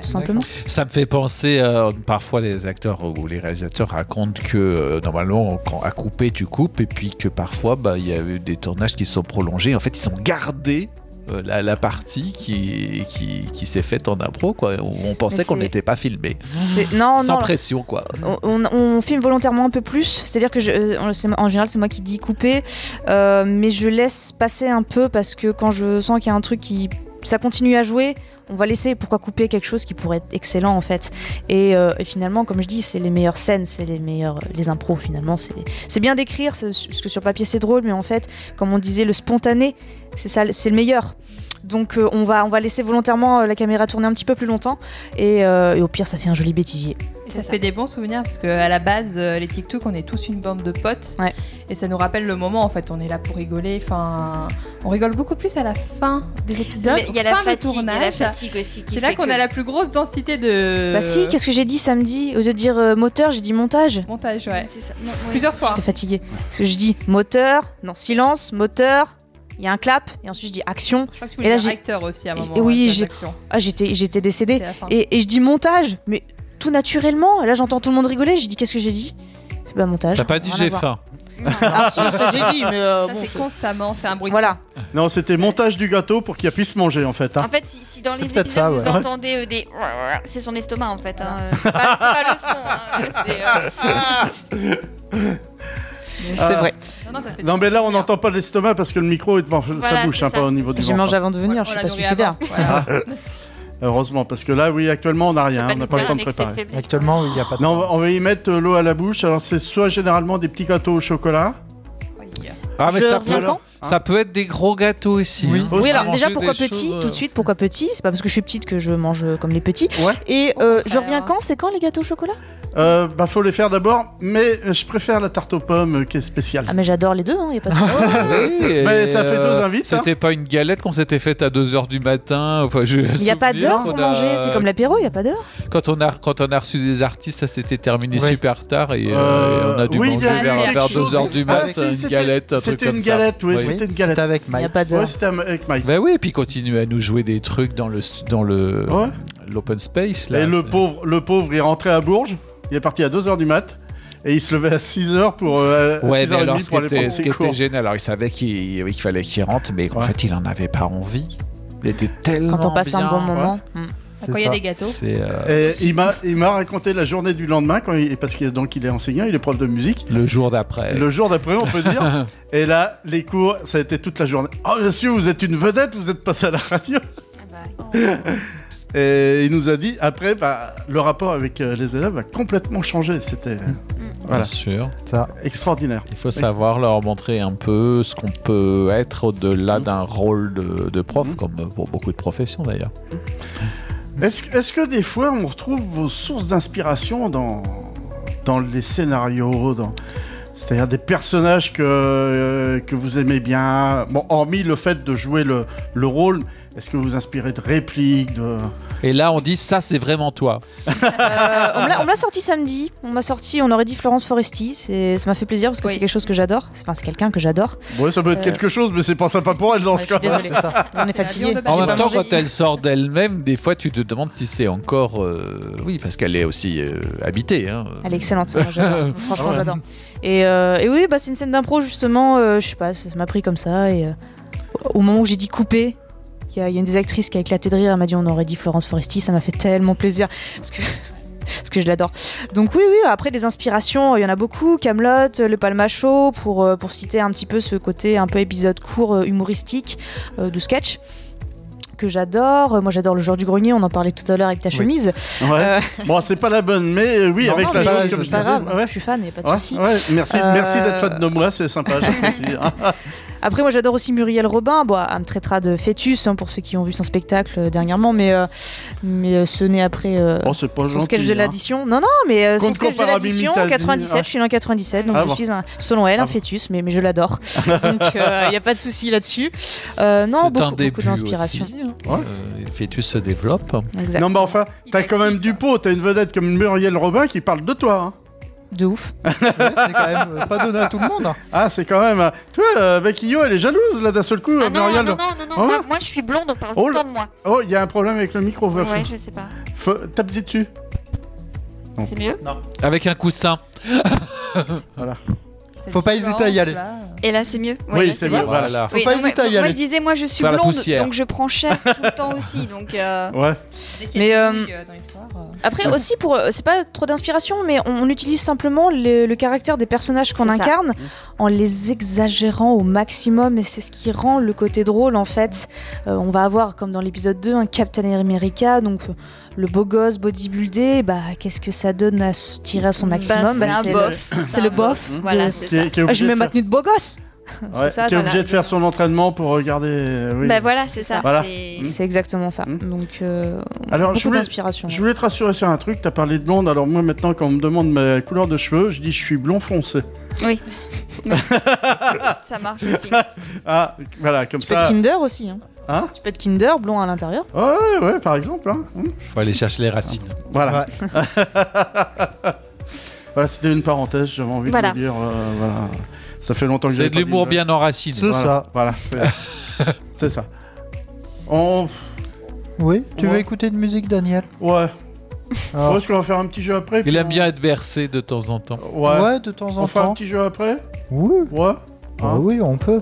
tout simplement. Ça me fait penser, euh, parfois les acteurs ou les réalisateurs racontent que euh, normalement quand à couper tu coupes et puis que parfois bah, il y a eu des tournages qui se sont prolongés. En fait ils ont gardé euh, la, la partie qui, qui, qui s'est faite en impro quoi. On, on pensait Mais qu'on c'est- n'était pas filmé. C'est- Non, Sans non. pression quoi. On, on- on filme volontairement un peu plus, c'est-à-dire que je- euh, on- c'est- en général c'est moi qui dis couper, euh, mais je laisse passer un peu parce que quand je sens qu'il y a un truc qui ça continue à jouer, on va laisser. Pourquoi couper quelque chose qui pourrait être excellent en fait et, euh, et finalement, comme je dis, c'est les meilleures scènes, c'est les meilleurs les impros finalement. C'est c'est bien d'écrire c'est- parce que sur papier c'est drôle, mais en fait, comme on disait, le spontané, c'est ça, c'est le meilleur. Donc euh, on va on va laisser volontairement euh, la caméra tourner un petit peu plus longtemps et, euh, et au pire ça fait un joli bêtisier. Et ça se fait des bons souvenirs parce que à la base euh, les TikTok on est tous une bande de potes Ouais. et ça nous rappelle le moment en fait on est là pour rigoler enfin on rigole beaucoup plus à la fin des épisodes Il y a la fin fatigue, de il y a tournage la fatigue aussi. qui c'est là fait qu'on que- a la plus grosse densité de Bah si, qu'est-ce que j'ai dit samedi Au lieu de dire euh, moteur, j'ai dit montage. montage ouais C'est ça. Moi- moi, plusieurs fois J'étais fatiguée. Parce que je dis moteur, non, silence, moteur, il y a un clap, et ensuite je dis action. je crois que tu Et là, voulais dire j'ai- acteur aussi à un Et- moment hein, et oui, avec j'ai- l'action. Ah, j'étais, j'étais décédée. C'est la fin. Et, et je dis montage, mais tout naturellement. Et Là, j'entends tout le monde rigoler, je dis qu'est-ce que j'ai dit C'est bah montage. T'as pas dit rien à j'ai voir. faim. Ah si, ça j'ai dit, mais euh, Ça, bon, c'est constamment c'est un bruit Voilà. Non, c'était montage du gâteau pour qu'il puisse manger en fait. hein. En fait, si, si dans les Peut-être épisodes ça, vous ouais. entendez euh, des, c'est son estomac en fait. hein. Euh, C'est pas, c'est pas le son. hein. C'est, euh, C'est vrai. Ah. non, non, ça fait Non, mais là on n'entend pas l'estomac parce que le micro est devant Voilà, sa bouche c'est hein, ça, pas au c'est niveau ça. du J'ai ventre. Ah. mangé avant de venir, Ouais, je on suis l'a nourri pas suicidaire. avant. Voilà. Heureusement, parce que là, oui, actuellement on n'a rien, on n'a pas le temps de avec cette préparer. faiblesse. Actuellement, il n'y a pas de. Non, on va- on va y mettre euh, l'eau à la bouche. Alors, c'est soit généralement des petits gâteaux au chocolat. Ah, mais Je ça reviens peut, quand ça peut être des gros gâteaux ici. Oui. hein. Aussi Oui, alors Manger déjà pourquoi des petit choses, Tout euh, de suite, pourquoi petit C'est pas parce que je suis petite que je mange euh, comme les petits. Ouais. Et euh, je contraire. reviens quand C'est quand les gâteaux au chocolat Euh, bah faut les faire d'abord, mais je préfère la tarte aux pommes euh, qui est spéciale. Ah mais j'adore les deux, hein, y a pas de souci. Mais Et, ça fait euh, deux invites. hein. C'était pas une galette qu'on s'était faite à 2h du matin. Enfin, je Il n'y a pas d'heure pour manger, c'est comme l'apéro, il n'y a pas d'heure. Quand on, a, quand on a reçu des artistes, ça s'était terminé super tard et, euh, Euh, et on a dû oui, il y manger a- vers, Ah, vers c'est 2h du avec- matin Ah, si, une c'était- galette, un c'était truc comme une ça. galette, oui, c'était une galette. C'était avec Il n'y Mike. a pas d'heure. Ouais, c'était avec Mike. Bah oui, et puis continue à nous jouer des trucs dans le stu- dans le Ouais. l'open space là. Et le pauvre, le pauvre, il est rentré à Bourges, il est parti à 2h du mat, et il se levait à 6h pour, euh, à Ouais, 6 mais heures et alors demie ce qui pour aller était, prendre ce ses qui était cours. gênant, alors il savait qu'il qu'il fallait qu'il rentre, mais qu'en Ouais. fait il en avait pas envie. Il était tellement Quand on passe un bien. bon moment. Mm. C'est Quand il y a ça. des gâteaux. C'est euh, Et il m'a, il m'a raconté la journée du lendemain, quand il- parce qu'il donc il est enseignant, il est prof de musique. le jour d'après. Le jour d'après, on peut dire. Et là, les cours, ça a été toute la journée. Oh, monsieur, vous êtes une vedette, vous êtes passé à la radio. Et il nous a dit, après, bah, le rapport avec euh, les élèves a complètement changé. C'était voilà. Bien sûr. extraordinaire. Il faut savoir leur montrer un peu ce qu'on peut être au-delà d'un rôle de, de prof, comme euh, pour beaucoup de professions d'ailleurs. Est-ce, que- est-ce que des fois, on retrouve vos sources d'inspiration dans, dans les scénarios dans... C'est-à-dire des personnages que, euh, que vous aimez bien. Bon, hormis le fait de jouer le, le rôle, est-ce que vous vous inspirez de répliques de... Et là, on dit ça, c'est vraiment toi. Euh, on me l'a- on me l'a sorti samedi. On m'a sorti, on aurait dit Florence Foresti. C'est- Ça m'a fait plaisir parce que Oui. c'est quelque chose que j'adore. Enfin, c'est quelqu'un que j'adore. Ouais, ça peut être Euh. quelque chose, mais c'est pas sympa pour elle Ouais, dans ce Ah, je suis cas. désolée. On est fatigué. viande de En J'ai même pas temps, mangé quand hier. elle sort d'elle-même, des fois, tu te demandes si c'est encore. euh, Oui, parce qu'elle est aussi euh, habitée. hein. Elle est excellente, moi, j'adore. franchement j'adore. Et, euh, et oui, bah, c'est une scène d'impro justement, euh, je sais pas, ça ça m'a pris comme ça. Et, euh, au moment où j'ai dit couper, il y, a il y a une des actrices qui a éclaté de rire, elle m'a dit on aurait dit Florence Foresti, ça m'a fait tellement plaisir. Parce que, parce que je l'adore. Donc oui, oui, après des inspirations, il y en a beaucoup, Camelot, euh, Le Palmacho, pour, euh, pour citer un petit peu ce côté un peu épisode court, euh, humoristique, euh, de sketch que j'adore. Euh, Moi j'adore le joueur du grenier, on en parlait tout à l'heure avec ta chemise. Ouais. Euh. Bon, c'est pas la bonne, mais euh, oui, Non, avec non, ta mais chose, c'est comme c'est je pas disais. grave, hein. Ouais. je suis fan, y a pas de Ouais, souci. ouais, merci, Euh, merci d'être fan de moi, c'est sympa, j'apprécie. Après, moi, j'adore aussi Muriel Robin. Bon, elle me traitera de fœtus hein, pour ceux qui ont vu son spectacle euh, dernièrement, mais, euh, mais euh, ce n'est après euh, Bon, c'est pas son gentil. sketch de hein. l'addition. Non, non, mais euh, son Compte sketch de comparable l'addition imita- en 97. ah. Je suis né en 97, donc Ah je bon. suis, un- selon elle, Ah un bon. fœtus, mais, mais je l'adore. donc, il n'y a pas de souci là-dessus. Euh, non, C'est un beaucoup, début beaucoup d'inspiration. aussi, hein. Ouais. Euh, le fœtus se développe. Exact. Non, mais enfin, Il t'as est quand même actif, du pot, t'as une vedette comme Muriel Robin qui parle de toi. hein. De ouf. Ouais, c'est quand même euh, pas donné à tout le monde. hein. Ah, c'est quand même. euh, Tu vois, euh, Becky Yo, elle est jalouse là d'un seul coup. Ah non, Muriel. non, non, non, non, Ah ouais moi, moi, je suis blonde, on parle Oh tout le là- temps de moi. Oh, il y a un problème avec le micro. va- Ouais, je sais pas. faut- Tape-y dessus. Non. C'est mieux Avec un coussin. Faut pas hésiter à y aller. Et là, c'est mieux Ouais, Oui, là, c'est mieux. Voilà. Voilà. Faut pas non, mais- hésiter à y moi aller. je disais, moi je suis Faire la blonde, poussière. donc je prends cher tout le temps aussi. Donc, euh, Ouais. Mais Mais, euh, dans l'histoire. euh, Après aussi pour euh, c'est pas trop d'inspiration mais on, on utilise simplement le, le caractère des personnages qu'on C'est ça. Mm. incarne en les exagérant au maximum et c'est ce qui rend le côté drôle en fait. Euh, on va avoir comme dans l'épisode 2 un Captain America donc euh, le beau gosse bodybuildé bah qu'est-ce que ça donne à se tirer à son maximum bah, Bah, c'est un bof. c'est le bof. Voilà, de- c'est Qui ça. est, qui Ah, est obligé je mets de ma faire- tenue de beau gosse. ouais, c'est ça, qui est ça obligé de faire son entraînement pour regarder. euh, oui. Bah voilà, c'est ça. Voilà. c'est- C'est exactement ça. Mm. Donc euh, Alors, je beaucoup voulais, d'inspiration. je voulais te rassurer sur un truc. T'as parlé de blonde. Alors, moi, maintenant, quand on me demande ma couleur de cheveux, je dis je suis blond foncé. Ça marche aussi. Ah, voilà, comme Tu peux ça. être Kinder aussi hein. Hein Tu peux être Kinder blond à l'intérieur. Ouais, ouais, par exemple. hein. Faut aller chercher les racines. Voilà. voilà, c'était une parenthèse, j'avais envie Voilà. de le dire. euh, voilà. Ça fait longtemps que C'est j'avais de pas dit l'humour le- bien enraciné. C'est Voilà, ça. Voilà. c'est- C'est ça. On... Oui, tu veux Ouais. écouter de musique, Daniel Ouais. Ah. Ouais, Est-ce qu'on va faire un petit jeu après puis Il aime on- bien être versé de temps en temps. Ouais. Ouais, de temps en on fait un temps. petit jeu après Oui. Ouais. Ah Hein oui, on peut.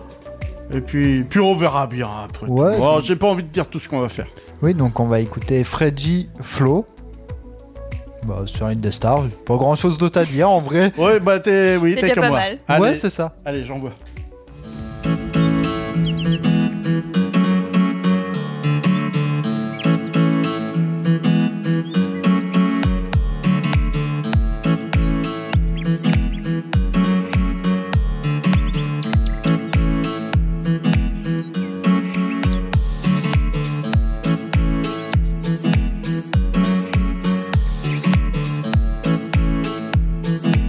Et puis, puis on verra bien après. Ouais. Bon, J'ai pas envie de dire tout ce qu'on va faire. Oui, donc on va écouter Freddy Flo. Bah, sur Indestar, j'ai pas grand chose d'autre à dire en vrai. Ouais, bah t'es oui, C'est t'es déjà comme pas moi. mal. Allez, Ouais, c'est ça. allez j'en bois. Thank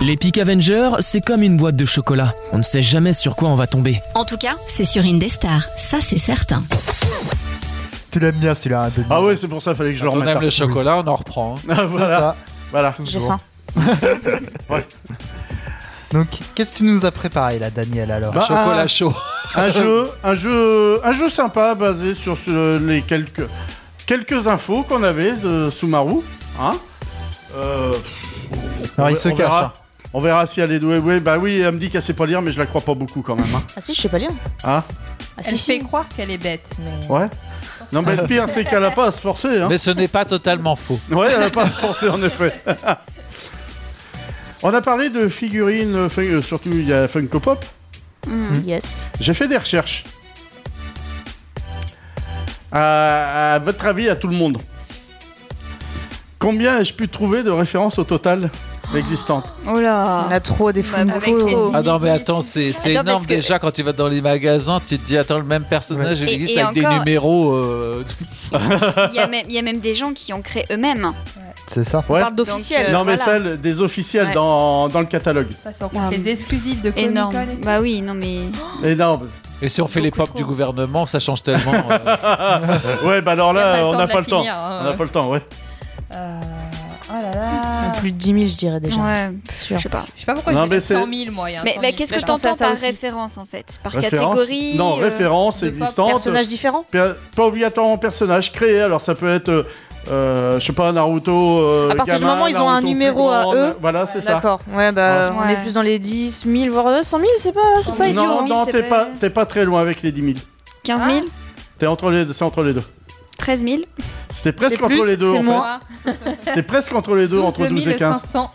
Mystic Avenger, c'est comme une boîte de chocolat. On ne sait jamais sur quoi on va tomber. En tout cas, c'est sur Indestar, ça c'est certain. Tu l'aimes bien celui-là. Ah ouais, c'est pour ça qu'il fallait que je le Quand on remette. aime le chocolat, on en reprend. hein. Ah, voilà. ça. Voilà. J'ai faim. Donc, qu'est-ce que tu nous as préparé là, Daniel, alors Un Bah, chocolat un- chaud. un jeu, un jeu, un jeu sympa basé sur ce- les quelques quelques infos qu'on avait de Sumaru. Hein Euh, Alors, il on- se on cache. verra- hein. On verra si elle est douée. Oui, bah oui, elle me dit qu'elle sait pas lire, mais je la crois pas beaucoup quand même. hein. Ah si, je sais pas lire. Ah, Ah Elle si, Oh. fait si. croire qu'elle est bête, mais. ouais. Non, mais le pire, c'est qu'elle a pas à se forcer. Hein. Mais ce n'est pas totalement faux. Ouais, elle a pas à se forcer en effet. On a parlé de figurines, euh, fun- euh, surtout il y a Funko Pop. Mm. Yes. J'ai fait des recherches. À, à votre avis, à tout le monde, combien ai-je pu trouver de références au total existantes Oh On là a trop des fous. Avec les Ah non, mais attends, c'est c'est Attends, énorme parce que- déjà quand tu vas dans les magasins, tu te dis, attends, le même personnage, il Et- existe et avec des encore- numéros. euh, Il y, a même- il y a même des gens qui ont créé eux-mêmes. C'est ça. Ouais. On parle d'officiel. euh, Non, mais voilà. celles des officiels Ouais. dans, dans le catalogue. Ça, c'est encore Ah, les exclusives de Comic Con. Énorme. et tout. Bah oui, non mais. Énorme. Et si on fait les Beaucoup pop du trop. gouvernement, ça change tellement. euh. Ouais, bah alors Y a pas là, le on temps n'a de pas la le temps. finir, hein, On n'a ouais. pas le temps, ouais. Euh, Oh là là. Plus de 10 000, je dirais déjà. Ouais, Sûr. je sais pas. Je sais pas pourquoi Non, j'ai mais dit c'est- 100 000 moi. il y a un Mais, 100 mais 000. qu'est-ce Mais que Bah, je pense t'entends à ça par aussi. référence en fait Par Référence catégorie Non, euh, référence euh, de pop, existante. Personnages différents Per- Pas obligatoirement personnage créé. Alors ça peut être, euh, euh, je sais pas, Naruto. euh, À partir du gamin, moment où ils ont un Naruto plus numéro à grand, eux, euh, Voilà, c'est ça. D'accord. Ouais, bah on Ouais. est plus dans les 10 000, voire 100 000, c'est pas, c'est pas Non, idiot. Non, hein. non, c'est t'es pas- pas, t'es pas très loin avec les 10 000. 15 Ah. 000 T'es entre les deux. C'est entre les deux. 13 000 C'était presque C'est entre plus, les deux. c'est en fait. moins. Moi, T'es presque entre les deux, entre 12 et 15. 500.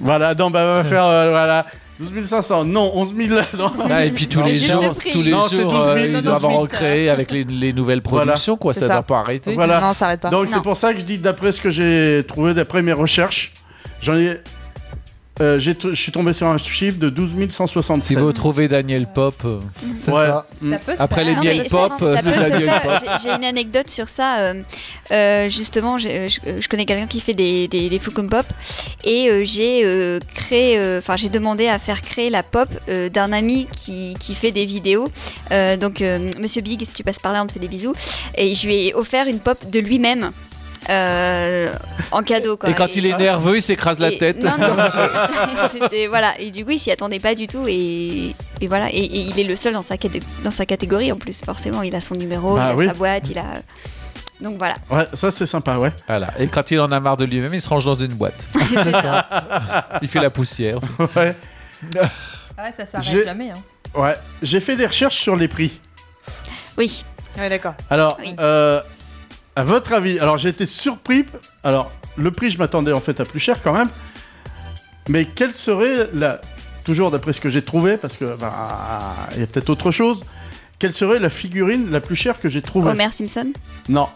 Voilà, non, bah, on va faire. euh, voilà. 12 500, non, 11 000. non. Ah, et puis tous Non, les mais juste le jours, prix. tous les Non, c'est jours 12 000, euh, ils doivent 12 en 000. recréer avec les, les nouvelles Voilà. productions, quoi. C'est Ça ne ça. doit pas arrêter. Voilà. Non, ça arrête pas. Donc euh, Non. c'est pour ça que je dis, d'après ce que j'ai trouvé, d'après mes recherches, j'en ai. euh, j'ai t- je suis tombé sur un chiffre de 12 Si 167. vous trouvez Daniel Pop, euh, C'est Ouais. ça. Mm. Ça peut se Après les faire. Non, mais miel ça- pop, ça euh, peut c'est de la se miel faire. pop. J'ai- J'ai une anecdote sur ça. euh, euh, justement, j'ai- je, je connais quelqu'un qui fait des, des, des Fukum Pop et euh, j'ai euh, créé, euh, enfin j'ai demandé à faire créer la pop euh, d'un ami qui, qui fait des vidéos. Euh, donc euh, Monsieur Big, si tu passes par là, on te fait des bisous. Et je lui ai offert une pop de lui-même euh, en cadeau. Quoi. Et quand il est nerveux, il s'écrase la et- tête. Non, non. C'était- voilà. Et du coup, il s'y attendait pas du tout. Et, et voilà. Et, et il est le seul dans sa, cate- dans sa catégorie en plus. Forcément, il a son numéro, Bah il a oui. sa boîte, il a. Donc voilà. Ouais, ça c'est sympa, ouais. Voilà. Et quand il en a marre de lui-même, il se range dans une boîte. C'est ça. Il fait la poussière. ouais. Ah ouais, ça s'arrête J'ai- jamais. Hein. Ouais. J'ai fait des recherches sur les prix. Oui. Ouais, d'accord. Alors, Oui. euh, à votre avis, alors j'ai été surpris. Alors, le prix, je m'attendais en fait à plus cher quand même. Mais quelle serait la. Toujours d'après ce que j'ai trouvé, parce que bah, il y a peut-être autre chose. Quelle serait la figurine la plus chère que j'ai trouvée Homer Simpson. Non.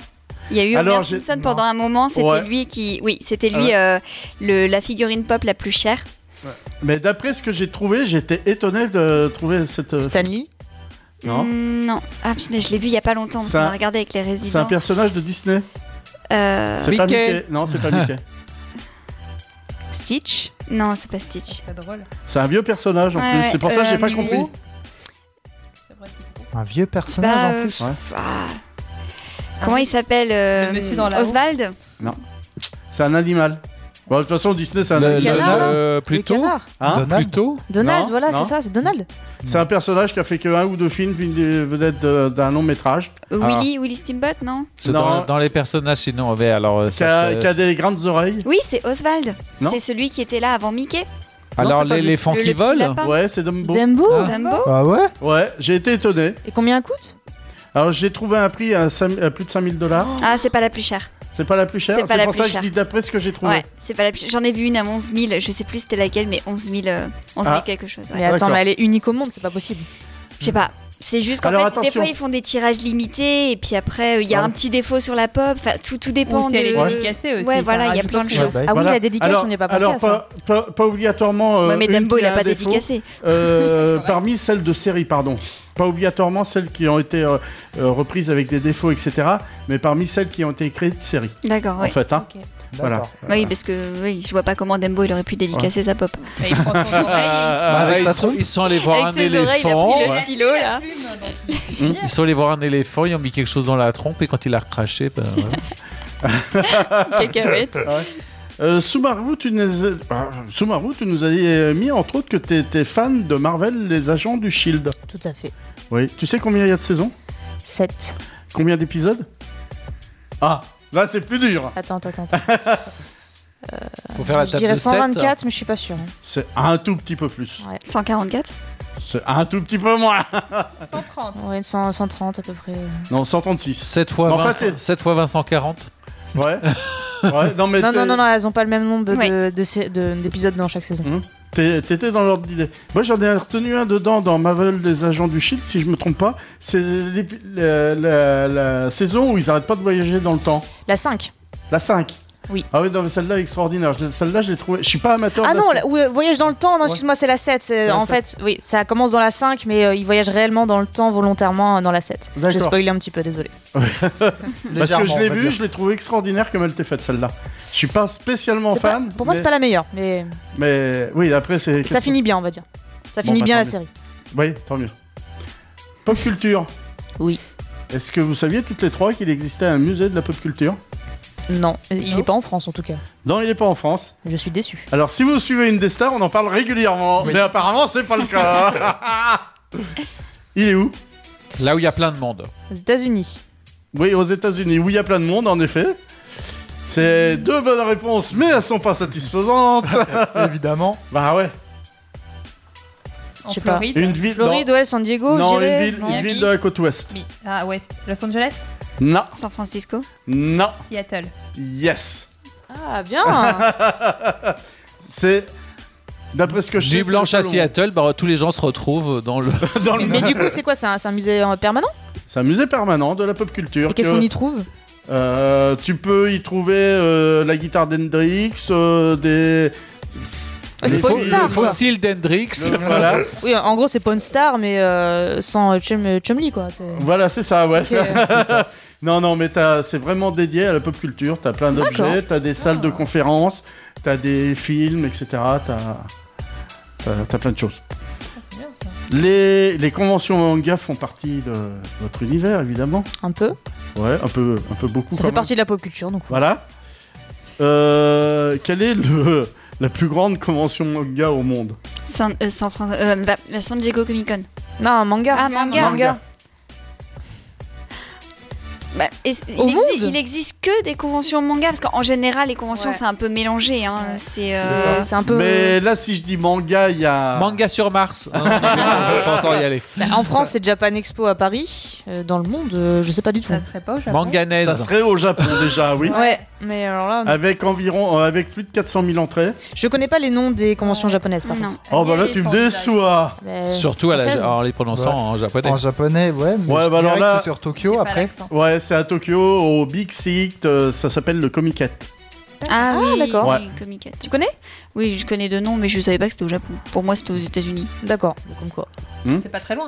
Il y a eu Alors, Homer j'ai- Simpson pendant un moment. C'était Ouais. lui qui. Oui, c'était lui Ouais. euh, le, la figurine pop la plus chère. Mais d'après ce que j'ai trouvé, j'étais étonné de trouver cette. euh, Stanley Non. Mm, non. Ah putain, je l'ai vu il y a pas longtemps. Parce C'est qu'on un- a regardé avec les C'est un résidents. personnage de Disney. Euh, C'est pas Mickey. Mickey. Non, c'est pas Mickey. Stitch Non, c'est pas Stitch. C'est drôle. C'est un vieux personnage en Ouais, Ah, plus. ouais, C'est pour ça que euh, j'ai pas Mickey. compris. C'est vrai qu'il faut. Un vieux personnage Bah, en euh, plus. Ouais. ah. Comment il s'appelle euh, Ah Le monsieur dans la roue. Oswald C'est un animal. Bon, de toute façon, Disney, c'est un Le- le- animal. canard, là le- Le Plutôt canard. Hein Donald Plutôt Donald, Non, voilà, non. c'est ça, c'est Donald. C'est un personnage qui a fait que un ou deux films, puis une des vedettes de- d'un long métrage, Euh, Ah. Willy, Willy Steamboat, non C'est dans, Non. dans les personnages, sinon, ouais, alors euh, qui ça, a, c'est- qui a des grandes oreilles. Oui, c'est Oswald. Non. C'est celui qui était là avant Mickey. Alors, Non, c'est pas l'éléphant lui. qui Le- le petit vole lapin. Pas. Ouais, c'est Dumbo. Dumbo Ah. Dumbo Ah ouais Ouais, j'ai été étonné. Et combien elle coûte Alors j'ai trouvé un prix à, 5 à plus de 5000 dollars. Ah, c'est pas la plus chère. C'est pas la plus chère. C'est pas C'est la pour plus ça que je chère. dis d'après ce que j'ai trouvé. Ouais, c'est pas la plus chère. J'en ai vu une à 11 000. Je sais plus c'était laquelle, mais 11 000, euh, 11 000 Ah. quelque chose. ouais. Mais attends, D'accord. mais elle est unique au monde, c'est pas possible. Je sais pas. C'est juste qu'en Alors, fait, des attention. Ah. fois, ils font des tirages limités et puis après, il y a Ouais. un petit défaut sur la pop. Enfin, tout, tout dépend Ou si elle est de- dédicacée aussi, Ouais, ça voilà, il y a rajoute plein de quelque choses. chose. Ah oui, Voilà. la dédicace, Alors- on n'y a pas pensé Alors, à ça. Pas, pas- pas obligatoirement. euh, Ouais, mais une Dumbo, qui il a un pas défaut. dédicacé. Euh, parmi celles de série, pardon. Pas obligatoirement celles qui ont été euh, euh, reprises avec des défauts, etc. Mais parmi celles qui ont été créées de série. D'accord, En ouais. fait, hein. Voilà. D'accord. Oui, parce que oui, je vois pas comment Dembo il aurait pu dédicacer sa pop. Et il prend son Ah, conseil et il se- Bah, avec ils, sa sont, trompe. ils sont allés voir un éléphant. ouais. stylo là. Ils sont allés voir un éléphant, ils ont mis quelque chose dans la trompe et quand il a recraché, ben, voilà. Cacahuète. Euh, Sumaru, tu nous, as- ah, Sumaru, tu nous as euh, mis entre autres que tu étais fan de Marvel, les agents du Shield. Tout à fait. E Oui. Tu sais combien il y a de saisons 7. Combien d'épisodes Ah, là c'est plus dur. Attends, attends, attends. faut Euh, faire Ah, la je table de dirais 7. 124, mais je suis pas sûre. C'est un tout petit peu plus. 144 C'est un tout petit peu moins. 130. Ouais, 100, 130 à peu près. Non, 136. 7 fois, Mais enfin, 20, c'est- 7 fois 140. Ouais. ouais. Non mais Non, t'es- non, non, non, elles ont pas le même nombre de- Ouais. de sé- de- d'épisodes dans chaque saison. Hmm. t'es- T'étais dans l'ordre d'idée. Moi j'en ai retenu un dedans dans Marvel, les agents du Shield, si je me trompe pas. C'est l'épi- la, la- la saison où ils arrêtent pas de voyager dans le temps. La 5. La 5 Oui. Ah oui, non, mais celle-là est extraordinaire. Je- Celle-là, je l'ai trouvée. Je suis pas amateur Ah de la non, série. la- oui, euh, voyage dans le temps, non, Ouais. excuse-moi, c'est la 7. c'est- C'est la En fait, oui, ça commence dans la 5, mais euh, ils voyagent réellement dans le temps volontairement euh, dans la 7. J'ai D'accord. spoilé un petit peu, désolé. Parce que je Légèrement, l'ai on va vue, dire. je l'ai trouvée extraordinaire comme elle t'est faite, celle-là. Je suis pas spécialement C'est pas- fan. pour moi, mais... c'est pas la meilleure, mais Mais oui, après, c'est. ça finit bien, on va dire. Ça Bon, finit bah, bien tant la mieux. série. Oui, tant mieux. Pop culture. Oui. Est-ce que vous saviez toutes les trois qu'il existait un musée de la pop culture Non, il est pas en France en tout cas. Non, il n'est pas en France. Je suis déçu. Alors, si vous suivez une des stars, on en parle régulièrement. Mais apparemment, c'est pas le cas. il est où Là où il y a plein de monde. Aux États-Unis. Oui, aux États-Unis, où il y a plein de monde, en effet. C'est deux bonnes réponses, mais elles sont pas satisfaisantes. Évidemment. bah ouais, En Je sais pas. Floride. une ville. Floride, ouais, San Diego, non, non, je dirais. une ville, Miami. une ville de la côte ouest. Mi- Ah, West. Los Angeles Non, San Francisco. non, Seattle. yes. Ah bien. Ah. C'est. D'après ce que je sais. Nuit c'est blanche le à salon. Seattle, bah, tous les gens se retrouvent dans le. Dans le- Mais du coup, c'est quoi C'est un, c'est un musée euh, permanent C'est un musée permanent de la pop culture. Et qu'est-ce que- qu'on y trouve Euh, tu peux y trouver euh, la guitare d'Hendrix, euh, des. Ouais, C'est les pas une faux- star. le quoi. Fossile d'Hendrix. le- voilà, Oui, en gros, c'est pas une star, mais euh, sans euh, Chum, Chumlee, quoi. C'est- voilà c'est ça, ouais. Ok, euh, Non, non, mais t'as- c'est vraiment dédié à la pop culture. T'as plein d'objets, t'as des salles Ah. de conférences, t'as des films, etc. T'as t'as- t'as plein de choses. Ah, c'est bien ça. Les, les conventions manga font partie de votre univers, évidemment. un peu. Ouais, un peu, un peu beaucoup. Ça quand fait même. partie de la pop culture, donc. Voilà. Euh, quelle est le, la plus grande convention manga au monde San, euh, San Fran- euh, bah, la San Diego Comic Con. Non, un manga. Ah, manga. Manga. Bah, et c- Au il, exi- monde il existe que des conventions manga parce qu'en général les conventions Ouais. c'est un peu mélangé. Hein. Ouais. C'est Euh, euh, C'est un peu. Mais là, si je dis manga, il y a. Manga sur Mars. Non, non, non, on peut pas encore y aller. Bah, en France, c'est Japan Expo à Paris. Euh, dans le monde, euh, je sais pas du tout. Ça serait pas au Japon. Manganaise. Ça serait au Japon déjà, oui. Ouais, mais alors là, Avec environ, euh, avec plus de 400 000 entrées. je connais pas les noms des conventions japonaises, par non. contre. Oh y bah là, aller tu me sans blague. déçois. Mais- euh, Surtout à la- Française. en les prononçant Ouais. en japonais. En japonais, ouais. Mais Ouais, je bah alors dirais que là- c'est sur Tokyo J'ai pas après. l'accent. Ouais, c'est à Tokyo, au Big Sight, euh, ça s'appelle le Comiket. ah, oui, d'accord. oui, Comic Con. Tu connais Oui, je connais deux noms, mais je savais pas que c'était au Japon. Pour moi, c'était aux États-Unis. D'accord, comme quoi. C'est pas très loin.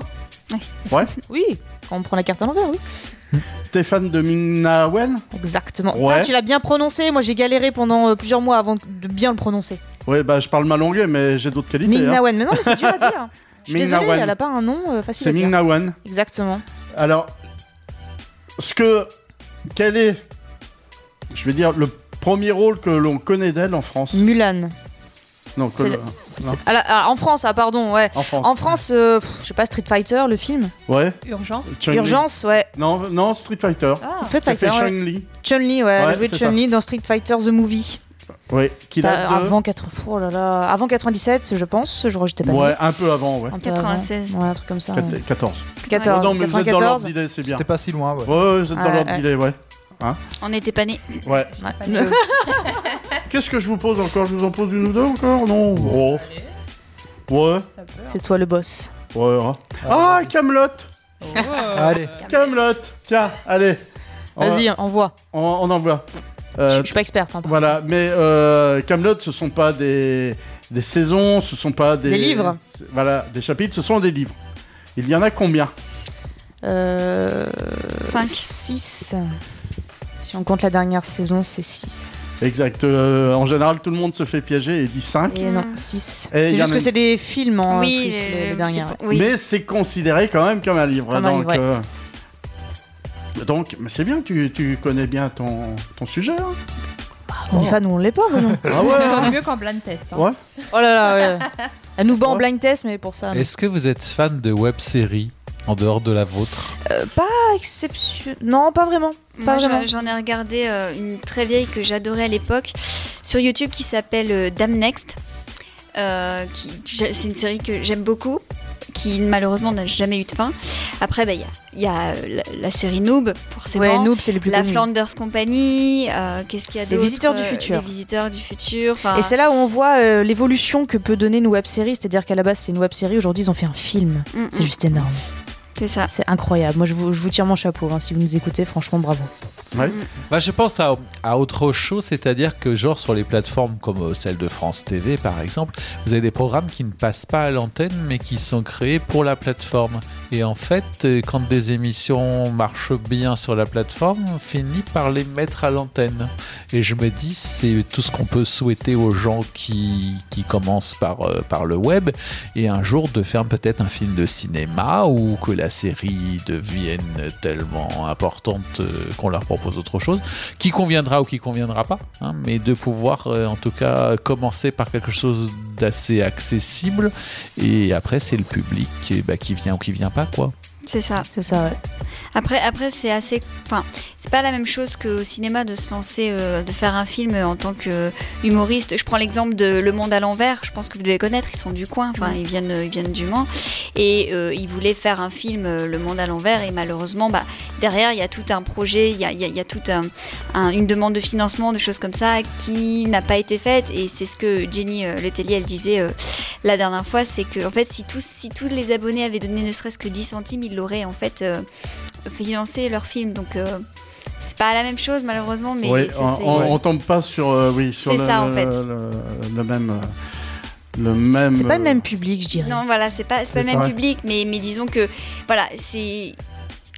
Oui, quand on prend la carte à l'envers, oui. T'es fan de Mingnawen Exactement. Ouais. Putain, Ah, tu l'as bien prononcé. Moi, j'ai galéré pendant euh, plusieurs mois avant de bien le prononcer. Ouais, bah je parle mal anglais, mais j'ai d'autres qualités. hein. Mingnawen. Mais non, mais c'est dur à dire. Je suis désolée, Mingnawen. elle a pas un nom euh, facile C'est à dire. Mingnawen. Exactement. Alors, ce que. Quel est, je vais dire, le premier rôle que l'on connaît d'elle en France Mulan. Non, que c'est le- Non. C'est- ah là- ah, en France, ah pardon, ouais. en France. En France, euh, pff, je sais pas, Street Fighter, le film. Ouais. Urgence. Chun-Li. Urgence, ouais. Non, non, Street Fighter. Ah. Street Qui a Fighter, fait ouais. Chun-Li. Chun-Li, ouais, elle Ouais, a joué c'est Chun-Li dans Street Fighter The Movie. Ouais. Qui C'était date de- avant, 80 oh là là, avant 97, je pense. Je j'étais pas née. Ouais, un peu avant, ouais. Un peu avant. 96. Ouais, un truc comme ça. Quat- ouais. 14. Ouais. 14, Ah non, mais vous êtes dans l'ordre 94. d'idée, c'est bien. T'es pas si loin, ouais. Ouais, ouais, vous êtes dans Ouais, l'ordre ouais. d'idée, ouais. Hein On n'était pas nés. Ouais. Ouais. Qu'est-ce que je vous pose encore Je vous en pose une ou deux encore Non Oh. Ouais, Ça peut, hein. C'est toi le boss. ouais. hein. Ah, Camelot Oh. Allez, Camelot, tiens, allez. On Vas-y, va- envoie. On, on envoie. Euh, Je suis pas experte. hein, par Voilà, mais euh, Camelot, ce sont pas des, des saisons, ce sont pas des, Des livres. c'est- Voilà, des chapitres, ce sont des livres. Il y en a combien Euh... 5, 6. Si on compte la dernière saison, c'est 6. Exact. euh, en général, tout le monde se fait piéger et dit 5. Et non, 6. Et il C'est Eh, y en juste a que une- c'est des films en plus, Oui, euh, les, les c'est dernières. pour- oui. Mais c'est considéré quand même comme un livre. Comme un donc, livre, ouais. euh, donc mais c'est bien, tu, tu connais bien ton, ton sujet. hein. On est fan ou on l'est pas, Renaud Ah ouais, Ça hein. mieux qu'en blind test. hein. Ouais. Oh là là, ouais. Elle nous bat en blind test, mais pour ça. non. Est-ce que vous êtes fan de web-séries en dehors de la vôtre Euh, pas exceptionnel. Non, pas vraiment. Pas Moi, je- vraiment. j'en ai regardé euh, une très vieille que j'adorais à l'époque sur YouTube qui s'appelle euh, Dame Next. Euh, qui- j'ai- c'est une série que j'aime beaucoup, qui malheureusement n'a jamais eu de fin. Après, bah, il y a, il y a, euh, la, la série Noob, forcément. Ouais, Noob, c'est les plus la connus. Flanders Company, euh, qu'est-ce qu'il y a Les d'autre Visiteurs du Euh, Futur. Les visiteurs du futur. enfin, Et c'est là où on voit euh, l'évolution que peut donner une web série. C'est-à-dire qu'à la base, c'est une web série. Aujourd'hui, ils ont fait un film. Mm, C'est mm. juste énorme. C'est ça. C'est incroyable. Moi, je vous, je vous tire mon chapeau. hein. Si vous nous écoutez, franchement, bravo. Bah, Je pense à, à autre chose, c'est-à-dire que genre sur les plateformes comme euh, celle de France TV par exemple, vous avez des programmes qui ne passent pas à l'antenne mais qui sont créés pour la plateforme. Et en fait, euh, quand des émissions marchent bien sur la plateforme, on finit par les mettre à l'antenne. Et je me dis, c'est tout ce qu'on peut souhaiter aux gens qui, qui commencent par, euh, par le web et un jour de faire peut-être un film de cinéma ou que la série devienne tellement importante euh, qu'on leur propose autre chose, qui conviendra ou qui conviendra pas, hein, mais de pouvoir euh, en tout cas commencer par quelque chose d'assez accessible et après c'est le public eh ben, qui vient ou qui vient pas quoi. C'est ça. C'est ça, ouais. Après, après c'est assez. Enfin, c'est pas la même chose qu'au cinéma de se lancer, euh, de faire un film en tant qu'humoriste. Je prends l'exemple de Le Monde à l'envers. Je pense que vous devez connaître. Ils sont du coin. Enfin, ils viennent, ils viennent du Mans. Et euh, ils voulaient faire un film euh, Le Monde à l'envers. Et malheureusement, bah, derrière, il y a tout un projet, il y a, il y a- il y a toute un- un- une demande de financement, de choses comme ça, qui n'a pas été faite. Et c'est ce que Jenny euh, Letellier, elle disait euh, la dernière fois, c'est que en fait, si tous, si tous les abonnés avaient donné ne serait-ce que 10 centimes, ils l'auraient en fait. euh, financer leur film. Donc euh, c'est pas la même chose malheureusement, mais Ouais, c'est- on, c'est- on- on tombe pas sur, euh, oui, sur C'est le, ça, en le- fait. le- le même. euh, Le même C'est pas le euh, même public, je dirais. non voilà c'est pas c'est pas C'est le même ça. public, mais mais disons que voilà c'est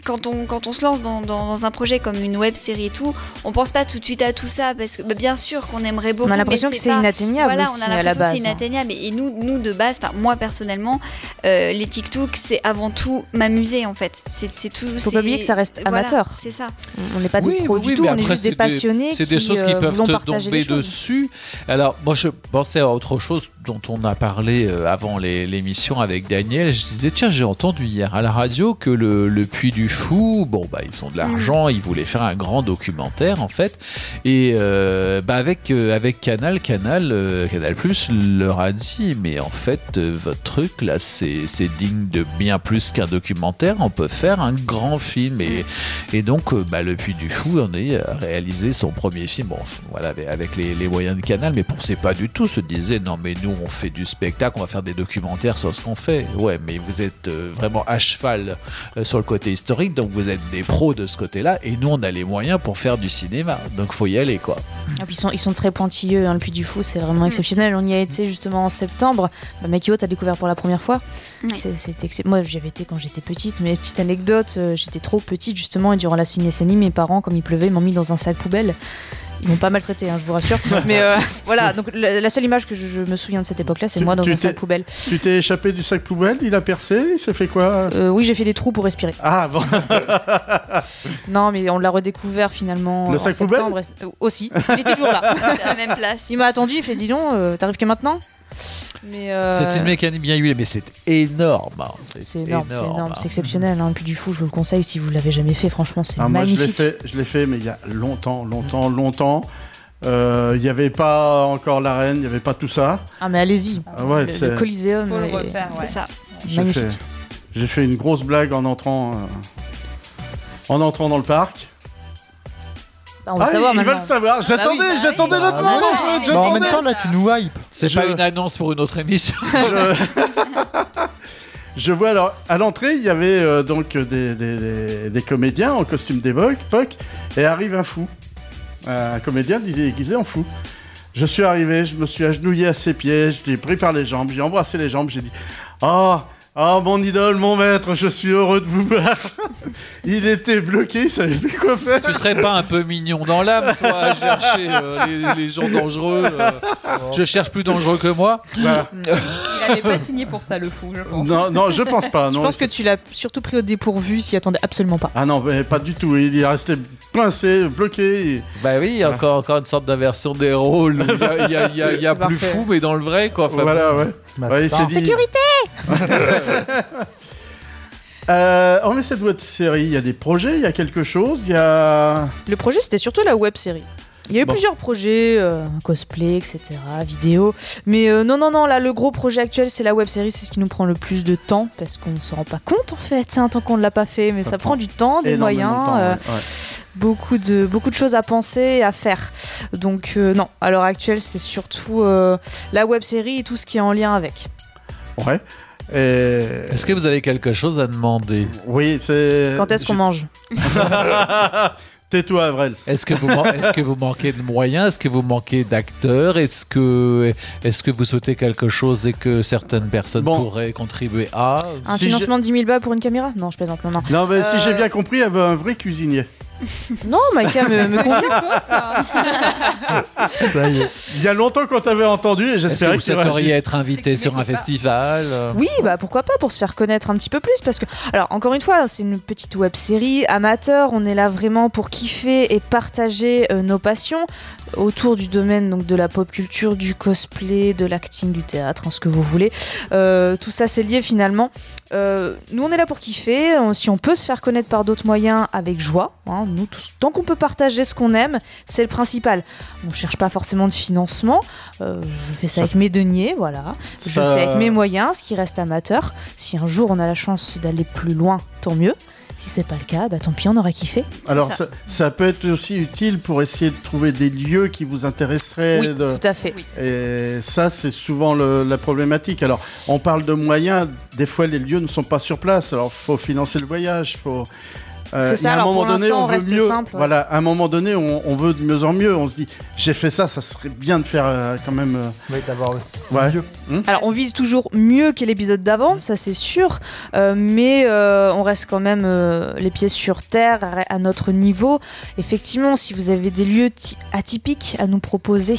quand on, quand on se lance dans, dans- dans un projet comme une web série et tout, on pense pas tout de suite à tout ça parce que bah, bien sûr qu'on aimerait beaucoup. on a mais l'impression que c'est pas- inatteignable Voilà, aussi, on a à la l'impression que base. c'est inatteignable. Et et nous, nous de base, enfin, moi personnellement, euh, les TikTok, c'est avant tout m'amuser en fait. C'est c'est tout. Faut c'est- pas oublier que ça reste voilà, amateur. C'est ça. On n'est pas des pros du tout, mais on est après, juste des c'est passionnés C'est des choses qui euh, peuvent voulons te partager tomber les choses. dessus. Alors, moi, je pensais à autre chose dont on a parlé euh, avant les- l'émission avec Daniel. Je disais, tiens, j'ai entendu hier à la radio que le, le Puy du Fou, bon, bah, ils ont de Mm. l'argent, ils voulaient faire un grand documentaire, en fait. Et euh, bah, avec, euh, avec Canal, Canal, euh, Canal Plus leur a dit, mais en fait, euh, votre truc, là, c'est c'est digne de bien plus qu'un documentaire. On peut faire un grand film. Et, et donc, euh, bah, Le Puy du Fou en est euh, réalisé son premier film, bon, voilà, avec- avec les, les moyens de canal, mais pensez pas du tout, se disait, non, mais nous, on fait du spectacle, on va faire des documentaires sur ce qu'on fait. Ouais, mais vous êtes euh, vraiment à cheval euh, sur le côté historique, donc vous êtes des pros de ce côté-là, et nous, on a les moyens pour faire du cinéma, donc faut y aller, quoi. Ah, puis ils, sont, ils sont très pointilleux, hein, le Puy du Fou, c'est Mm. vraiment exceptionnel. On y a été justement en septembre. Bah, Makio, t'as découvert pour la première fois. Ouais. C'est- c'est excep- Moi, j'y avais été quand j'étais petite, mais petite anecdote, euh, j'étais trop petite justement, et durant la cinécénie, mes parents, comme il pleuvait, m'ont mis dans un sac poubelle. Ils m'ont pas maltraité, hein, je vous rassure. mais euh, voilà, donc la, la seule image que je, je me souviens de cette époque-là, c'est Tu- moi dans tu un sac t'es- poubelle. Tu t'es échappé du sac poubelle, il a percé, il s'est fait quoi Euh, oui, j'ai fait des trous pour respirer. Ah, bon. Non, mais on l'a redécouvert finalement Le en sac poubelle septembre. et- euh, aussi, il était toujours là. C'est à la même place. Il m'a attendu, il fait dis donc, euh, t'arrives que maintenant Mais euh, C'est une mécanique bien huilée, mais c'est énorme. hein. c'est énorme, c'est énorme, hein. c'est exceptionnel. Hein. Puis du fou, je vous le conseille si vous l'avez jamais fait. Franchement, c'est Ah, moi, je l'ai magnifique. fait, je l'ai fait, mais il y a longtemps, longtemps, longtemps. Euh, Il n'y avait pas encore l'arène, il n'y avait pas tout ça. Ah mais allez-y, Ah ouais, le, c'est- le Coliseum, Faut le est- refaire, Ben ouais. C'est ça. J'ai magnifique. fait, j'ai fait une grosse blague en entrant, euh, en entrant dans le parc. Bah, on va ah, savoir ils veulent maintenant. Ah, savoir. J'attendais, bah oui. j'attendais Bah notre oui. moment. Bah je- oui. j'attendais. Mais en même temps, là, tu nous hypes. C'est Je- pas une annonce pour une autre émission. Je- Je vois alors à l'entrée, il y avait euh, donc des, des- des- des comédiens en costume d'époque, poc, et arrive un fou. Euh, Un comédien dé- déguisé en fou. Je suis arrivé, je me suis agenouillé à ses pieds, je l'ai pris par les jambes, j'ai embrassé les jambes, j'ai dit Oh, oh mon idole, mon maître, je suis heureux de vous voir. il était bloqué, il savait plus quoi faire. Tu serais pas un peu mignon dans l'âme, toi, à chercher euh, les, les gens dangereux euh, Je cherche plus dangereux que moi. Oh. Voilà. Il avait pas signé pour ça, le fou, je pense. Non, non, je pense pas. Je Non, pense que tu l'as surtout pris au dépourvu, s'y attendait absolument pas. Ah non, mais pas du tout. Il est resté pincé, bloqué. et- Bah oui, encore, encore une sorte d'inversion des rôles. où Il y a, il y a- il y a- il y a plus Parfait. fou, mais dans le vrai, quoi. Enfin, Voilà, bon. ouais. Ouais, il s'est dit- Euh, on met cette web série. Il y a des projets, il y a quelque chose, il y a. Le projet, c'était surtout la web série. Il y a eu Bon. plusieurs projets, euh, cosplay, etc., vidéo. Mais euh, non, non, non, là, le gros projet actuel, c'est la web série. C'est ce qui nous prend le plus de temps parce qu'on ne se rend pas compte, en fait, hein, tant qu'on ne l'a pas fait. Mais ça, prend, du temps, des moyens. énormément de temps, euh, ouais, ouais. beaucoup de beaucoup de choses à penser et à faire. Donc euh, non, à l'heure actuelle, c'est surtout euh, la web série et tout ce qui est en lien avec. Ouais. Est-ce que vous avez quelque chose à demander Oui, c'est. Quand est-ce qu'on mange Tais-toi, Avril. Est-ce que, vous man- est-ce que vous manquez de moyens Est-ce que vous manquez d'acteurs Est-ce que, est que vous souhaitez quelque chose et que certaines personnes pourraient contribuer à Un financement de 10 000 balles pour une caméra Non, je plaisante, non, non. Non, mais si Euh, j'ai bien compris, elle veut un vrai cuisinier. Non, Maïka me, me convient. Il y a longtemps qu'on t'avait entendu et Est-ce que j'espérais vous que tu réagisses. souhaiteriez être invité sur un festival Oui, bah pourquoi pas pour se faire connaître un petit peu plus parce que alors encore une fois, c'est une petite web série amateur, on est là vraiment pour kiffer et partager euh, nos passions autour du domaine donc de la pop culture, du cosplay, de l'acting, du théâtre, hein, ce que vous voulez. Euh, tout ça c'est lié finalement. Euh, nous on est là pour kiffer, On- si on peut se faire connaître par d'autres moyens avec joie, hein, nous tous- tant qu'on peut partager ce qu'on aime, c'est le principal. On cherche pas forcément de financement, Euh, je fais ça avec mes deniers, voilà. Je Ça- fais avec mes moyens, ce qui reste amateur. Si un jour on a la chance d'aller plus loin, tant mieux. Si c'est pas le cas, bah tant pis, on aura kiffé. Alors, ça. ça peut être aussi utile pour essayer de trouver des lieux qui vous intéresseraient. Oui, de- tout à fait. Et ça, c'est souvent le- la problématique. Alors, on parle de moyens. Des fois, les lieux ne sont pas sur place. Alors, faut financer le voyage. Faut. euh, C'est ça, et à un alors, moment pour donné, l'instant, on on veut reste mieux. simple, ouais. Voilà, à un moment donné, on, on veut de mieux en mieux. On se dit, j'ai fait ça, ça serait bien de faire euh, quand même. euh, ouais. Hmm Alors on vise toujours mieux que l'épisode d'avant, ça c'est sûr, euh, mais euh, on reste quand même euh, les pieds sur terre à, à notre niveau. Effectivement, si vous avez des lieux ti- atypiques à nous proposer,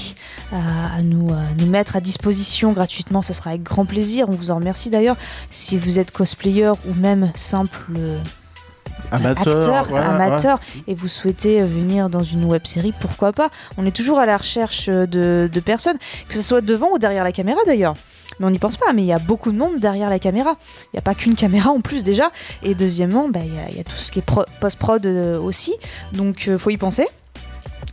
à, à nous, à nous mettre à disposition gratuitement, ce sera avec grand plaisir. On vous en remercie d'ailleurs. Si vous êtes cosplayer ou même simple euh, Amateur, acteur, ouais, amateur, et vous souhaitez euh, venir dans une web série, pourquoi pas On est toujours à la recherche euh, de, de personnes, que ce soit devant ou derrière la caméra d'ailleurs. Mais on n'y pense pas, mais il y a beaucoup de monde derrière la caméra. Il n'y a pas qu'une caméra en plus déjà. Et deuxièmement, bah, il y a- il y, a tout ce qui est pro- post-prod euh, aussi. Donc il faut y penser.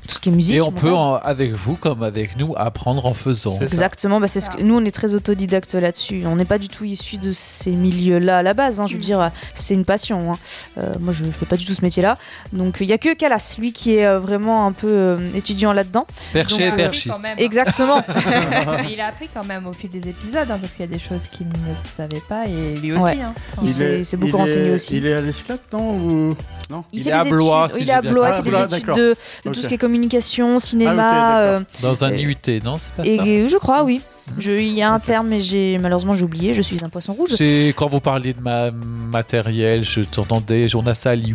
Tout ce qui est musique. Et on peut, montage. en- avec vous comme avec nous, apprendre en faisant. Exactement, bah, c'est ce que- nous on est très autodidacte là-dessus. On n'est pas du tout issus de ces milieux-là à la base. hein. je veux dire, c'est une passion. hein. Euh, moi je ne fais pas du tout ce métier-là. Donc il n'y a que Calas, lui qui est euh, vraiment un peu euh, étudiant là-dedans. Perché Donc, euh, et perchiste. hein. Exactement. Mais il a appris quand même au fil des épisodes, hein, parce qu'il y a des choses qu'il ne savait pas, et lui aussi. Ouais. hein. Il Il s'est est- s'est beaucoup il est- renseigné aussi. Il est à l'ESCAP, non ou... Non Ah, Il fait des études- oui, il est à Blois, il fait des études de, de tout ce qui est communication, cinéma. euh, Dans un euh, IUT, non C'est pas et, ça et je crois, oui. Je- Il y a un terme, mais j'ai malheureusement j'ai oublié. Je suis un poisson rouge. C'est quand vous parliez de ma matériel, je t'entendais, j'en ai ça à l'IUT.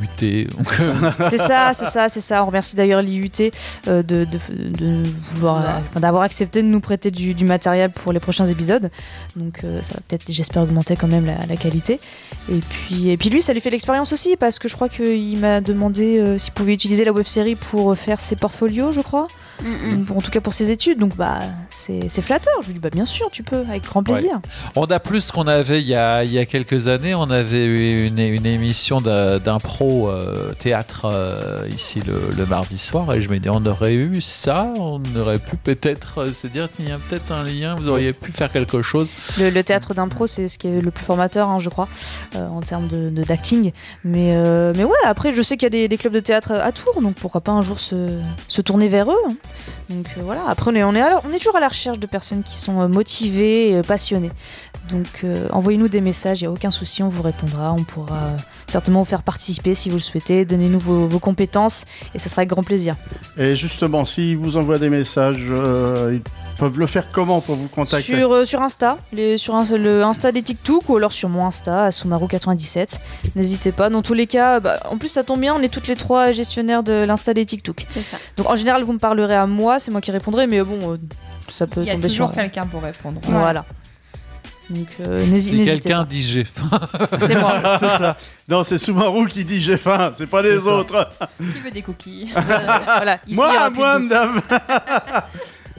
donc, euh, C'est ça, c'est ça, c'est ça. On remercie d'ailleurs l'IUT euh, de, de, de vouloir, euh, enfin, d'avoir accepté de nous prêter du, du matériel pour les prochains épisodes. Donc euh, ça va peut-être, j'espère, augmenter quand même la, la qualité. Et puis, et puis lui, ça lui fait l'expérience aussi parce que je crois qu'il m'a demandé euh, s'il pouvait utiliser la web série pour euh, faire ses portfolios, je crois. Mm, Pour- en tout cas pour ses études. Donc bah c'est c'est flatteur. Je lui dis bah bien sûr, tu peux, avec grand plaisir. Ouais. On a plus ce qu'on avait il y, a, il y a quelques années. On avait eu une, une émission d'un- d'impro euh, théâtre euh, ici le, le mardi soir et je me dis on aurait eu ça, on aurait pu peut-être euh, se dire qu'il y a peut-être un lien, vous auriez pu faire quelque chose. Le, le théâtre d'impro, c'est ce qui est le plus formateur, hein, je crois, euh, en termes de de- d'acting. Mais, euh, mais ouais, après, je sais qu'il y a des, des clubs de théâtre à Tours, donc pourquoi pas un jour se, se tourner vers eux. hein. Donc euh, voilà, après on est, on, est à la- on est toujours à la recherche de personnes qui sont euh, motivées, euh, passionnées. Donc euh, envoyez-nous des messages, il n'y a aucun souci, on vous répondra, on pourra euh, certainement vous faire participer si vous le souhaitez, donnez-nous vos, vos compétences et ça sera avec grand plaisir. Et justement, s'ils vous envoient des messages, euh, ils peuvent le faire comment pour vous contacter Sur, euh, sur Insta, les, sur ins- le Insta des TikTok ou alors sur mon Insta, Sumaru97. N'hésitez pas. Dans tous les cas, bah, en plus, ça tombe bien, on est toutes les trois gestionnaires de l'Insta des TikTok. C'est ça. Donc en général, vous me parlerez à moi, c'est moi qui répondrai, mais bon, euh, ça peut Il y a tomber sur. euh, toujours quelqu'un pour répondre. Voilà. Donc euh, n'hési- Si n'hésitez quelqu'un pas. dit j'ai faim. C'est moi. C'est ça. Non, c'est Sumaru qui dit j'ai faim, c'est pas les C'est ça. autres. Qui veut des cookies Euh, voilà, ici, il y moi, aura plus de moi, doute. madame.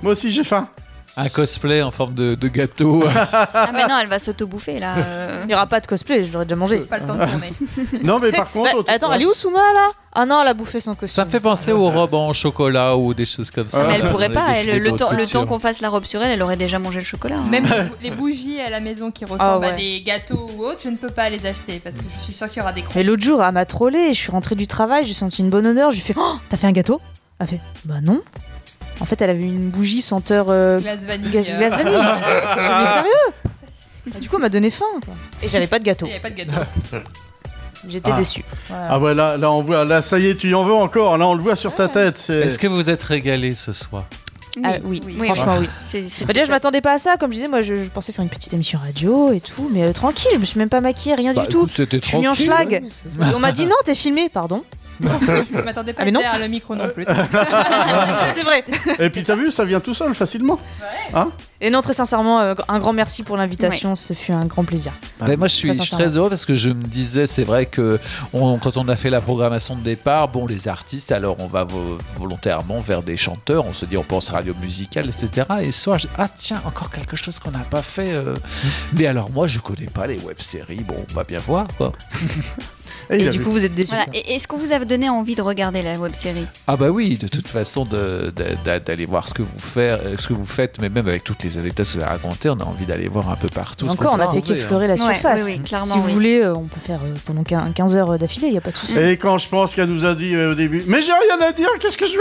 moi aussi j'ai faim. Un cosplay en forme de, de gâteau. Ah, mais non, elle va s'auto-bouffer là. euh. Il n'y aura pas de cosplay, je l'aurais déjà mangé. Pas le temps de tourner. Non, mais par contre. Bah, autre- attends, elle est où Souma là Ah non, elle a bouffé son costume. Ça me fait penser aux robes en chocolat ou des choses comme ça. Mais elle Dans pourrait les pas, défilés elle, le, de temps, haute le temps couture. qu'on fasse la robe sur elle, elle aurait déjà mangé le chocolat. hein. Même les bou- les bougies à la maison qui ressemblent Oh, ouais. à des gâteaux ou autres, je ne peux pas les acheter parce que je suis sûre qu'il y aura des Mais crocs. l'autre jour, elle m'a trollé. Je suis rentrée du travail, j'ai senti une bonne odeur. Je lui fais Oh, t'as fait un gâteau Elle fait Bah non. En fait, elle avait une bougie senteur euh, Glace vanille. glace, euh, glace vanille. je suis mais sérieux Bah, Du coup, elle m'a donné faim. quoi. Et j'avais pas de Il gâteau. n'y avait pas de gâteau. J'étais Ah. déçue. Ah ouais, là, là, on voit, là, ça y est, tu y en veux encore. Là, on le voit sur ta tête. C'est... Est-ce que vous êtes régalé ce soir Oui. Ah, oui, franchement, oui. C'est- c'est- Bah, déjà, je m'attendais pas à ça. Comme je disais, moi, je, je pensais faire une petite émission radio et tout. Mais euh, tranquille, je me suis même pas maquillée, rien Bah, du tout. écoute, C'était Je suis venue en tranquille. schlag. Et on m'a dit Non, t'es filmée, pardon. Je m'attendais pas Ah, mais non. à le micro non plus. C'est vrai. Et puis t'as vu, ça vient tout seul facilement. Hein Et non, très sincèrement, euh, un grand merci pour l'invitation. Ce fut un grand plaisir. Ah Ben, moi, je suis, Pas je suis sincèrement. très heureux parce que je me disais, c'est vrai que on- quand on a fait la programmation de départ, bon, les artistes, alors on va vo- volontairement vers des chanteurs, on se dit, on pense radio musicale, etc. Et ce soir, j'ai- ah tiens, encore quelque chose qu'on n'a pas fait. euh. Mais alors, moi, je connais pas les web-séries, bon, on va bien voir, quoi. Et, il Et a du vu. coup, vous êtes déçus. Voilà. Et est-ce qu'on vous a donné envie de regarder la web série Ah bah oui, de toute façon, de- de- d'a- d'aller voir ce que vous faire, euh, ce que vous faites, mais même avec toutes les anecdotes que vous avez racontées, on a envie d'aller voir un peu partout. ce Encore, qu'on on a peut fait trouver, hein. qu'effleurer la Ouais, surface. oui, oui, clairement, si vous oui. voulez, euh, on peut faire euh, pendant quin- 15 heures euh, d'affilée, il n'y a pas de souci. Et quand je pense qu'elle nous a dit euh, au début, mais j'ai rien à dire, qu'est-ce que je vais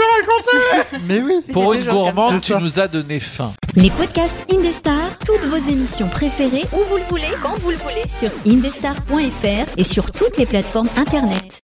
raconter Mais oui. Pour C'est une toujours comme gourmande, ça. tu nous as donné faim. Les podcasts Indestar, toutes vos émissions préférées, où vous le voulez, quand vous le voulez, sur indestar.fr et sur toutes les plateformes internet.